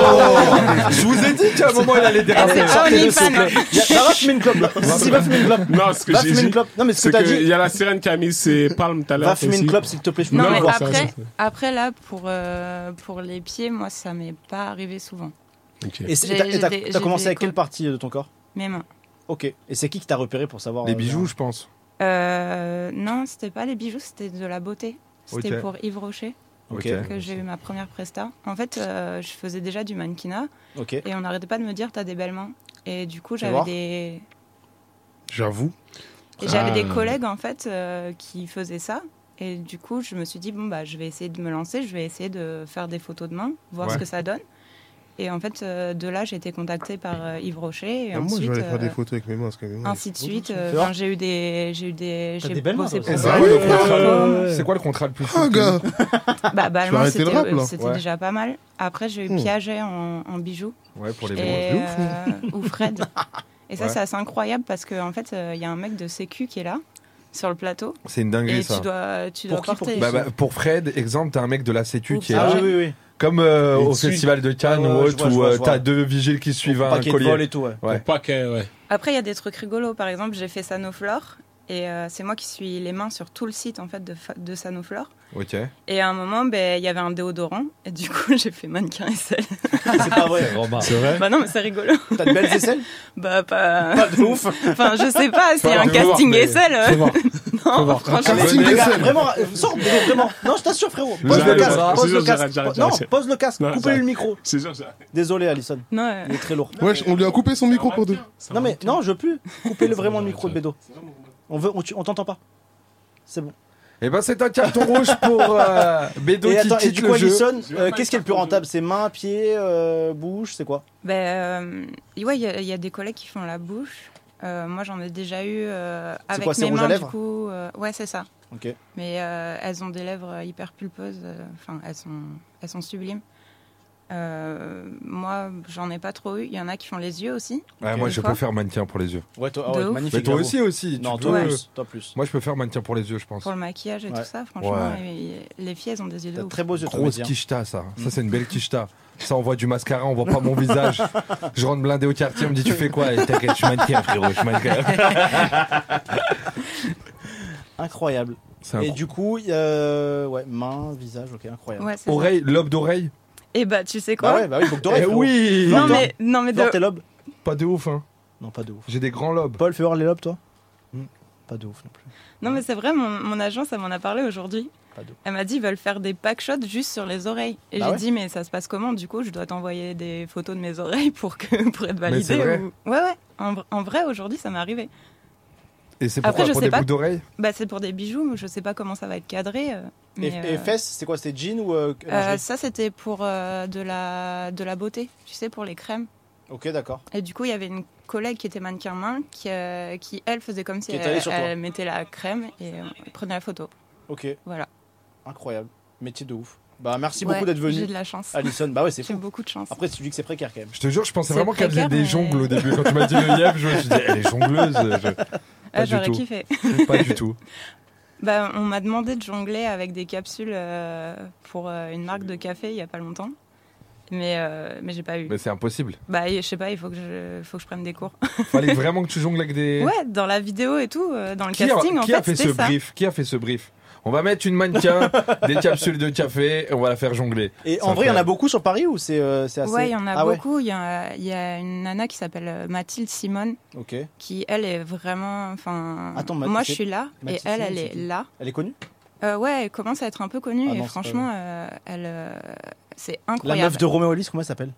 Je vous ai dit qu'à un moment, il allait déraper. c'est pas OnlyFans. Là, va fumer <laughs> une clope. là. Si, va fumer une clope. Non, ce que Va j'ai fumer une dit, clope. Non, mais ce que c'est t'as que dit- Il y a la sirène qui a mis ses palmes tout à l'heure. Va fumer une aussi. clope, s'il te plaît. Je peux Non, pas mais le voir. ça, après, ça, après là, pour, euh, pour les pieds, moi, ça m'est pas arrivé souvent. Ok. Et c'est- J'ai- et t'as- j'ai et t'as- des- t'as j'ai commencé des avec quelle coups. partie de ton corps Mes mains. Ok. Et c'est qui qui t'a repéré pour savoir Les euh, bijoux, je pense. Euh, non, c'était pas les bijoux, c'était de la beauté. C'était Ok. pour Yves Rocher Ok. que j'ai eu ma première presta. En fait, euh, je faisais déjà du mannequinat Ok. et on n'arrêtait pas de me dire t'as des belles mains. Et du coup, Fais voir. j'avais des J'avoue. et j'avais Ah. des collègues en fait euh, qui faisaient ça. Et du coup, je me suis dit bon bah je vais essayer de me lancer, je vais essayer de faire des photos de mains, voir Ouais. ce que ça donne. Et en fait, euh, de là, j'ai été contactée par euh, Yves Rocher. Et Ah, Moi, ensuite, je vais aller faire euh, des photos avec mes mains. parce que mes mains, ainsi de elles sont suite. bonnes. euh, Fais voir. enfin, j'ai eu des, j'ai eu des, T'as j'ai des belles mains, hein, bossé toi, pour ça. ça. Ah oui, Eh pour le contrat. Comme- C'est quoi le contrat le plus fou ben, Ah, gars Bah, bah, Tu vas moi, arrêter le c'était rap, là euh, c'était Ouais. déjà pas mal. Après, j'ai eu Hmm. Piaget en, en bijoux. Ouais, pour les Et, bons. euh, ou <laughs> Fred. <laughs> Et ça, Ouais. c'est assez incroyable parce qu'en en fait, euh, il y a un mec de Sécu qui est là, sur le plateau. C'est une dinguerie, et ça. Tu dois, tu dois porter. Bah, bah, Pour Fred, exemple, t'as un mec de la Sécu qui est Ah là. oui, oui, oui. Comme euh, Et au dessus. festival de Cannes Ouais, ou ouais, je vois, autre, je où vois, euh, je vois. t'as deux vigiles qui suivent Pour un pas qu'il y ait de collier. vol et tout, ouais. Pour pas que, ouais. bah. Après, il y a des trucs rigolos. Par exemple, j'ai fait Sanoflore. Et euh, c'est moi qui suis les mains sur tout le site en fait de, fa- de Sanoflore. Ok. Et à un moment, ben, il y avait un déodorant. Et du coup, <laughs> j'ai fait mannequin aisselle. C'est pas vrai. C'est vrai Bah non, mais <laughs> c'est rigolo. <laughs> <laughs> T'as de belles aisselles Bah pas. Pas de ouf. Enfin, <laughs> je sais pas, Faut c'est voir, un faut voir, casting mais- aisselle. faut voir. <laughs> Non, Ah, franchement. Casting aisselle. Vraiment, euh, sors, Bruno, vraiment. Non, je t'assure, frérot. Le Pose le j'arrête, casque. j'arrête, Pose le j'arrête, casque. j'arrête, Non, j'arrête. pose le casque. Non, Coupez j'arrête. le micro. C'est sûr, ça. Désolé, Alison. Non, euh, Il est très lourd. Wesh, on lui a coupé son micro pour deux. Non, mais non, je peux. Coupez <laughs> le vraiment le micro de Bédo. On veut, on, tu- on t'entend pas. C'est <laughs> bon. Et ben, c'est un carton rouge <laughs> pour euh, Bédo et qui attends, et quitte du le coup, jeu. Alison, euh, qu'est-ce qui est le plus rentable C'est mains, pieds, euh, bouche, c'est quoi Ben, euh, ouais, il y a- il y, a des collègues qui font la bouche. Euh, moi, j'en ai déjà eu euh, C'est avec quoi, c'est mes rouge à mains, du lèvres coup. euh, ouais, c'est ça. Ok. Mais euh, elles ont des lèvres hyper pulpeuses. euh, Enfin, elles sont, elles sont sublimes. Euh, moi, j'en ai pas trop eu. Il y en a qui font les yeux aussi. Ah, moi, Une je fois. peux faire mannequin pour les yeux. Ouais, toi, ah De ouais, ouf. magnifique. Mais toi bravo. aussi, aussi. Non, tu toi peux. euh, plus. Toi plus. Moi, je peux faire mannequin pour les yeux, je pense. euh, Pour le maquillage et Ouais. tout ça, franchement, Ouais. et- et les filles, elles ont des yeux de T'as ouf. très beaux yeux, toi, Grosse Média. quicheta, ça. Ça, c'est une belle quicheta. Ça, on voit du mascara, on voit pas mon visage. Je rentre blindé au quartier, on me <laughs> dit Tu fais quoi Et T'inquiète, je suis mannequin, frérot, je suis mannequin. Incroyable. C'est Et incro- du coup, euh, ouais, main, visage, ok, incroyable. Ouais, c'est ça. Oreille, lobe d'oreille. Et bah, tu sais quoi Bah ouais, bah oui, faut que t'aurais, Eh frérot. oui Non, mais, non, mais Flore, de... tes lobes Pas de ouf, hein. Non, pas de ouf. J'ai des grands lobes. Paul, fais voir les lobes, toi Pas de ouf non plus. Non, mais c'est vrai, mon, mon agence, elle m'en a parlé aujourd'hui. Pas de- Elle m'a dit, ils veulent faire des packshots juste sur les oreilles. Et Bah j'ai ouais. dit, mais ça se passe comment Du coup, je dois t'envoyer des photos de mes oreilles <laughs> pour, que, pour être Mais c'est validée. vrai. ou- Ouais, ouais. En, vr- en vrai, aujourd'hui, ça m'est arrivé. Et c'est Après, pourquoi je Pour sais des pas. boucles d'oreilles Bah, c'est pour des bijoux, mais je sais pas comment ça va être cadré. euh, Et, mais, et euh, fesses, c'est quoi C'était jean ou. euh, euh, lingerie ça, c'était pour euh, de, la, de la beauté, tu sais, pour les crèmes. Ok, d'accord. Et du coup, il y avait une collègue qui était mannequin main qui, euh, qui elle, faisait comme si Qui est allée elle, sur toi. elle mettait la crème et euh, prenait la photo. Ok. Voilà. Incroyable. Métier de ouf. Bah, merci Ouais, beaucoup d'être venu. j'ai de la chance. Alison, bah ouais, c'est J'ai fou. beaucoup de chance. Après, tu dis que c'est précaire quand même. Je te jure, je pensais C'est vraiment qu'elle faisait précaire, des mais- <laughs> jongles au début. Quand tu m'as dit <laughs> le lièvre, je me suis dit, elle est jongleuse. Je... Pas du Ah, j'aurais tout. kiffé. Pas du tout. <laughs> Bah, on m'a demandé de jongler avec des capsules euh, pour euh, une marque de café il y a pas longtemps. Mais, euh, mais j'ai pas eu. Mais c'est impossible. Bah, je sais pas, il faut que je, faut que je prenne des cours. <laughs> Fallait vraiment que tu jongles avec des. Ouais, dans la vidéo et tout, euh, dans le Qui a, casting, en qui fait, a fait c'était ce ça. brief Qui a fait ce brief On va mettre une mannequin, des capsules de café, et on va la faire jongler. Et C'est en vrai, il y en a incroyable. beaucoup sur Paris ou c'est euh, c'est assez. Ouais, il y en a Ah ouais beaucoup. Il y, a- il y a une nana qui s'appelle euh, Mathilde Simone, Ok. qui elle est vraiment. Enfin, Attends, Math- Euh, moi je c'est- suis là et Mathilde elle, Simone, elle c'est est qui là. Elle est connue Euh, ouais, elle commence à être un peu connue Ah non, et c'est pas franchement, euh, elle, euh, c'est La incroyable. meuf de Roméo Ellis, comment elle s'appelle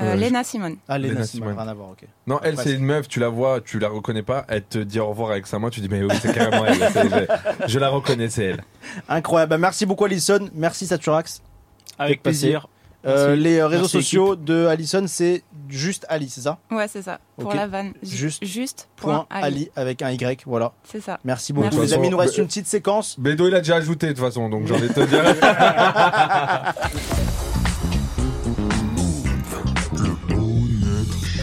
Euh, Euh, Léna Simone. Ah, Léna, Léna Simone, Simone. rien à voir, ok. Non, elle, Après, c'est une meuf, tu la vois, tu la reconnais pas, elle te dit au revoir avec sa main, tu dis, mais oui, c'est carrément elle. c'est- je- je la reconnais, c'est elle. Incroyable. Bah, Merci beaucoup, Alison. Merci, Saturax. Avec d'être passé. plaisir. Euh, Merci. les euh, réseaux Merci, sociaux de Alison, c'est juste Ali, c'est ça Ouais, c'est ça. Pour Ok. la vanne. Ju- Juste. Juste. Point Ali avec un Y, voilà. C'est ça. Merci beaucoup, De toute les amis. façon, bah, Il nous reste Be- une petite séquence. Bédo, il a déjà ajouté, de toute façon, donc j'ai envie de te dire. euh,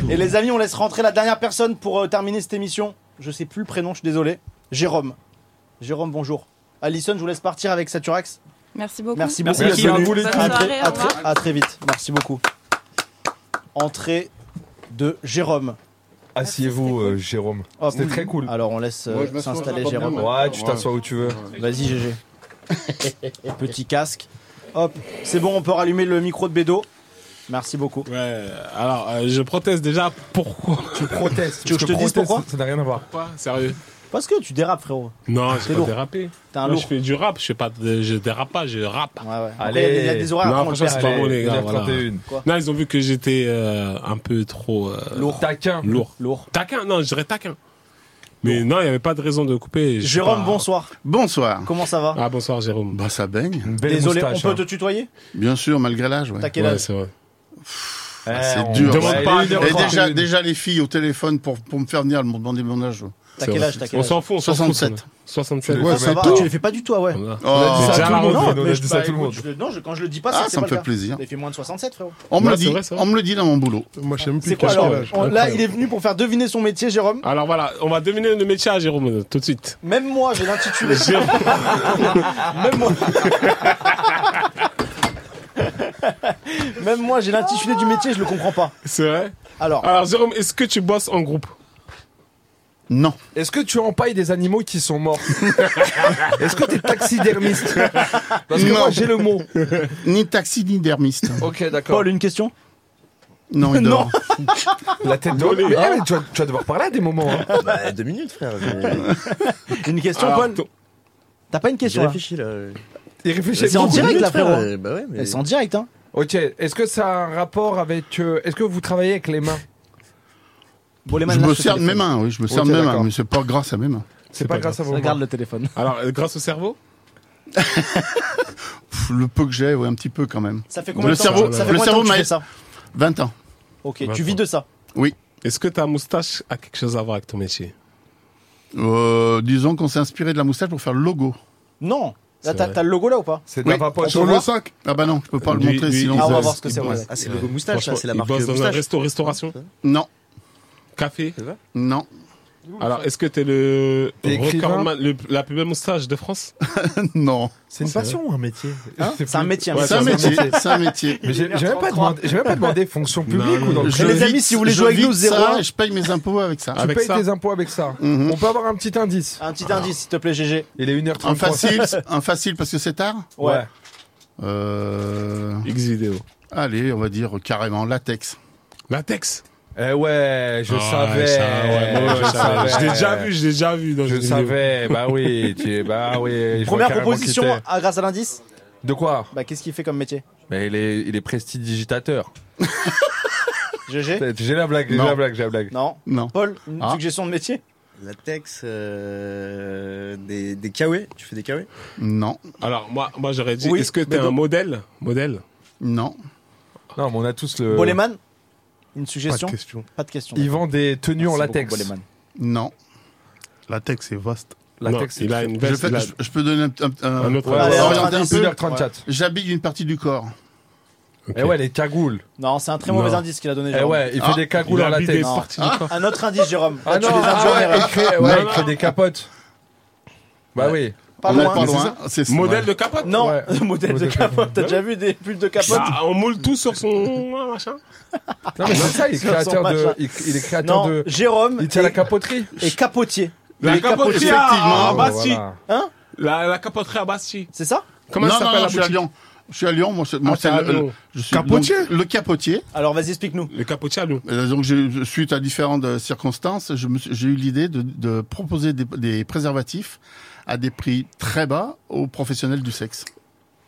Et les amis, on laisse rentrer la dernière personne pour euh, terminer cette émission. Je sais plus le prénom, je suis désolé. Jérôme. Jérôme, bonjour. Alison, je vous laisse partir avec Saturax. Merci beaucoup. Merci beaucoup. d'être Bonne venu. À soirée, très- au à très- revoir. à très vite. Merci beaucoup. Entrée de Jérôme. Asseyez-vous, euh, Jérôme. Hop. C'était très cool. Alors, on laisse euh, Moi, je m'assois, s'installer je m'assois Jérôme. bien, ouais. Ouais, tu t'assois où tu veux. Vas-y, GG. Petit casque. Hop, c'est bon, on peut rallumer le micro de Bédo. Merci beaucoup. Ouais, alors euh, je proteste déjà. Pourquoi Tu protestes Tu veux que je te dise pourquoi Ça n'a rien à voir. Pourquoi Sérieux Parce que tu dérapes, frérot. Non, C'est j'ai pas lourd. dérapé. Ah, T'es un Moi, lourd. je fais du rap, je fais pas de, je dérape pas, je rappe. Allez. il y a- il y a des horaires Non, après, on le franchement, c'est perd. pas bon, les gars. 1h31. Voilà. Quoi Non, ils ont vu que j'étais euh, un peu trop. euh, Lourd. Taquin. Lourd. Lourd. Taquin, non, je dirais taquin. Mais non, il n'y avait pas de raison de couper. je sais Jérôme, pas. bonsoir. Bonsoir. Comment ça va Ah, bonsoir, Jérôme. Bah, ça baigne. Désolé, on peut te tutoyer Bien sûr, malgré l'âge. Ouais. T'as quel Ouais, âge c'est vrai. c'est on- dur. Demande ça. Ah, pas, Et demande pas. déjà, déjà, les filles au téléphone pour, pour me faire venir, elles m'ont demandé mon âge. T'as quel âge, t'as quel On âge s'en fout, on s'en fout. 67. 67. Ouais, Ah, ça mais va, toi- tu le fais pas du tout, ah ouais. On a Oh. dit ça à tout le monde. mais On a je- dit ça à bah, tout le monde. écoute, je- non, je- quand je le dis pas, Ah, c'est ça que c'est me pas fait le cas. plaisir. Il fait moins de 67, frérot. On me Ouais, le c'est dit, vrai, c'est vrai. on me le dit dans mon boulot. Moi, je sais même C'est quoi quel alors âge on- Là, Incroyable. il est venu pour faire deviner son métier, Jérôme. Alors voilà, on va deviner le métier à Jérôme tout de suite. Même moi, j'ai <laughs> l'intitulé. Jérôme. Même moi. Même moi, j'ai l'intitulé du métier, je le comprends pas. C'est vrai Alors, Alors Jérôme, est-ce que tu bosses en groupe Non. Est-ce que tu empailles des animaux qui sont morts Est-ce que <laughs> t'es taxidermiste Parce que Non. moi j'ai le mot. Ni taxi, ni dermiste. Ok, d'accord. Paul, une question Non, <laughs> il dort. La tête de Mais, eh, mais tu, vas, tu vas devoir parler à des moments. hein. Bah, deux minutes, frère. Une question, Alors, Paul to- T'as pas une J'ai question là réfléchi là. Il réfléchit. C'est en beaucoup. direct là, frère. frérot. Bah ouais, mais. C'est en direct, hein. Ok, est-ce que ça a un rapport avec. euh, est-ce que vous travaillez avec les mains Bon, les Je lâche me le sers de mes téléphone. mains, oui, je me Ok, sers de mes mains, d'accord. mais c'est pas grâce à mes mains. C'est pas, pas grâce à vos mains. Regarde le téléphone. Alors euh, grâce au cerveau Pff, le peu que j'ai, ouais, un petit peu quand même. Ça fait combien Le de temps cerveau, que- ça fait le combien cerveau de temps que tu m'a fais ça 20 ans. Ok, Vingt tu vis ans. de ça. Oui. Est-ce que ta moustache a quelque chose à voir avec ton métier Euh, disons qu'on s'est inspiré de la moustache pour faire le logo. Non. Là, C'est t'as vrai. t'as le logo là ou pas C'est de Oui, la vapote. sur le sac. Ah bah non, je peux pas le Lui- montrer lui, sinon. il Ah, on va ça- voir ce que c'est. il ouais. bosse. Ah, c'est le logo moustache, ça, Franchement, c'est la il marque bosse dans un moustache. resto, restauration, Non, café. non. Alors, est-ce que t'es le T'es écrivain recordman- le- la plus belle moustache de <laughs> France Non. C'est une passion ou un métier Hein Je sais C'est un plus. métier, un C'est un métier. métier, c'est un métier. Mais j'ai j'ai même pas demandé, j'ai même pas demandé <laughs> fonction publique ou dans le Je privé. vide- je vide ça, Je paye mes impôts avec ça. Tu payes tes impôts avec ça. Mhm. On peut avoir un petit indice. Un petit indice, s'il te plaît, GG. Il est 1h33. Un facile, <laughs> un facile parce que c'est tard Ouais. Euh... X vidéo. Allez, on va dire carrément latex. Latex Eh ouais, je Ah, savais. ça, ouais, moi, je savais. Je l'ai déjà vu, je l'ai déjà vu. dans je une savais, vidéo. bah oui, tu, bah oui. je Première vois carrément proposition qui t'es. à- grâce à l'indice De quoi Bah, qu'est-ce qu'il fait comme métier Mais il est, il est prestidigitateur. GG J'ai la blague, j'ai Non. la blague, j'ai la blague. Non. Non. Paul, une Ah. suggestion de métier Latex, euh, des, des kawaii Tu fais des kawaii Non. Alors, moi, moi j'aurais dit, Oui, est-ce que t'es mais un donc- modèle Modèle Non. Non, mais on a tous le. Boleman Une suggestion Pas de question. Pas de question. Il vend des tenues en Merci latex. beaucoup, Boleman. Non. Latex, c'est vaste. Latex, Non, il c'est- a une je, veste, fais- il a- je- je peux donner un, un- un- Un autre orienter indice. un Indice. peu. 1h34. J'habille une partie du corps. Eh ouais, les cagoules. Non, c'est un très mauvais Non. indice qu'il a donné. Eh Jérôme. ouais, il fait Ah. des cagoules Il en habille latex. des Non. parties Ah. du corps. Un autre indice, Jérôme. Ah Là, non, tu les as ah tués en ouais, erreur. il crée, ouais, il crée des capotes. Bah oui. Pas On est loin. pas C'est loin, ça c'est ça. Ah, Modèle Ouais. Bah de capote Non, <laughs> modèle de capote. T'as déjà vu des pulls de capote Ah, On moule tout sur son <laughs> ah, machin. Non, mais c'est ça, il est Sur créateur son de. machin. Il, il est créateur Non, de. Jérôme. Il tient la capoterie. Et capotier. La Il est capoterie, capotier. ah, effectivement. à Bastille. Voilà. Hein la, la capoterie à Bastille. C'est ça Comment non, ça non, s'appelle non, la je suis à boutique Lyon. Je suis à Lyon, moi, je, moi, Ah, t'es c'est à le, Lyon. le- je suis Capotier donc le capotier. Alors vas-y, explique-nous. Le capotier à Lyon. Euh, Donc, je- suite à différentes euh, circonstances, je me suis- j'ai eu l'idée de, de proposer des, des préservatifs à des prix très bas aux professionnels du sexe.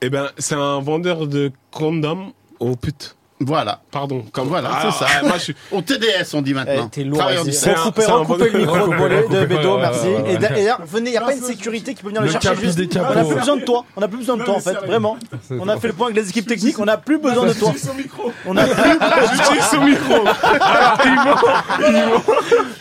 Eh ben, c'est un vendeur de condoms aux putes. Voilà. Pardon. Comme... Voilà, Ah, c'est ça. ah, moi, je suis- Au TDS, on dit maintenant. Eh, T'es lourd. Travailleurs vas-y. du sexe. Recoupez, C'est un recoupez bon- le micro recoupez, de- de recoupez, Bédo, ouais, merci. ouais, ouais, Et ouais. d'ailleurs, venez, il n'y a pas une sécurité qui peut venir le Le chercher. cabis juste. des On n'a capots. plus besoin de toi. On n'a plus besoin de toi, en fait. <laughs> Vraiment. On a fait le point avec les équipes techniques. On n'a plus besoin de toi. On n'a plus <laughs> J'utilise son micro. <laughs> Alors, il ment, il ment.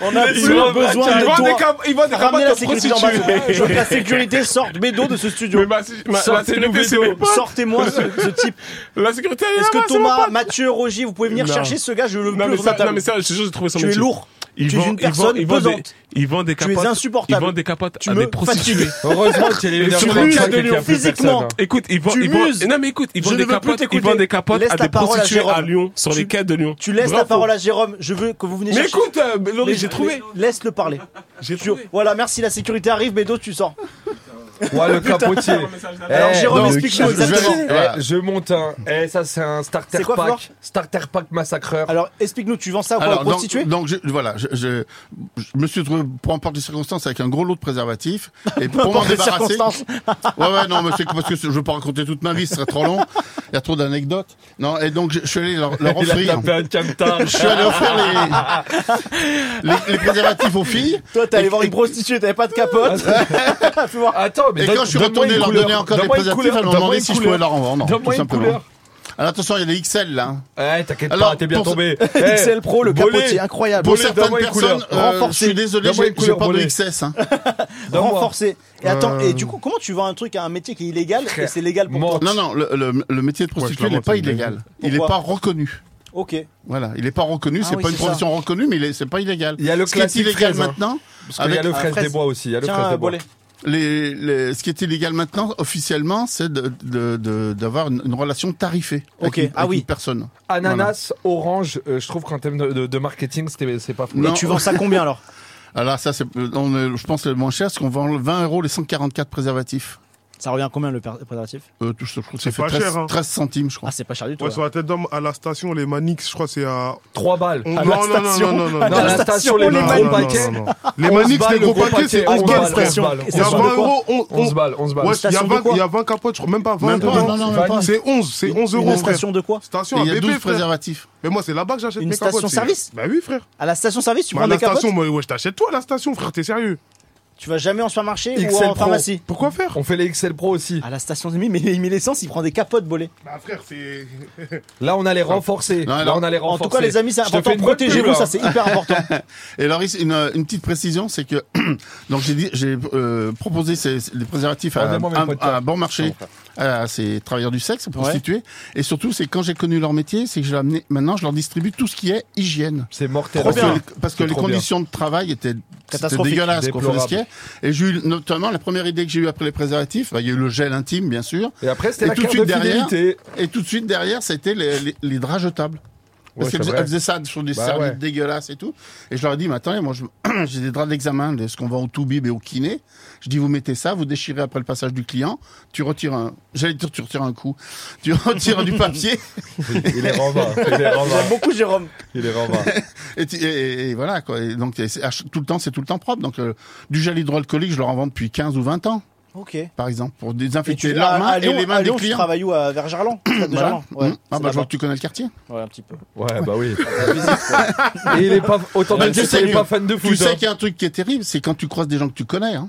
On a Il plus vend- besoin il de vend des toi. cam- il vend des Ramenez la capotes sécurité en bas. prostituées. Je veux que la sécurité sorte Bédo de ce studio. ma- la Sortez-nous sécurité, c'est Bédo. mes potes. Sortez-moi ce, ce type. La sécurité, elle est Est-ce là-bas, que c'est mon Thomas, pote. Mathieu, Roger, vous pouvez venir Non. chercher ce gars Je le Non mais, plus ça, non mais ça, je te jure, j'ai trouvé son Tu es métier. lourd. Tu es une personne ils vendent des, pesante. ils vendent des Tu es capotes. insupportable. Ils vendent des capotes Tu à me des prostituées. fatigues. Heureusement qu'il est Et l'énergie tu de muses Jack et qu'il y a plus physiquement. personne, hein. Écoute, ils vendent, Tu ils vendent- muses. non mais écoute, ils Je vendent ne des veux plus capotes, ils t'écouter. vendent des capotes Laisse à la des parole à prostituées à Jérôme. Lyon, sur les quais de Lyon. Tu laisses la Bravo. parole à Jérôme. Je veux que vous veniez Mais chercher. écoute, euh, Laurie, Mais- j'ai trouvé. mais <laughs> Laisse-le parler. Tu- Voilà, merci, la sécurité arrive, Bédo, tu sors. <laughs> Ouais, le Putain. capotier. Eh, Alors, Jérôme, explique explique-nous exactement. Eh, Je monte un. Eh, ça, c'est un starter C'est quoi, pack. Flore Starter pack massacreur. Alors, explique-nous, tu vends ça ou quoi, aux Alors, prostituées donc, donc je, voilà, je, je, je me suis trouvé, peu importe les circonstances, avec un gros lot de préservatifs. Et <laughs> pour m'en importe les débarrasser. circonstances. <laughs> ouais, ouais, non, mais c'est que- parce que je veux pas raconter toute ma vie, ce serait trop long. Il y a trop d'anecdotes. Non, et donc, je, je suis allé leur, leur <laughs> Il a offrir. tapé un camtar. Ah, je suis allé offrir <laughs> <laughs> les, les, les préservatifs aux filles. Toi, t'es allé voir une prostituée, t'avais pas de <laughs> capote. <laughs> Fais voir. Attends, mais Et donne- quand je suis donne-moi retourné une leur couleur. donner encore des Donne-moi une préservatifs, couleur. elles m'ont Donne-moi demandé une si je couleur. pouvais leur en vendre. Donne-moi Tout une simplement. couleur. Alors attention, il y a les XL là. Ouais, t'inquiète Alors, pas, t'es bien pour- tombé. <laughs> Eh, XL Pro, le Bolé. capotier, incroyable. Pour Bolé, certaines donne-moi une personnes, couleur. euh, Renforcé. je suis désolé, Donne-moi j'ai une j'ai couleur, pas de Bolé. XS. hein. Donne-moi. Renforcé. Et attends, Euh. et du coup, comment tu vends un truc à un métier qui est illégal et c'est légal pour toi Non, non, le, le- le métier de prostituée Ouais, n'est pas c'est une illégal. Il n'est Pourquoi pas reconnu. Ok. Voilà, il n'est pas reconnu, Ah c'est oui, pas une c'est ça. profession reconnue, mais il est- c'est pas illégal. Il y a le Ce qui est classique illégal fraise, hein. maintenant, Parce qu'il y a le fraise des bois aussi. Il y a le Tiens, fraise des bois. Bolé. les- les- ce qui est illégal maintenant, officiellement, c'est de- de- de- d'avoir une, une relation tarifée avec, Ok, une, ah avec oui. une personne. Ananas, orange, euh, je trouve qu'en thème de, de- de marketing, c'était- c'est pas fou. Non. <laughs> combien alors Alors ça, c'est, on est- je pense, le moins cher, parce qu'on vend 20 euros les 144 préservatifs. Ça revient à combien le pré- préservatif Euh, tout- je trouve que ça C'est fait pas 13, cher, hein. 13 centimes, je crois. Ah, c'est pas cher du tout. Ouais, sur la tête d'homme à la station, les Manix, je crois, c'est à. 3 balles. On- À non, la non, non, station. non, non, À non, la non. station, les Non, non, gros non, paquets. non, non. Les 11 Manix, balles, les gros le gros paquets, c'est paquet, 11 balles, onze frère. balles, Il y a onze balles. 20 euros, on- on- 11 balles, 11 balles. Ouais, il y a Station de 20 quoi il y a 20 capotes, je crois, même pas 20 Même pas, euros. non, non, même pas. C'est 11, c'est 11 euros, Une frère. station de quoi Station Il à y a bébé, 12 frère. préservatifs. Mais moi, c'est là-bas que j'achète Une mes capotes. station c'est- service Bah oui, frère. À la station service, tu Bah, prends la des capotes station, moi, ouais, je t'achète toi, la station, frère, t'es sérieux Tu vas jamais en supermarché ou XL en Pro. pharmacie Pourquoi faire On fait les XL Pro aussi. À la station de mi, mais il met l'essence, il prend des capotes bolées. Bah, frère, c'est. Là, on a les renforcés. Non, Là, non. on a les En renforcés. tout cas, les amis, c'est Je te fais important. une bonne pub, Protégez-vous, là. ça c'est hyper important. <laughs> Et Loris, une, euh, une petite précision, c'est <clears throat> que donc j'ai dit, j'ai euh, proposé ces, ces- des préservatifs à, Rendez-moi mes à- potes, à bon marché, à ces travailleurs du sexe, aux prostituées. Et surtout, c'est quand j'ai connu leur métier, c'est que je l'ai amené- maintenant, je leur distribue tout ce qui est hygiène. C'est mortel. Parce que, Trop bien. les- parce que C'est les trop bien. conditions de travail étaient c'était Catastrophique. dégueulasses. quoi. Faut Déplorable. le skier. Et j'ai eu notamment la première idée que j'ai eue après les préservatifs, bah, il y a eu le gel intime, bien sûr. Et après, c'était la tout de carte suite de derrière, fidélité. Et tout de suite derrière, c'était les, les, les draps jetables. Ouais, Parce qu'elles c'est faisaient- vrai. elles faisaient ça sur des Bah serviettes ouais. dégueulasses et tout. Et je leur ai dit, mais attendez, moi, je- <clears throat> j'ai des draps d'examen, de ce qu'on vend au Toubib et au kiné. Je dis, vous mettez ça, vous déchirez après le passage du client, tu retires un, j'allais dire, tu retires un coup, <laughs> tu retires du papier. Il est renvard, <laughs> il est renvard. J'aime beaucoup <laughs> Jérôme. Il est renvard. <laughs> et, tu- et- et voilà, quoi. Et donc, c'est- à ch- tout le temps, c'est tout le temps propre. Donc, euh, du gel hydroalcoolique, je leur en vends depuis 15 ou 20 ans. Ok. Par exemple, pour Et tu désinfecter à- leurs mains à et Lyon- les mains à des Lyon, Tu clients. travailles où à- <coughs> Vers Jarlan Stade de Voilà. Jarlan Ouais, Mmh. Ah, c'est bah, je vois là-bas. que tu connais le quartier. Ouais, un petit peu. Ouais, bah <laughs> oui. Et il est pas- autant dire Mais Bah, tu qu'il sais est que- pas fan de Tu foot, sais hein. qu'il y a un truc qui est terrible, c'est quand tu croises des gens que tu connais. hein.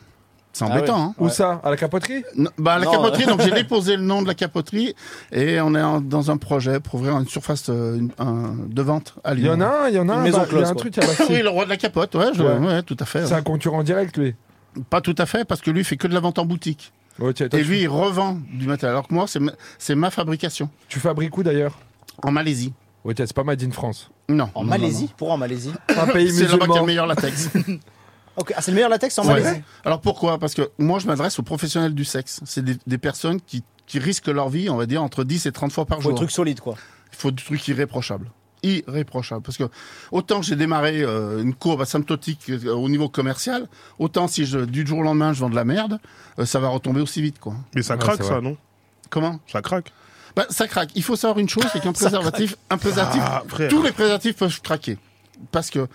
C'est Ah embêtant. ouais. hein. Où ça À la capoterie Non, bah, à la Non, capoterie, euh. donc <laughs> j'ai déposé le nom de la capoterie et on est en- dans un projet pour ouvrir une surface euh, une- un- de vente à Il y Lyon. en a un, il y en a un, bah, il y a un truc <laughs> à Bastille. oui, le roi de la capote, ouais, je- Ouais. ouais, tout à fait. C'est un concurrent direct, <laughs> lui Pas tout à fait, parce que lui, il fait que de la vente en boutique. et lui, il revend du matériel, alors que moi, c'est ma, c'est ma fabrication. Tu fabriques où d'ailleurs En Malaisie. Oui, c'est pas Made in France. Non. En non, non, Malaisie non. Pourquoi en Malaisie C'est là-bas qu'il y a le meilleur latex. <laughs> Ok, ah, c'est le meilleur latex en Ouais. Malaisie Alors pourquoi Parce que moi, je m'adresse aux professionnels du sexe. C'est des, des personnes qui, qui risquent leur vie, on va dire, entre 10 et 30 fois par Faut jour. des trucs solides, quoi. Il faut du truc irréprochable. Irréprochable. Parce que autant j'ai démarré euh, une courbe asymptotique euh, au niveau commercial, autant si je, du jour au lendemain je vends de la merde, euh, ça va retomber aussi vite. quoi. Mais ça craque, ça, non Comment Ça craque. Bah, ça craque. Il faut savoir une chose, c'est qu'un Ça préservatif, craque. un préservatif, Ah, frère. tous les préservatifs peuvent craquer. Parce que,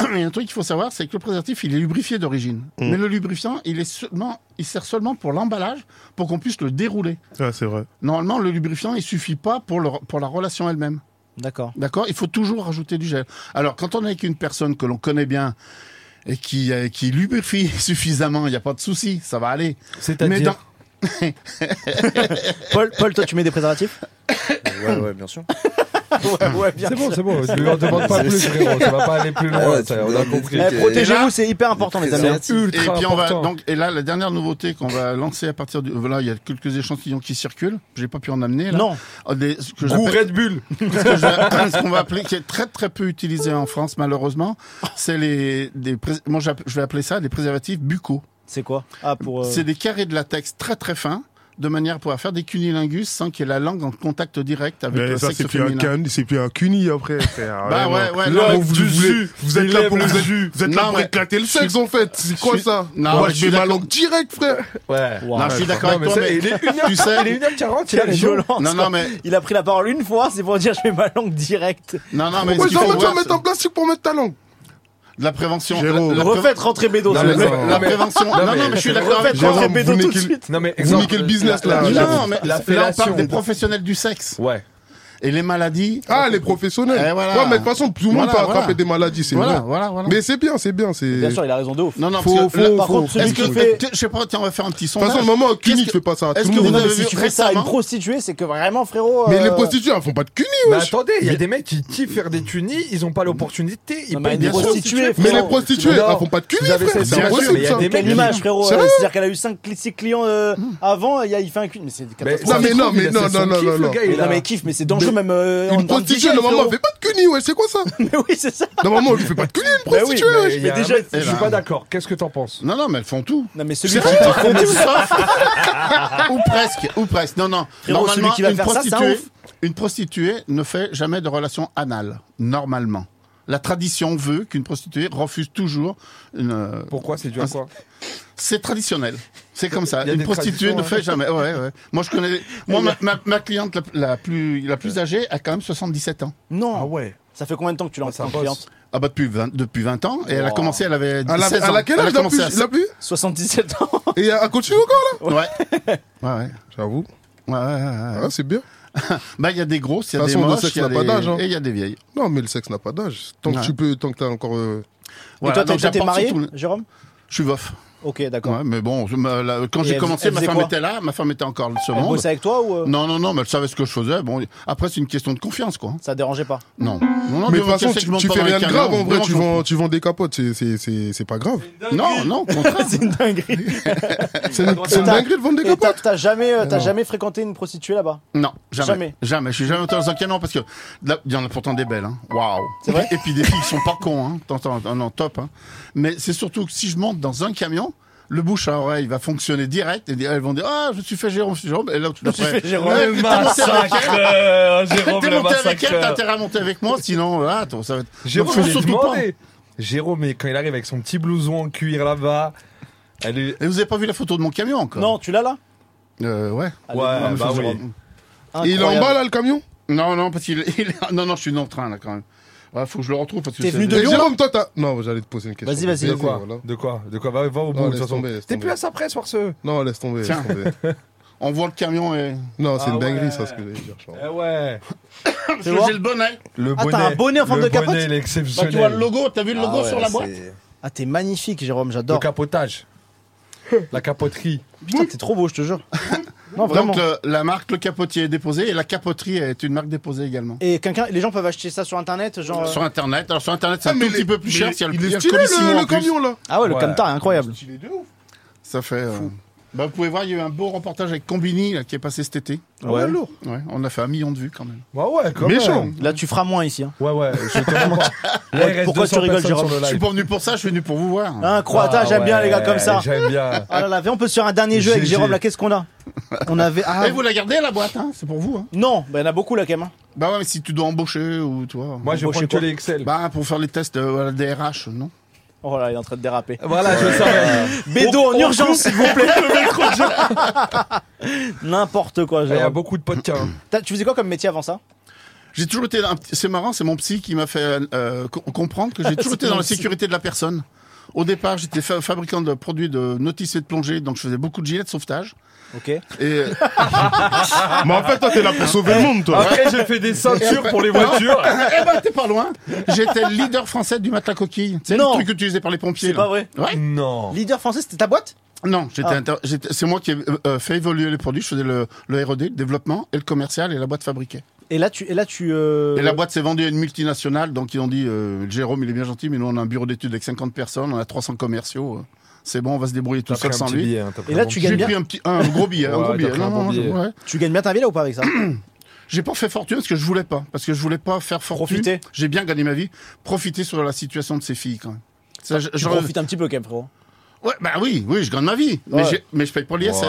<clears throat> il y a un truc qu'il faut savoir, c'est que le préservatif, il est lubrifié d'origine. Mm. Mais le lubrifiant, il est seulement, il sert seulement pour l'emballage, pour qu'on puisse le dérouler. Ouais, c'est vrai. Normalement, le lubrifiant, il suffit pas pour, le- pour la relation elle-même. D'accord. D'accord Il faut toujours rajouter du gel. Alors, quand on est avec une personne que l'on connaît bien et qui, euh, qui lubrifie <laughs> suffisamment, il n'y a pas de souci, ça va aller. C'est-à-dire Mais dans- <laughs> Paul, Paul, toi, tu mets des préservatifs Ouais, ouais, bien sûr. Ouais, ouais, bien C'est bon, sûr. c'est bon, je leur demande pas plus, frérot, ça va pas aller plus loin, ça, on a compris. Eh, Protégez-vous, c'est hyper important, les amis. et puis on va donc et là la dernière nouveauté qu'on va lancer à partir du voilà il y a quelques échantillons qui circulent j'ai pas pu en amener là. Non. Oh, des- ce que Goût j'appelle- Red Bull. <laughs> ce que je- <laughs> ce qu'on va appeler qui est très très peu utilisé en France malheureusement c'est les des pré- moi j'app- je vais appeler ça des préservatifs buccaux c'est quoi ah pour euh, c'est des carrés de latex très très fins de manière à pouvoir faire des cunilingus sans qu'il y ait la langue en contact direct avec Mais le ça, sexe c'est plus, un féminin. can- c'est plus un cuni après. frère. Bah Vraiment. ouais, ouais, Là, non, vous, du vous voulez- jus. vous êtes Il là est pour le bon. jus. Vous êtes là Non, pour mais- éclater le je suis- sexe, en fait. C'est quoi je suis- ça Non, Moi, mais je je suis fais ma d'accord. langue direct, frère. Ouais. Non, je suis d'accord avec toi, mais Il est 1h40, tu sais- il a quelle raison. violence Non, non, quoi. mais- il a pris la parole une fois c'est pour dire je mets ma langue directe Non, non, mais Ouais, ce qu'il faut j'en mets- voir, j'en mets en place c'est pour mettre ta langue. de la prévention Jérôme. la- la pré- refaites rentrer Bédo Non, s'il mais- vous plaît. non, la prévention. Non, non, mais je suis d'accord avec refaites toi. rentrer Jérôme, Bédo vous tout de niquez le- suite Non, mais Vous exemple, niquez le business euh, là. la- la- Non, mais la là on fellation. parle des professionnels du sexe. Ouais. Et les maladies. Ah, les professionnels. Eh, voilà. Ouais, mais de toute façon, tout le monde Voilà, peut voilà. attraper des maladies, c'est Voilà, vrai. voilà, voilà. Mais c'est bien, c'est bien. c'est- bien sûr il a raison de ouf Non, non, Faut- parce que faut- là, par faut- contre celui est-ce que, qui fait je sais pas, tiens, on va faire un petit De toute sondage. façon, maman, un Qu'est-ce cuni que- ne fait pas ça. à tout Est-ce le que monde. vous Non, mais avez si vu tu fais ça à une récemment prostituée c'est que vraiment frérot Mais euh, les prostituées, elles font pas de cuni, Mais wesh. attendez, il y a des mecs qui kiffent faire des tunis, ils ont pas l'opportunité, ils Non, mais payent une des prostituée, prostituées. Mais frérot, les prostituées, Non, elles font pas de cuni, vous avez frère. cette C'est image, mais il impossible, y a ça. des mecs quelle qui- image frérot Sérieux euh, c'est-à-dire qu'elle a eu 5 clients euh, avant il y a- il fait un cul mais c'est Mais- Non, catastrophique mais c'est non, trop, il mais a- non, c'est non, son non, kiff, non, le non. gars, il non a- mais kiffe mais c'est dangereux même euh, en- en Une prostituée, DJ, normalement, frérot. elle fait pas de cuni, wesh. C'est quoi ça mais oui c'est ça Normalement, on lui fait pas de cuni, une Bah oui, prostituée, mais- wesh. il y a mais un déjà, mec- je eh suis ben. pas d'accord. Qu'est-ce que t'en penses Non, non, mais elles font tout. non mais celui qui Sérieux va faire tout ça <laughs> ou presque, ou presque. Non, non. Frérot, celui qui va une faire ça, c'est un prostituée, ouf. une prostituée ne fait jamais de relation anale, normalement. La tradition veut qu'une prostituée refuse toujours une. euh, Pourquoi c'est dur à quoi C'est traditionnel. C'est comme ça. Il y a Une des prostituée traditions, ne hein. fait jamais. Ouais, ouais. Moi, je <laughs> connais. Moi, ma, ma- ma cliente la, la plus, la plus âgée a quand même 77 ans. non ouais. Ah ça fait combien de temps que tu l'as en c'est un tant que boss. cliente Ah bah depuis 20, depuis 20 ans. Et elle a Wow. commencé, elle avait Elle a- 16 ans. Elle a quel âge elle a commencé à... la pluie 77 ans Et elle continue encore, là Ouais. Ouais, ouais. J'avoue. Ouais, ouais, ouais, ouais. Ah, c'est bien. <laughs> Bah, il y a des grosses, il y a De toute des façon, le moches, sexe il y a n'a pas des- d'âge, hein. et il y a des vieilles. Non, mais le sexe n'a pas d'âge. Tant que Ouais. tu peux, tant que t'as encore. euh, et Voilà, toi t'es- donc toi, t'es j'apporte marié surtout le- Jérôme Je suis veuf. Ok, d'accord. Ouais, mais bon, je- ma- la- quand Et j'ai elle- commencé, elle ma faisait femme quoi était là, ma femme était encore le second. bossait avec toi ou euh Non, non, non, mais elle savait ce que je faisais. Bon, après, c'est une question de confiance, quoi. Ça dérangeait pas Non. non, non mais Dieu de toute façon, sait que tu, je monte tu pas fais dans les rien de canards, grave en vrai, vraiment, tu je vends, tu vends des capotes, c'est- c'est- c'est c'est pas grave. Non, non, au <laughs> contraire. c'est une dinguerie. C'est une, c'est une T'as- dinguerie de vendre des et t'as- capotes. T'as jamais, euh, t'as Non. jamais fréquenté une prostituée là-bas Non, jamais. Jamais. Jamais. Je suis jamais autant dans un canon parce que là, il y en a pourtant des belles. Hein. Waouh. C'est vrai Et puis des filles qui sont pas cons. Hein. T'entends, non, non, top. Hein. Mais c'est surtout que si je monte dans un camion, le bouche à oreille va fonctionner direct et elles vont dire Ah, je me suis fait Jérôme, je me suis Jérôme. Et là, tout suis après, fait Jérôme. Ouais, Le t'es monté avec massacreur, euh, elle. Ah, Jérôme, T'es le monté avec elle, massacreur. t'as intérêt à monter avec moi, sinon, voilà, attends, ça va être. Jérôme, Donc, faut je l'ai surtout pas. demandé. Jérôme, et quand il arrive avec son petit blouson en cuir là-bas, elle est. Et vous avez pas vu la photo de mon camion encore Non, tu l'as là Euh, ouais. Ouais, bah oui. Et il est en Incroyable. bas là le camion Non, non, parce qu'il il est- non, non, je suis dans le train là quand même. Ouais, faut que je le retrouve parce que T'es c'est- venu de Et Lyon, Jérôme, toi t'as. Non, j'allais te poser une question. Vas-y, vas-y. De De quoi De quoi De quoi Va bout, au de toute laisse façon. tomber. laisse T'es tomber. plus à ça presse, ce Non, laisse tomber. laisse Tiens. tomber. <laughs> on voit le camion et. Non, c'est Ah une dinguerie ouais. ça, ce que j'allais dire. je crois. Eh ouais. Parce que vois j'ai le bonnet. Le Ah, t'as un bonnet en forme de capote Bah, tu vois le logo, t'as vu le logo Ah ouais, sur la c'est- boîte Ah, t'es magnifique, Jérôme, j'adore. Le capotage. La capoterie. Putain, t'es trop beau, je te jure. non, vraiment. Donc le- la marque le capotier est déposé et la capoterie est une marque déposée également. Et quelqu'un, les gens peuvent acheter ça sur internet, genre. euh, Sur internet, alors sur internet c'est Ah, un mais tout petit les- peu plus mais cher. s'il y a le- il est il y a stylé, le- colissimo le en plus. camion, là. Ah ouais, le camtar est incroyable. Il est de ouf. Ça fait. euh, Bah, vous pouvez voir, il y a eu un beau reportage avec Combini là, qui est passé cet été. Ah ouais, lourd. Ouais, on a fait un million de vues quand même. Bah ouais, quand même. Là, tu feras moins ici. hein. Ouais, ouais, je te <laughs> vraiment pas. Là, il reste Pourquoi 200 tu rigoles, personnes Jérôme sur le Je suis live. pas venu pour ça, je suis venu pour vous voir. Hein, crois, Ah j'aime bien ouais, les gars comme ça. j'aime bien. Ah là là, viens, on peut se faire un dernier jeu avec GG. Jérôme, là, qu'est-ce qu'on a On <laughs> avait. Ah, Et vous la gardez la boîte, hein c'est pour vous. Hein. Non, bah, il y en a beaucoup là quand même. Bah ouais, mais si tu dois embaucher ou tu vois. Moi, je vais prendre que les Excel. Bah pour faire les tests euh, à la DRH, non Oh là, il est en train de déraper. Voilà, je savais. Bédo On- en on urgence, coupe. s'il vous plaît. <laughs> Le micro N'importe quoi, Il y a Jérôme. beaucoup de podcasts. hein. T'as- Tu faisais quoi comme métier avant ça J'ai toujours été. un petit- C'est marrant, c'est mon psy qui m'a fait euh, co- comprendre <laughs> que j'ai toujours C'est été dans mon la psy. sécurité de la personne. Au départ, j'étais fa- fabricant de produits de notices et de plongée, donc je faisais beaucoup de gilets de sauvetage. Ok. Et euh, <laughs> Mais en fait, toi, t'es là pour sauver le monde, toi. Après, j'ai fait des ceintures pour les voitures. <laughs> eh ben, t'es pas loin. J'étais le leader français du matelas coquille. C'est le Non. truc utilisé par les pompiers. C'est là. pas vrai Ouais. Non. Leader français, c'était ta boîte Non, j'étais Ah. inter- j'étais- c'est moi qui ai euh, euh, fait évoluer les produits. Je faisais le, le R&D, le développement et le commercial et la boîte fabriquait. Et là, tu. Et là, tu euh, Et la boîte s'est vendue à une multinationale, donc ils ont dit euh, Jérôme, il est bien gentil, mais nous on a un bureau d'études avec 50 personnes, on a 300 commerciaux. euh, C'est bon, on va se débrouiller tout T'as seul pris un sans petit lui. billet, hein, t'as pris Et là, un tu bon gagnes J'ai bien. pris un petit, un gros billet, un Ouais, gros t'as billet. pris Non, un bon non, je- billet. ouais. Tu gagnes bien ta vie là ou pas avec ça <clears throat> J'ai pas fait fortune parce que je voulais pas, parce que je voulais pas faire fortune. Profiter. J'ai bien gagné ma vie. Profiter sur la situation de ces filles quand même. Ça, je, Ah, Tu j'aurais- profites un petit peu quand même, frérot. Ouais, bah oui, oui, je gagne ma vie, mais, Ouais. j'ai- mais je paye pas l'ISF.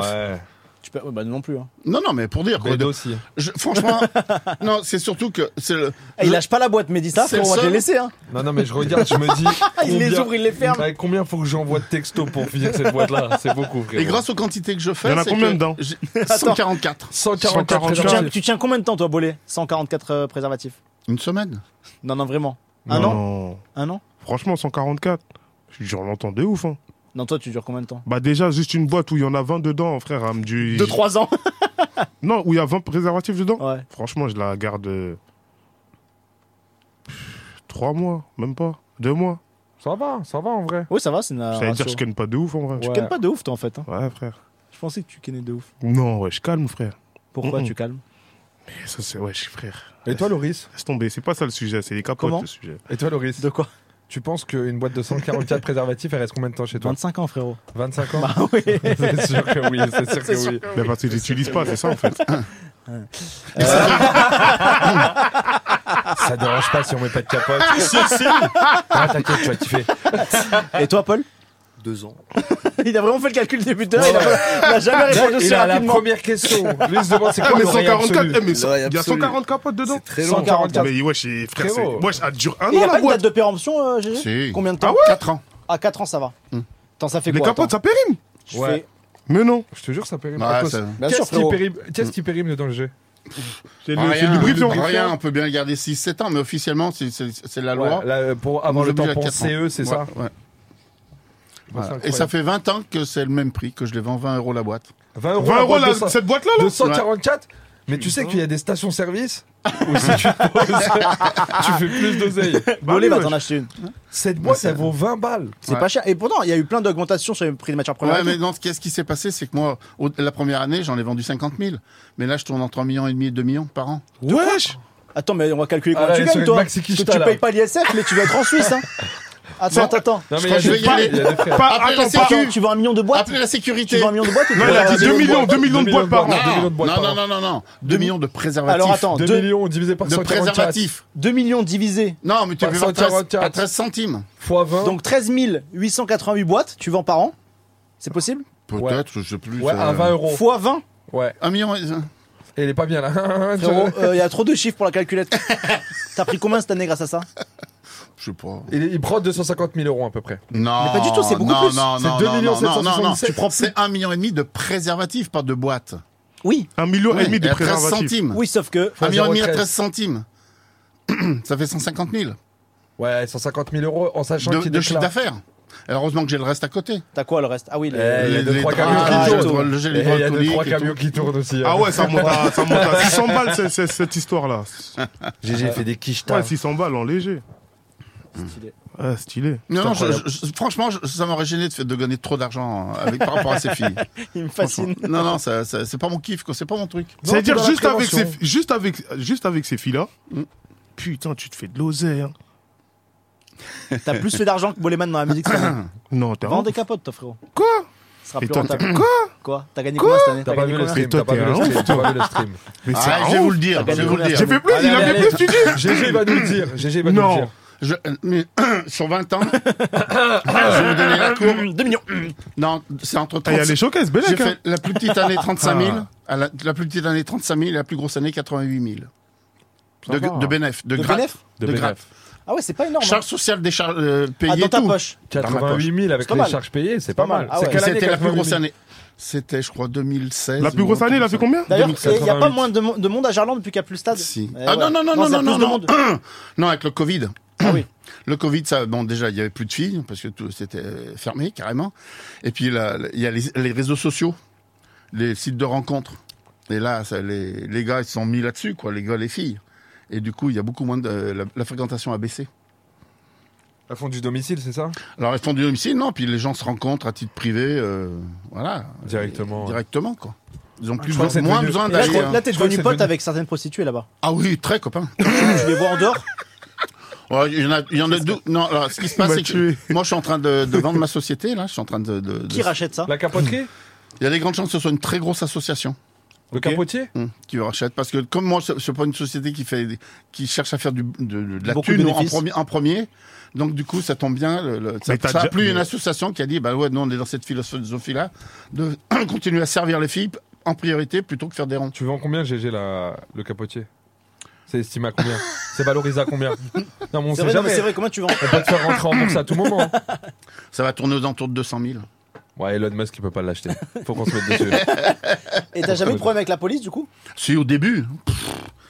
Tu peux... ouais, Bah non plus. hein. Non, non, mais pour dire. quoi, de- aussi. Je- franchement, <laughs> non, c'est surtout que c'est le. Eh, il lâche pas la boîte, Mehdi, ça, C'est le frérot, on va te seul- les laisser. Hein. Non, non, mais je regarde, je me dis. <laughs> Il les combien- ouvre, il les ferme. Ouais, combien faut que j'envoie de textos pour finir cette boîte-là C'est beaucoup, frère. Et grâce aux quantités que je fais, Il y en a c'est combien que dedans <laughs> j'ai- Attends. 144. 144 Tu tiens, tu tiens combien de temps, toi, Bolé 144 euh, préservatifs Une semaine Non, non, vraiment. Un an Non. Un an Franchement, 144. J'en entends de ouf. Hein. Non, toi, tu dures combien de temps Bah, déjà, juste une boîte où il y en a 20 dedans, frère. hein, du... Deux, trois ans. <laughs> Non, où il y a 20 préservatifs dedans Ouais. Franchement, je la garde. euh, Trois mois, même pas. Deux mois. Ça va, ça va en vrai. Oui, ça va, c'est une. Ça veut dire que je ken pas de ouf en vrai. Ah, Tu kennes pas de ouf, toi, en fait. hein. Ouais, frère. Je pensais que tu kennais de ouf. <laughs> Non, ouais, je calme, frère. Pourquoi Mm-mm. tu calmes Mais ça, c'est. Ouais, je suis frère. Et toi, Loris Laisse tomber, c'est pas ça le sujet, c'est les capotes Comment le sujet. Et toi, Loris De quoi Tu penses qu'une boîte de <laughs> 144 préservatifs, elle reste combien de temps chez toi 25 ans, frérot. 25 ans <laughs> Bah oui. C'est sûr que oui, c'est sûr <laughs> C'est que sûr oui. que Euh. Mais parce qu'ils n'utilisent pas, c'est ça en <laughs> fait. <laughs> Ça dérange pas si on met pas de capote. <laughs> Si, si. Ah, t'inquiète, tu vas kiffer. Et toi, Paul Deux ans. Il a vraiment fait le calcul débuteur, il, a, il a jamais répondu aussi Il a la rapidement. première question. Lui, il se demande c'est <laughs> Ah, quoi mais l'oreille 144, absolue eh, mais so- L'oreille il y a absolue. 140 capotes dedans très long. 144. Mais wesh, et frère, c'est. Frérot. Wesh, ça dure un Il an a la pas boîte. une Ah date de péremption, euh, GG Si. Combien de temps ouais 4 ans. Hmm. À 4 ans, ça va. Attends, ça fait Les quoi capotes, attends ça périme Je Ouais. fais- Mais non. Je te jure, ça périme. Ouais, à Ah, cause- ça- Bien sûr, Qu'est-ce qui frérot. périme Qu'est-ce qui périme dans le jeu C'est Rien, le c'est le lubrifiant. Rien, on peut bien le garder 6-7 ans, mais officiellement, c'est- c'est c'est la loi. Ouais, là, euh, pour avoir le Nous oblige à tampon quatre ans. CE, c'est Ouais, ça Ah, ouais. Voilà. incroyable. Et ça fait 20 ans que c'est le même prix, que je les vends 20 euros la boîte. 20 20 euros la boîte la- de cent- cette boîte là là De 144 Mais tu sais qu'il y <laughs> a des <laughs> stations-service où si tu te poses, tu fais plus <laughs> d'oseille. Bah Bolé va t'en acheter une. Cette boîte, elle vaut 20 balles. C'est Ouais. pas cher. Et pourtant, il y a eu plein d'augmentations sur les prix des matières premières. Ouais, et mais tout. non, qu'est-ce qui s'est passé C'est que moi, au- la première année, j'en ai vendu 50 000. Mais là, je tourne en 3 millions et demi et 2 millions par an. Wesh Attends, mais on va calculer Ah combien là, tu les gagnes, semaines toi. Parce maxi que tu quicheta, là. payes pas l'ISF, mais tu vas être en <laughs> Suisse, hein. Attends, Non. attends, attends. Non, mais il y a Je des vais frais, y il y a aller. des frais. Pas- Après la attends, sécu. attends, tu vends un million de boîtes Après la sécurité. Tu vends un million de boîtes ou tu Non, vends il a un dit million 2 millions, 2 millions de boîtes par an. Non, Non, non, non, non, non. 2 millions de préservatifs. Alors attends, 2 deux- millions divisé par 144. De préservatifs. 2 millions divisé. Non, mais tu Par peux vendre 13 144. à 13 centimes. Fois 20. Donc 13 888 boîtes, tu vends par an C'est possible Peut-être, je sais plus. euh, Ouais, ça- à 20 euros. Fois 20 Ouais. Un million. euh, Et il est pas bien <laughs> là. Frérot, euh, il y a trop de chiffres pour la calculette. <laughs> T'as pris combien cette année grâce à ça Je sais pas. Il, il prend 250 000 euros à peu près. Non. Mais pas du tout, c'est beaucoup non, plus. Non, C'est non, 2 non, millions non, non, non, non. 777. Tu prends plus. C'est 1,5 million et demi de préservatifs, pas de boîtes. Oui. 1,5 million et demi de À 13 préservatifs. centimes. Oui, sauf que. 1,5 million et demi à 0,13. 13 centimes. <clears throat> Ça fait 150 000. Ouais, 150 000 euros en sachant de, qu'il de déclare. chiffre d'affaires. Alors, heureusement que j'ai le reste à côté. T'as quoi le reste Ah oui, les- Eh, il y a Les- deux les trois draps, camions les qui hydro- tournent. Ah, le gel Et Il y a deux hydroalcoolique trois et camions tout. qui tournent aussi. Ah hein. ouais, ça remonte à, ça remonte à 600 balles c'est- c'est- cette histoire-là. GG fait des quiches Ouais, 600 balles en léger. Mmh. Ouais, stylé. Non, non, Putain, je- incroyable. je- franchement, je- ça m'aurait gêné de, fait- de gagner trop d'argent avec, par rapport à ces filles. <laughs> Il me fascine. Franchement. Non, non, ça, ça- c'est pas mon kiff, quoi, c'est pas mon truc. C'est-à-dire, juste avec, ces, ces juste, avec, juste avec ces filles-là, Mmh. putain, tu te fais de l'oseille. hein. T'as plus fait d'argent que Boleman dans la musique hein. <coughs> cette année. Non, t'as Vends des capotes, toi, frérot. Quoi Ce sera Et plus toi, rentable. t'as- Quoi Quoi T'as gagné Quoi combien cette année T'as pas gagné vu le combien stream, t'as pas vu le stream, t'as pas vu le stream. Mais c'est un Ah, je vais ouf. vous le dire, T'as je vais gagné vous le combien dire. J'ai fait plus, il a fait plus, tu dis GG va nous le dire. GG va nous le dire. Je- mais <clears throat> sur 20 ans, je vais vous donner la courbe. 2 millions. Non, c'est entre 30 Ah, il y a les showcases, Bellec, J'ai hein. fait la plus petite année 35 000, Ah. à la, la plus petite année 35 000 et la plus grosse année 88 000. Ça va. hein. De, de bénéf, de, De gratte. bénéf De, De gratte. Ah ouais, c'est pas énorme. Charges sociales des charges euh, payées. Ah, dans ta tout. poche. Dans ma poche. 88 000 C'est avec pas les mal. charges payées, c'est pas mal. Ah C'est ouais. quelle année, C'était la 88 plus 000? grosse année. C'était, je crois, 2016. La plus grosse année, elle a fait combien D'ailleurs, il n'y a pas 2007. moins de, mo- de monde à Jarland depuis qu'il n'y a plus le stade. Si. Eh ah ouais. non, non, non, non, il y non, a plus non, de non. monde. <clears throat> Non, avec le Covid. Ah oui. <clears throat> Le Covid, ça, bon, déjà, il n'y avait plus de filles parce que tout c'était fermé carrément. Et puis, là, il y a les, les réseaux sociaux, les sites de rencontres. Et là, ça, les, les gars, ils se sont mis là-dessus, quoi, les gars, les filles. Et du coup, il y a beaucoup moins de. La, la fréquentation a baissé. La fond du domicile, c'est ça Alors, ils font du domicile, non, puis les gens se rencontrent à titre privé, euh, voilà. Directement. ouais. Directement, quoi. Ils ont plus crois que c'est moins devenu- besoin Et Là, je d'aller. crois- là, t'es hein. Je crois que devenu c'est pote avec certaines prostituées là-bas. Ah oui, très copain. Tu les vois en dehors Ouais, il y en a, il y en a deux. Non, alors, ce qui se passe, m'a c'est que moi, je suis en train de, de vendre <laughs> ma société, là. Je suis en train de. de- de- Qui rachète ça La capoterie Il y a des grandes chances que ce soit une très grosse association Le capotier hum, qui rachète. Parce que, comme moi, je suis pas une société qui, fait, qui cherche à faire du, de, de la Beaucoup de thune en bénéfices. premier, en premier. Donc, du coup, ça tombe bien. le- le- ça Mais t'as ça a déjà- plu une mais- association qui a dit bah ouais, nous, on est dans cette philosophie-là, de <clears throat> continuer à servir les filles en priorité plutôt que faire des ronds. Tu vends combien GG la... le capotier C'est estimé à combien C'est valorisé à <laughs> combien Non, mais on C'est sait vrai, non, mais jamais. c'est vrai, comment tu vends On peut te faire rentrer en bourse <laughs> à tout moment. hein. Ça va tourner aux alentours de 200 000. Ouais, Elon Musk, il peut pas l'acheter. Faut qu'on se mette dessus. Et t'as jamais eu de problème avec la police du coup C'est au début.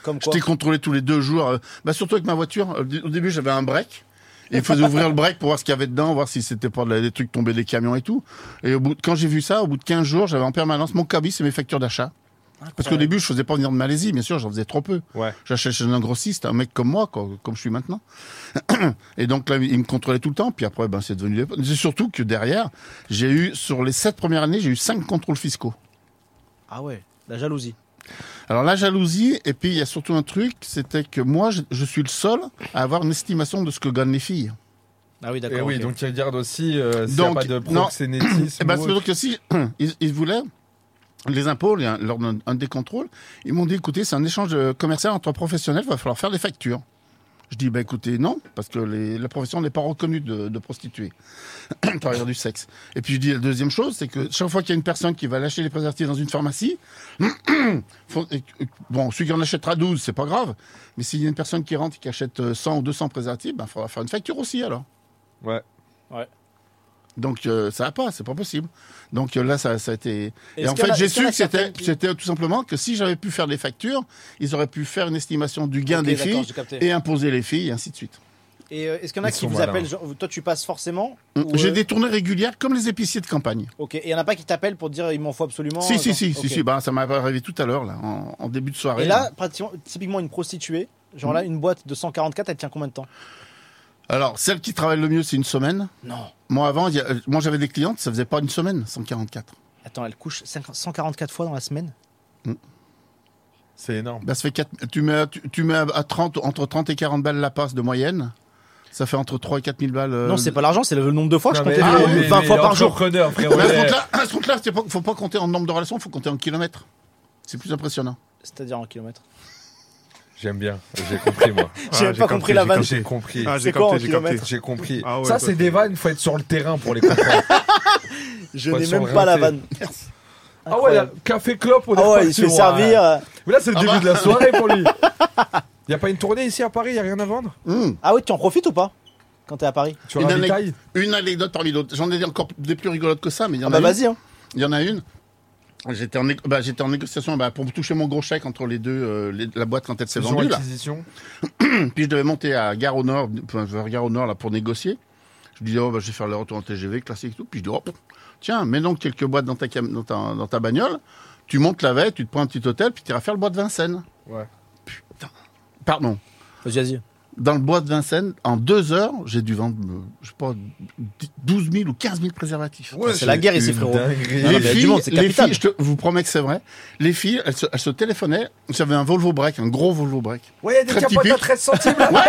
Comme quoi J'étais contrôlé tous les deux jours. euh, Bah, surtout avec ma voiture. Au dé- au début, j'avais un break. Et il faisait ouvrir le break pour voir ce qu'il y avait dedans, voir si c'était pas de la- des trucs tombés des camions et tout. Et au bout de- quand j'ai vu ça, au bout de 15 jours, j'avais en permanence mon cabis et mes factures d'achat. Parce qu'au début, je faisais pas venir de Malaisie, bien sûr, j'en faisais trop peu. Ouais. J'achetais chez un grossiste, un mec comme moi, quoi, comme je suis maintenant. Et donc là, il me contrôlait tout le temps. Puis après, ben, c'est devenu. des- C'est surtout que derrière, j'ai eu, sur les sept premières années, j'ai eu cinq contrôles fiscaux. Ah ouais, la jalousie. Alors la jalousie, et puis il y a surtout un truc, c'était que moi, je, je suis le seul à avoir une estimation de ce que gagnent les filles. Ah oui, Et d'accord. Eh oui, ok. donc il regarde aussi euh, s'il n'y a pas de non. proxénétisme. <coughs> Eh ben, ou c'est-à-dire autre. que si <clears throat> ils, ils voulaient les impôts les- lors d'un un des contrôles, ils m'ont dit écoutez, c'est un échange euh, commercial entre professionnels, va falloir faire des factures. Je dis bah écoutez non parce que les- la profession n'est pas reconnue de, de <clears throat> prostituée, travailleur du sexe. Et puis je dis la deuxième chose, c'est que chaque fois qu'il y a une personne qui va lâcher les préservatifs dans une pharmacie, <clears throat> faut- et- et- bon celui qui en achètera 12, c'est pas grave, mais s'il y a une personne qui rentre et qui achète euh, 100 ou 200 préservatifs, ben faudra faire une facture aussi alors. Ouais. Donc euh, ça va pas, c'est pas possible. Donc euh, là ça, ça a été. Et Est-ce en qu'il y en fait a- j'ai est-ce qu'il y su en a que c'était certaines qui- c'était tout simplement que si j'avais pu faire des factures, ils auraient pu faire une estimation du gain Ok, des d'accord, filles j'ai capté. et imposer les filles et ainsi de suite. Et euh, est-ce qu'il y en a Ils qui sont vous malins. appellent genre, Toi, tu passes forcément ou, Hum, J'ai euh, des tournées régulières comme les épiciers de campagne. Ok, et il y en a pas qui t'appellent pour dire il m'en faut absolument si, si, genre, si, si, Oh, ok. si, bah, ça m'est arrivé tout à l'heure, là, en, en début de bah, soirée. Et là, pratiquement, typiquement une prostituée, genre Hmm. là, une boîte de 144, elle tient combien de temps Alors, celle qui travaille le mieux, c'est une semaine. Non. Moi, avant, il y a- euh, moi, j'avais des clientes, ça faisait pas une semaine, 144. Attends, elle couche 50 144 fois dans la semaine C'est énorme. Bah, ça fait quatre- tu mets, tu, tu mets à 30, entre 30 et 40 balles la passe de moyenne. Ça fait entre 3 et 4 000 balles. euh, Non, c'est pas l'argent, c'est le nombre de fois. Non, je mais- comptais Ah, les- mais- 20 mais fois par jour. l'entrepreneur, frère. frérot. Mais à ce compte-là- à ce compte-là, c'est pas- faut pas compter en nombre de relations, faut compter en kilomètres. C'est plus impressionnant. C'est-à-dire en kilomètres. J'aime bien, j'ai compris moi. <laughs> Ah, J'ai même pas compris la vanne. J'ai compris. Ah, j'ai C'est quoi capté, en j'ai capté. kilomètres J'ai compris. Ah ouais, ça, toi, c'est des vannes, faut être sur le terrain pour les comprendre. Je Faut n'ai être sur même le pas la rincer. <laughs> vanne. Ah ouais, là, café clope, on est Ah ouais, il reparti, se hein. fait servir. euh, Mais là, c'est le début de la soirée pour <laughs> lui. Y a pas une tournée ici à Paris, y a rien à vendre Ah ouais, tu en profites ou pas Quand t'es à Paris une, anec- une anecdote parmi d'autres. J'en ai encore des plus rigolotes que ça, mais il y en Ah bah a une. vas-y, hein. Il y en a une. J'étais en, nég- bah, j'étais en négociation bah, pour toucher mon gros chèque entre les deux, euh, les- la boîte quand elle s'est Fusion, vendue. Là. acquisition. <clears throat> Puis je devais monter à Gare au Nord, enfin, vers Gare au Nord là, pour négocier. Je lui dis, oh, bah, je vais faire le retour en TGV, classique et tout. Puis je dis, oh, tiens, mets donc quelques boîtes dans ta, cam- dans ta, dans ta bagnole. Tu montes la veille, tu te prends un petit hôtel, puis tu iras faire le bois de Vincennes. Ouais. Pardon. Vas-y, vas-y. Dans le bois de Vincennes, en deux heures, j'ai dû vendre, euh, je sais pas, 12 000 ou 15 000 préservatifs. Ouais, Ah, c'est la guerre ici, frérot. Les Non, non, mais il y a du filles, monde, c'est les capital. filles, je te- vous promets que c'est vrai. Les filles, elles se, elles se téléphonaient. J'avais un Volvo break, un gros Volvo break. Ouais, y a des Très capotes à typique. 13 centimes, là. <laughs> Ouais.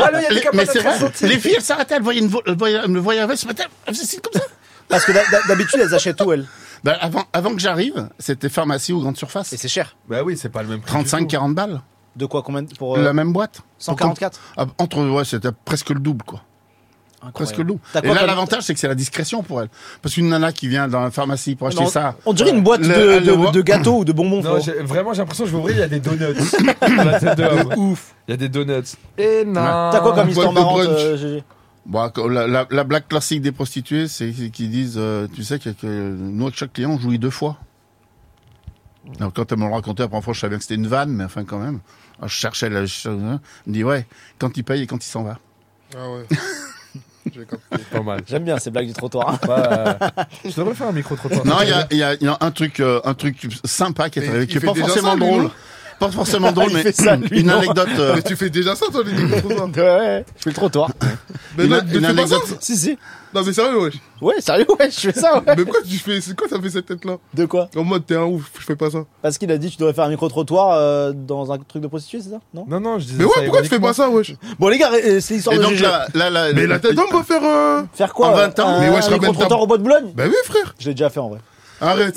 <laughs> Ouais, là, y a des les- capotes à mais c'est 13 vrai. centimes. Les filles, elles s'arrêtaient, elles voyaient une vo- elles voyaient- elles me voyaient avec ce matin. Elles faisaient signe comme ça. Ben, Parce que d'habitude, elles achètent où elles avant, avant que j'arrive, c'était pharmacie ou grande surface. Et c'est cher. Bah oui, c'est pas le même prix. 35-40 balles. De quoi combien pour euh, La même boîte. 144. Ah, Entre, ouais, c'était presque le double, quoi. Presque le double. T'as Et quoi là, comme- l'avantage, c'est que c'est la discrétion pour elle. Parce qu'une nana qui vient dans la pharmacie pour acheter on, ça. euh, on dirait une boîte le- de, de- le- de gâteaux ou de bonbons. Non, frérot. j'ai- vraiment, j'ai l'impression que je vais ouvrir, il y a des <laughs> donuts. <laughs> Dans la tête Bah, de <laughs> <laughs> Ham. Ouf. Il y a des donuts. Et non. Ouais. histoire Boîte de marrante, brunch. euh, GG? Bah, quand- la, la- la blague classique des prostituées, c'est c'est qu'ils disent, euh, tu sais que, que nous avec chaque client, on jouit deux fois. Alors quand elles me le raconté, la première fois, je savais que c'était une vanne, mais enfin quand même. Alors, je cherchais, la, je, elle me dit ouais, quand il paye et quand il s'en va. Ah <laughs> ouais. J'ai compris. Pas mal. Bah, J'aime bien ces blagues du trottoir. hein. Je devrais faire un micro-trottoir. Non, il y a, il y a- il y a un truc, euh, un truc sympa qui est Mais arrivé, il qui est fait pas déjà forcément ça, lui, drôle. non Ah, Pas <laughs> forcément drôle, Il mais fait ça, lui, une non anecdote. euh, Mais tu fais déjà ça, toi, les micros trottoirs Ouais, je fais le trottoir. <laughs> Mais Une- non, une mais tu fais pas ça anecdote. Si, si. Non, mais sérieux, wesh. Ouais, sérieux, ouais, je fais ça, ouais. Mais <laughs> pourquoi <laughs> tu fais. C'est quoi ça fait cette tête-là De quoi En mode, t'es un ouf, je fais pas ça. Parce qu'il a dit tu devrais faire un micro-trottoir euh, dans un truc de prostituée, c'est ça Non Non, non, je disais. Mais ouais, pourquoi tu fais pas ça, wesh Bon, les gars, euh, c'est l'histoire Et de donc, GG. là- là- là- Mais là, t'as- non, on peut faire, euh, Faire quoi en 20 ans. euh, Mais ouais, je un ramène ta- micro-trottoir au bois de Boulogne Bah oui, frère. Je l'ai déjà fait en vrai. Arrête.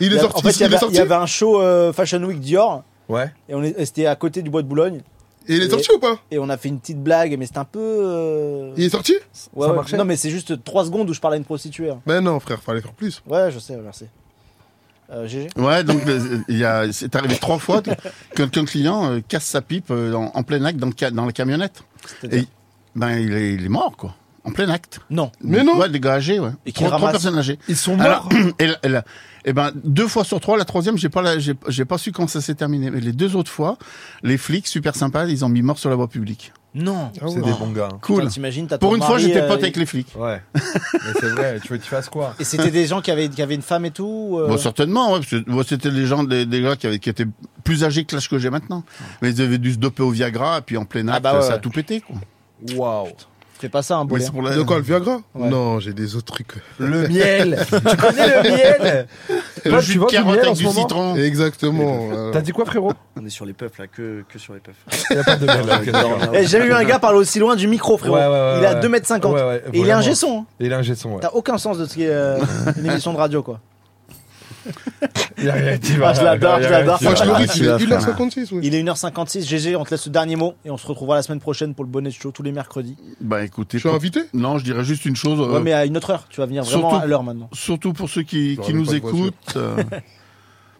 Il Il est y a- sorti, En fait, il y il avait- est sorti. il y avait un show euh, Fashion Week Dior. Ouais. Et on est- et c'était à côté du bois de Boulogne. Et il est sorti ou pas Et on a fait une petite blague, mais c'était un peu. euh, Il est sorti Ouais, ouais. Non, mais c'est juste 3 secondes où je parle à une prostituée. hein. Mais non, frère, fallait faire plus. Ouais, je sais, merci. Euh, GG. Ouais, donc le- il y a, c'est arrivé trois fois que- qu'un qu'un client euh, casse sa pipe euh, en, en plein acte dans, le ca- dans la camionnette. C'est-à-dire Et ben il est, il est mort quoi, en plein acte. Non. Mais non. Ouais, des gars âgés, ouais. Et qui trois, trois ramassent. personnes âgées. Ils sont morts. <clears throat> et, la- et la- eh ben deux fois sur trois, la troisième, j'ai pas, la- j'ai, j'ai pas su quand ça s'est terminé. Mais les deux autres fois, les flics super sympas, ils ont mis mort sur la voie publique. Non. C'est des bons gars. hein. Cool. Putain, t'imagines, t'as Pour ton une fois, mari, j'étais euh, pote il- avec les flics. Ouais. <laughs> Mais c'est vrai, tu veux qu'il fasse quoi Et c'était des gens qui avaient, qui avaient une femme et tout ou, euh, Bon, certainement, ouais, parce que, bon, c'était des gens, des, des gars qui, avaient, qui étaient plus âgés que l'âge que j'ai maintenant. Mais ils avaient dû se doper au Viagra, et puis en plein acte, bah ouais, ça a ouais. tout pété, quoi. Waouh. Fais pas ça, un Mais boulet. c'est pour la... De quoi, le Viagra Ouais. Hein Non, j'ai des autres trucs. Le <laughs> miel. tu connais le miel Le Toi, jus tu de vois carotte miel en avec ce du moment citron. Exactement. euh, T'as dit quoi, frérot On est sur les puffs là, que, que sur les <laughs> puffs. Il a pas de miel, là, ok, d'accord. Eh, J'ai jamais vu un gars parler aussi loin du micro, frérot. Ouais, ouais, ouais, il est à ouais. 2m50. Ouais, ouais, et il est un vraiment. gesson. hein. Et il a un gesson, ouais. T'as aucun sens de ce qui est euh, une émission de radio, quoi. <laughs> Il a rien dit, Ah, je voilà. l'adore, Il je a l'adore. rien dit, voilà. Il est 1h56. GG, on te laisse le dernier mot et on se retrouvera la semaine prochaine pour le bonnet show tous les mercredis. Bah écoutez. Je suis invité Non, je dirais juste une chose. euh, Ouais, mais à une autre heure. Tu vas venir vraiment à l'heure maintenant. Surtout pour ceux qui, J'aurais qui même nous pas de voiture. écoutent. <laughs> euh,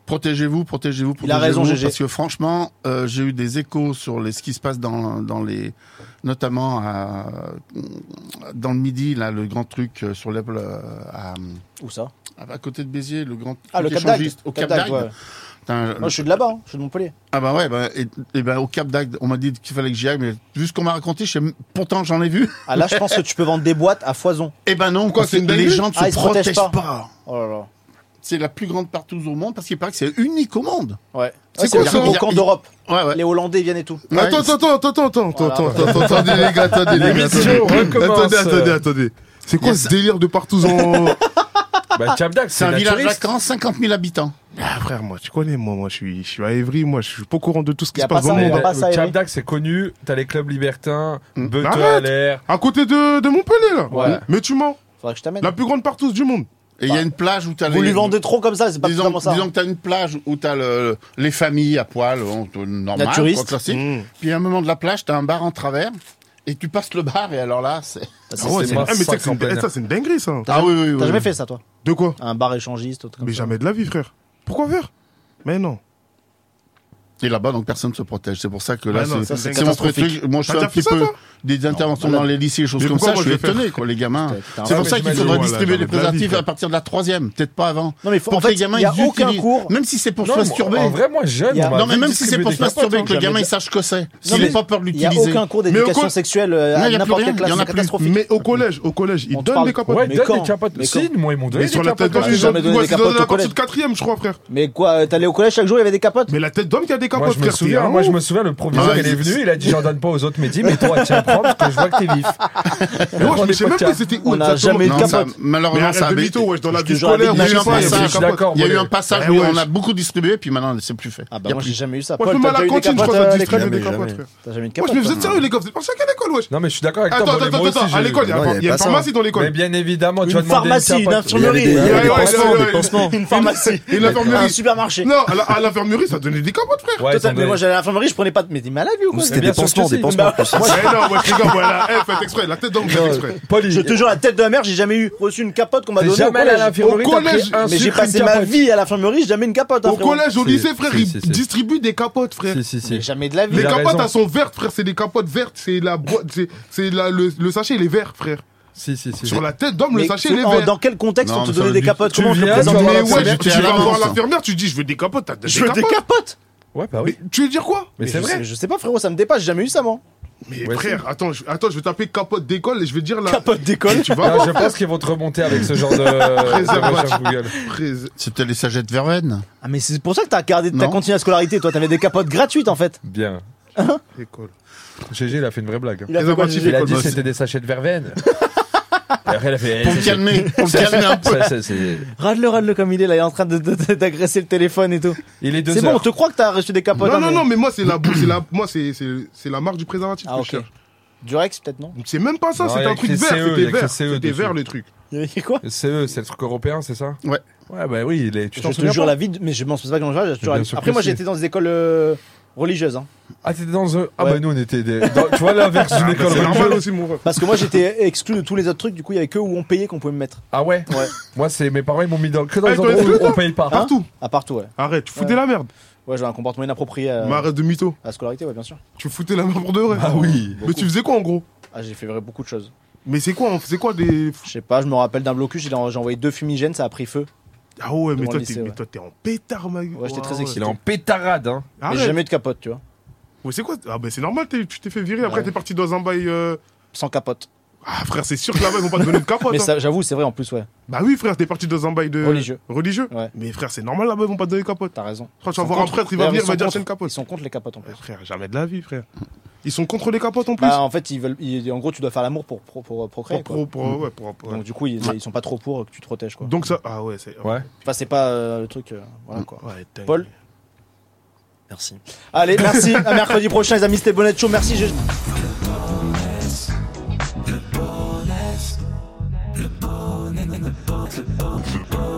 Protégez-vous, protégez-vous, protégez-vous. Il a raison, GG. Parce que franchement, euh, j'ai eu des échos sur les, ce qui se passe dans, dans les. Notamment à, dans le midi, là, le grand truc euh, sur l'Apple. euh, à- Où ça bah, à, à côté de Béziers, le grand. Ah, le truc Cap d'Agde. échangiste, Au Cap Cap d'Agde, d'Agde. ouais. Moi, je suis de là-bas, hein, je suis de Montpellier. Ah bah ouais, bah, et, et bah, au Cap d'Agde, on m'a dit qu'il fallait que j'y aille, mais vu ce qu'on m'a raconté, je sais même- pourtant j'en ai vu. Ah, là, je pense que tu peux vendre des boîtes <laughs> à foison. Eh ben non, quoi, On c'est s'est une dingue. les gens ne Ah, ils se se protègent protègent pas. pas. Oh C'est la plus grande partouze au monde parce qu'il paraît que c'est unique au monde. Ouais. C'est Ouais, quoi, le ça plus beau camp Il- d'Europe. Les Hollandais viennent et tout. Attends, attends, attends, attends, attends, attends, attends, Voilà. attends, attendez les gars, attendez les gars. L'émission attendez. recommence. Attendez, attendez, attendez. C'est quoi ce délire de partout en. Bah, Tchabdak, C'est un village vacant, 50 000 habitants. Ah frère, moi tu connais, moi, moi je suis, je suis à Évry, moi je suis pas au courant de tout ce qui Y a se pas passe ça, dans le y a monde. pas ça, Le Tchabdak, c'est connu. T'as les clubs libertins, Hmm. Beutel, l'air. Arrête À côté de, de Montpellier là Ouais. Mais tu mens Faudrait que je t'amène. La plus grande partouze du monde Et il y a une plage où t'as Vous lui vendez trop comme ça, c'est pas disons, vraiment ça. Disons que t'as une plage où t'as le, les familles à poil, on- normal, Naturiste. quoi, classique. Mm. Puis à un moment de la plage, t'as un bar en travers et tu passes le bar et alors là, c'est. Ah ouais, c'est- ah, mais c'est- c'est- eh, ça, c'est une dinguerie ça Ah oui, oui, oui. T'as jamais fait ça, toi De quoi Un bar échangiste, autre Mais jamais de la vie frère Pourquoi faire Mais non Et là-bas, donc personne ne se protège. C'est pour ça que là, Ah non, ça, c'est- c'est c'est mon truc. catastrophique. Moi, je T'as fais un déjà petit fait ça, peu toi des interventions Non, dans les lycées, choses mais comme pourquoi ça. moi, Je suis je vais étonné, faire quoi, les gamins. t'as C'est un pour vrai ça qu'il j'imagine, faudrait ouais, là, distribuer j'en ai les de la vie, préservatifs frère. à partir de la troisième, peut-être pas avant. Non, mais faut- pour en que fait, les gamins, y a ils aucun utilisent- cours. Même si c'est pour Non, se mais masturber. en vrai, moi, jeune, Y a- on m'a Non, mais même si distribué c'est pour des se masturber, capotes, que le hein, gamin, jamais il de- sache que c'est. Non, S'il mais n'est pas peur de y a l'utiliser. aucun cours Mais au d'éducation col- sexuelle, euh, Non, à y a plus n'importe rien, quelle classe, y en a c'est plus. catastrophique. Mais au collège, au collège, ils te donnent parle- des capotes Ouais, Mais donne quand des des capotes. Mais Si, Si, quand moi, ils m'ont donné Mais des sur la capotes. tête d'homme, Ouais, ils j'ai jamais donnent donné ouais, des ils donnent capotes au à partir collège. de quatrième, je crois, frère Mais quoi, euh, t'allais au collège chaque jour, il y avait des capotes Mais la tête d'homme qui a des Moi, je me souviens, moi, je me souviens, le proviseur, Ah, il est venu, il a <laughs> dit, j'en donne pas aux autres, mais dis, mais toi, tiens, prends, parce que je vois que t'es vif. Mais moi, je me sais même Podcast. pas c'était où On a exactement. jamais eu de Non, ça- capote. Mais Malheureusement, arrête ça de avait mytho, ouais, dans la Je vie te jure, scolaire, il y a eu un pas, il y avait passage. des capotes. Il y a eu un passage Eh où ouais, on a je- beaucoup distribué, puis maintenant, c'est plus fait. Ah Y bah a moi, plus. j'ai jamais eu ça. Moi, Paul, je me t'as mets à la déjà eu des cantine, je crois capotes, que ça euh, distribue Alexandre des capotes, frère. T'as jamais Moi, eu de capote je me faisais toi sérieux, les gars, vous êtes pas ça qu'à l'école, wesh Non, mais je suis d'accord avec Attends, toi. moi, attends, moi attends, aussi, à j'ai- l'école, il y a il y a une pharmacie dans l'école. Mais bien évidemment, tu vas Une demander. pharmacie, une infirmerie, Il y avait des- il y avait des pansements, des pansements. Une <laughs> pharmacie, Et l'infirmerie. un supermarché. Non, à la- à l'infirmerie, ça donnait des capotes, frère. Toi, t'as- mais moi j'allais à l'infirmerie, je prenais pas de. Mais t'es malade lui ou quoi Mais c'était des pansements, des pansements, Bah, en plus. Ouais, non, ouais, je <laughs> rigole, voilà. Eh, faites exprès, la tête d'homme, faites exprès. Je te jure, la tête de la mère, j'ai jamais eu reçu une capote qu'on m'a euh, T'es donnée au jamais allé collège. à l'infirmerie, Au t'as pris collège, un mais j'ai sucre, passé une ma capote. vie à l'infirmerie, j'ai jamais une capote. hein, Au frérot. collège, au lycée, frère, si, ils si, si. distribuent des capotes, frère. Si, si, si. Mais jamais de la vie. Les Il a capotes, raison. elles sont vertes, frère. C'est des capotes vertes. C'est la boîte. C'est, c'est la- le, le sachet, il est vert, frère. Si, si, si. Sur la tête d'homme, le Mais sachet, tu- il est en- vert. Dans quel contexte Non, on te mais ça donnait veut des dire- capotes tu Comment je le viens, présente tu vas Mais Alors, ça veut ouais, dire tu que t'es à vas voir l'avance. l'infirmière, tu dis, je veux des capotes, t'as des Je veux des capotes. capotes Ouais, bah oui. Tu veux dire quoi Mais je c'est sais- vrai. Je sais pas, frérot, ça me dépasse, j'ai jamais eu ça, moi. Mais frère, attends, je, attends, je vais taper capote d'école et je vais dire la. Capote d'école Tu vas Non, voir. je pense qu'ils vont te remonter avec ce genre de, Euh, <laughs> de Préservatif. recherche Google. Prés- C'est peut-être les sagettes verveines. Ah, mais c'est pour ça que t'as gardé, t'as Non. continué la scolarité, toi, t'avais des capotes gratuites en fait. Bien. École. GG, il a fait une vraie blague. Hein Il a fait quoi, Préservatif GG Il a dit école, c'était des sachets de <laughs> verveine. Et après, il a fait. eh, Pour ça, le c'est- calmer, pour le ça, calmer un peu. ça, ça, c'est- Rade-le, rade-le comme il est là, il est en train de- de- de- d'agresser le téléphone et tout. Il est deux C'est bon, heures. on te croit que t'as reçu des capotes. Non, hein, non, non, mais moi, c'est la, bou- c'est la, moi, c'est, c'est, c'est la marque du préservatif Ah, que ok. je cherche. Durex, peut-être, non C'est même pas ça, Non, c'est il y a un truc écrit vert, CE, il y a c'était écrit vert. CE C'était dessus. vere le truc. Il y avait quoi Le CE, c'est le truc européen, c'est ça Ouais. Ouais, bah oui, il est. Tu t'en Je te souviens jure, pas la vie, de- mais je pense pas que j'en jure, j'ai bien toujours la vie. sûr Après, que moi, si. j'étais dans des écoles euh, religieuses. hein. Ah, t'étais dans un. Ah, Ouais. bah nous, on était. Des... dans- Tu vois l'inverse Ah, d'une bah, école c'est normal religieuse. aussi, mon frère. Parce que moi, j'étais exclu de tous les autres trucs, du coup, il y avait que où on payait qu'on pouvait me mettre. Ah ouais Ouais. Moi, c'est mes parents, ils m'ont mis dans... que dans Ah, les ils t'ont endroits exclu, où on toi paye pas. Partout. À partout, Hein ouais. Arrête, tu foutais la merde. Ouais, j'avais un comportement inapproprié euh, Mais arrête de mytho. à la scolarité, ouais, bien sûr. Tu foutais la merde pour de vrai. Ah oui. Mais tu faisais quoi en gros Ah, j'ai fait vrai beaucoup de choses. Mais c'est quoi, c'est quoi des. Je sais pas, je me rappelle d'un blocus, j'ai j'ai envoyé deux fumigènes, ça a pris feu. Ah ouais, mais Devant toi, le lycée, t'es, mais ouais. toi, t'es en pétard, ma gueule. Ouais, j'étais très Ah excité. Il est en pétarade, hein. Mais Arrête. j'ai jamais eu de capote, tu vois. Ouais, c'est quoi Ah, bah c'est normal, t'es- tu t'es fait virer, après Ouais. t'es parti dans un bail. euh, Sans capote. Ah, frère, c'est sûr que là-bas, ils vont pas te donner de capote. Mais hein. ça, j'avoue, c'est vrai en plus, ouais. Bah oui, frère, t'es parti dans un bail de. Religieux. Religieux Ouais. Mais frère, c'est normal là-bas, ils vont pas te donner de capote. T'as raison. Quand tu vas Ils sont voir un contre. prêtre, il va D'ailleurs, venir, ils il va sont dire contre- c'est une capote. Ils sont contre les capotes en plus. Frère, jamais de la vie, frère. Ils sont contre les capotes en plus. Bah, en fait, ils veulent, ils- en gros, tu dois faire l'amour pour, pour, pour procréer. Pour- pour- quoi. pour- ouais, pour- pour- Donc, du coup, ils, ils sont pas trop pour que tu te protèges, quoi. Donc ça. Ah ouais, c'est. Ouais. Enfin, c'est pas euh, le truc. euh, voilà, quoi. Ouais, dingue. Paul Merci. Allez, <laughs> merci. à mercredi prochain, les amis. C'était Bonnet Show. Merci. j'ai- Le bonnet, le bonnet, le bonnet, le bonnet.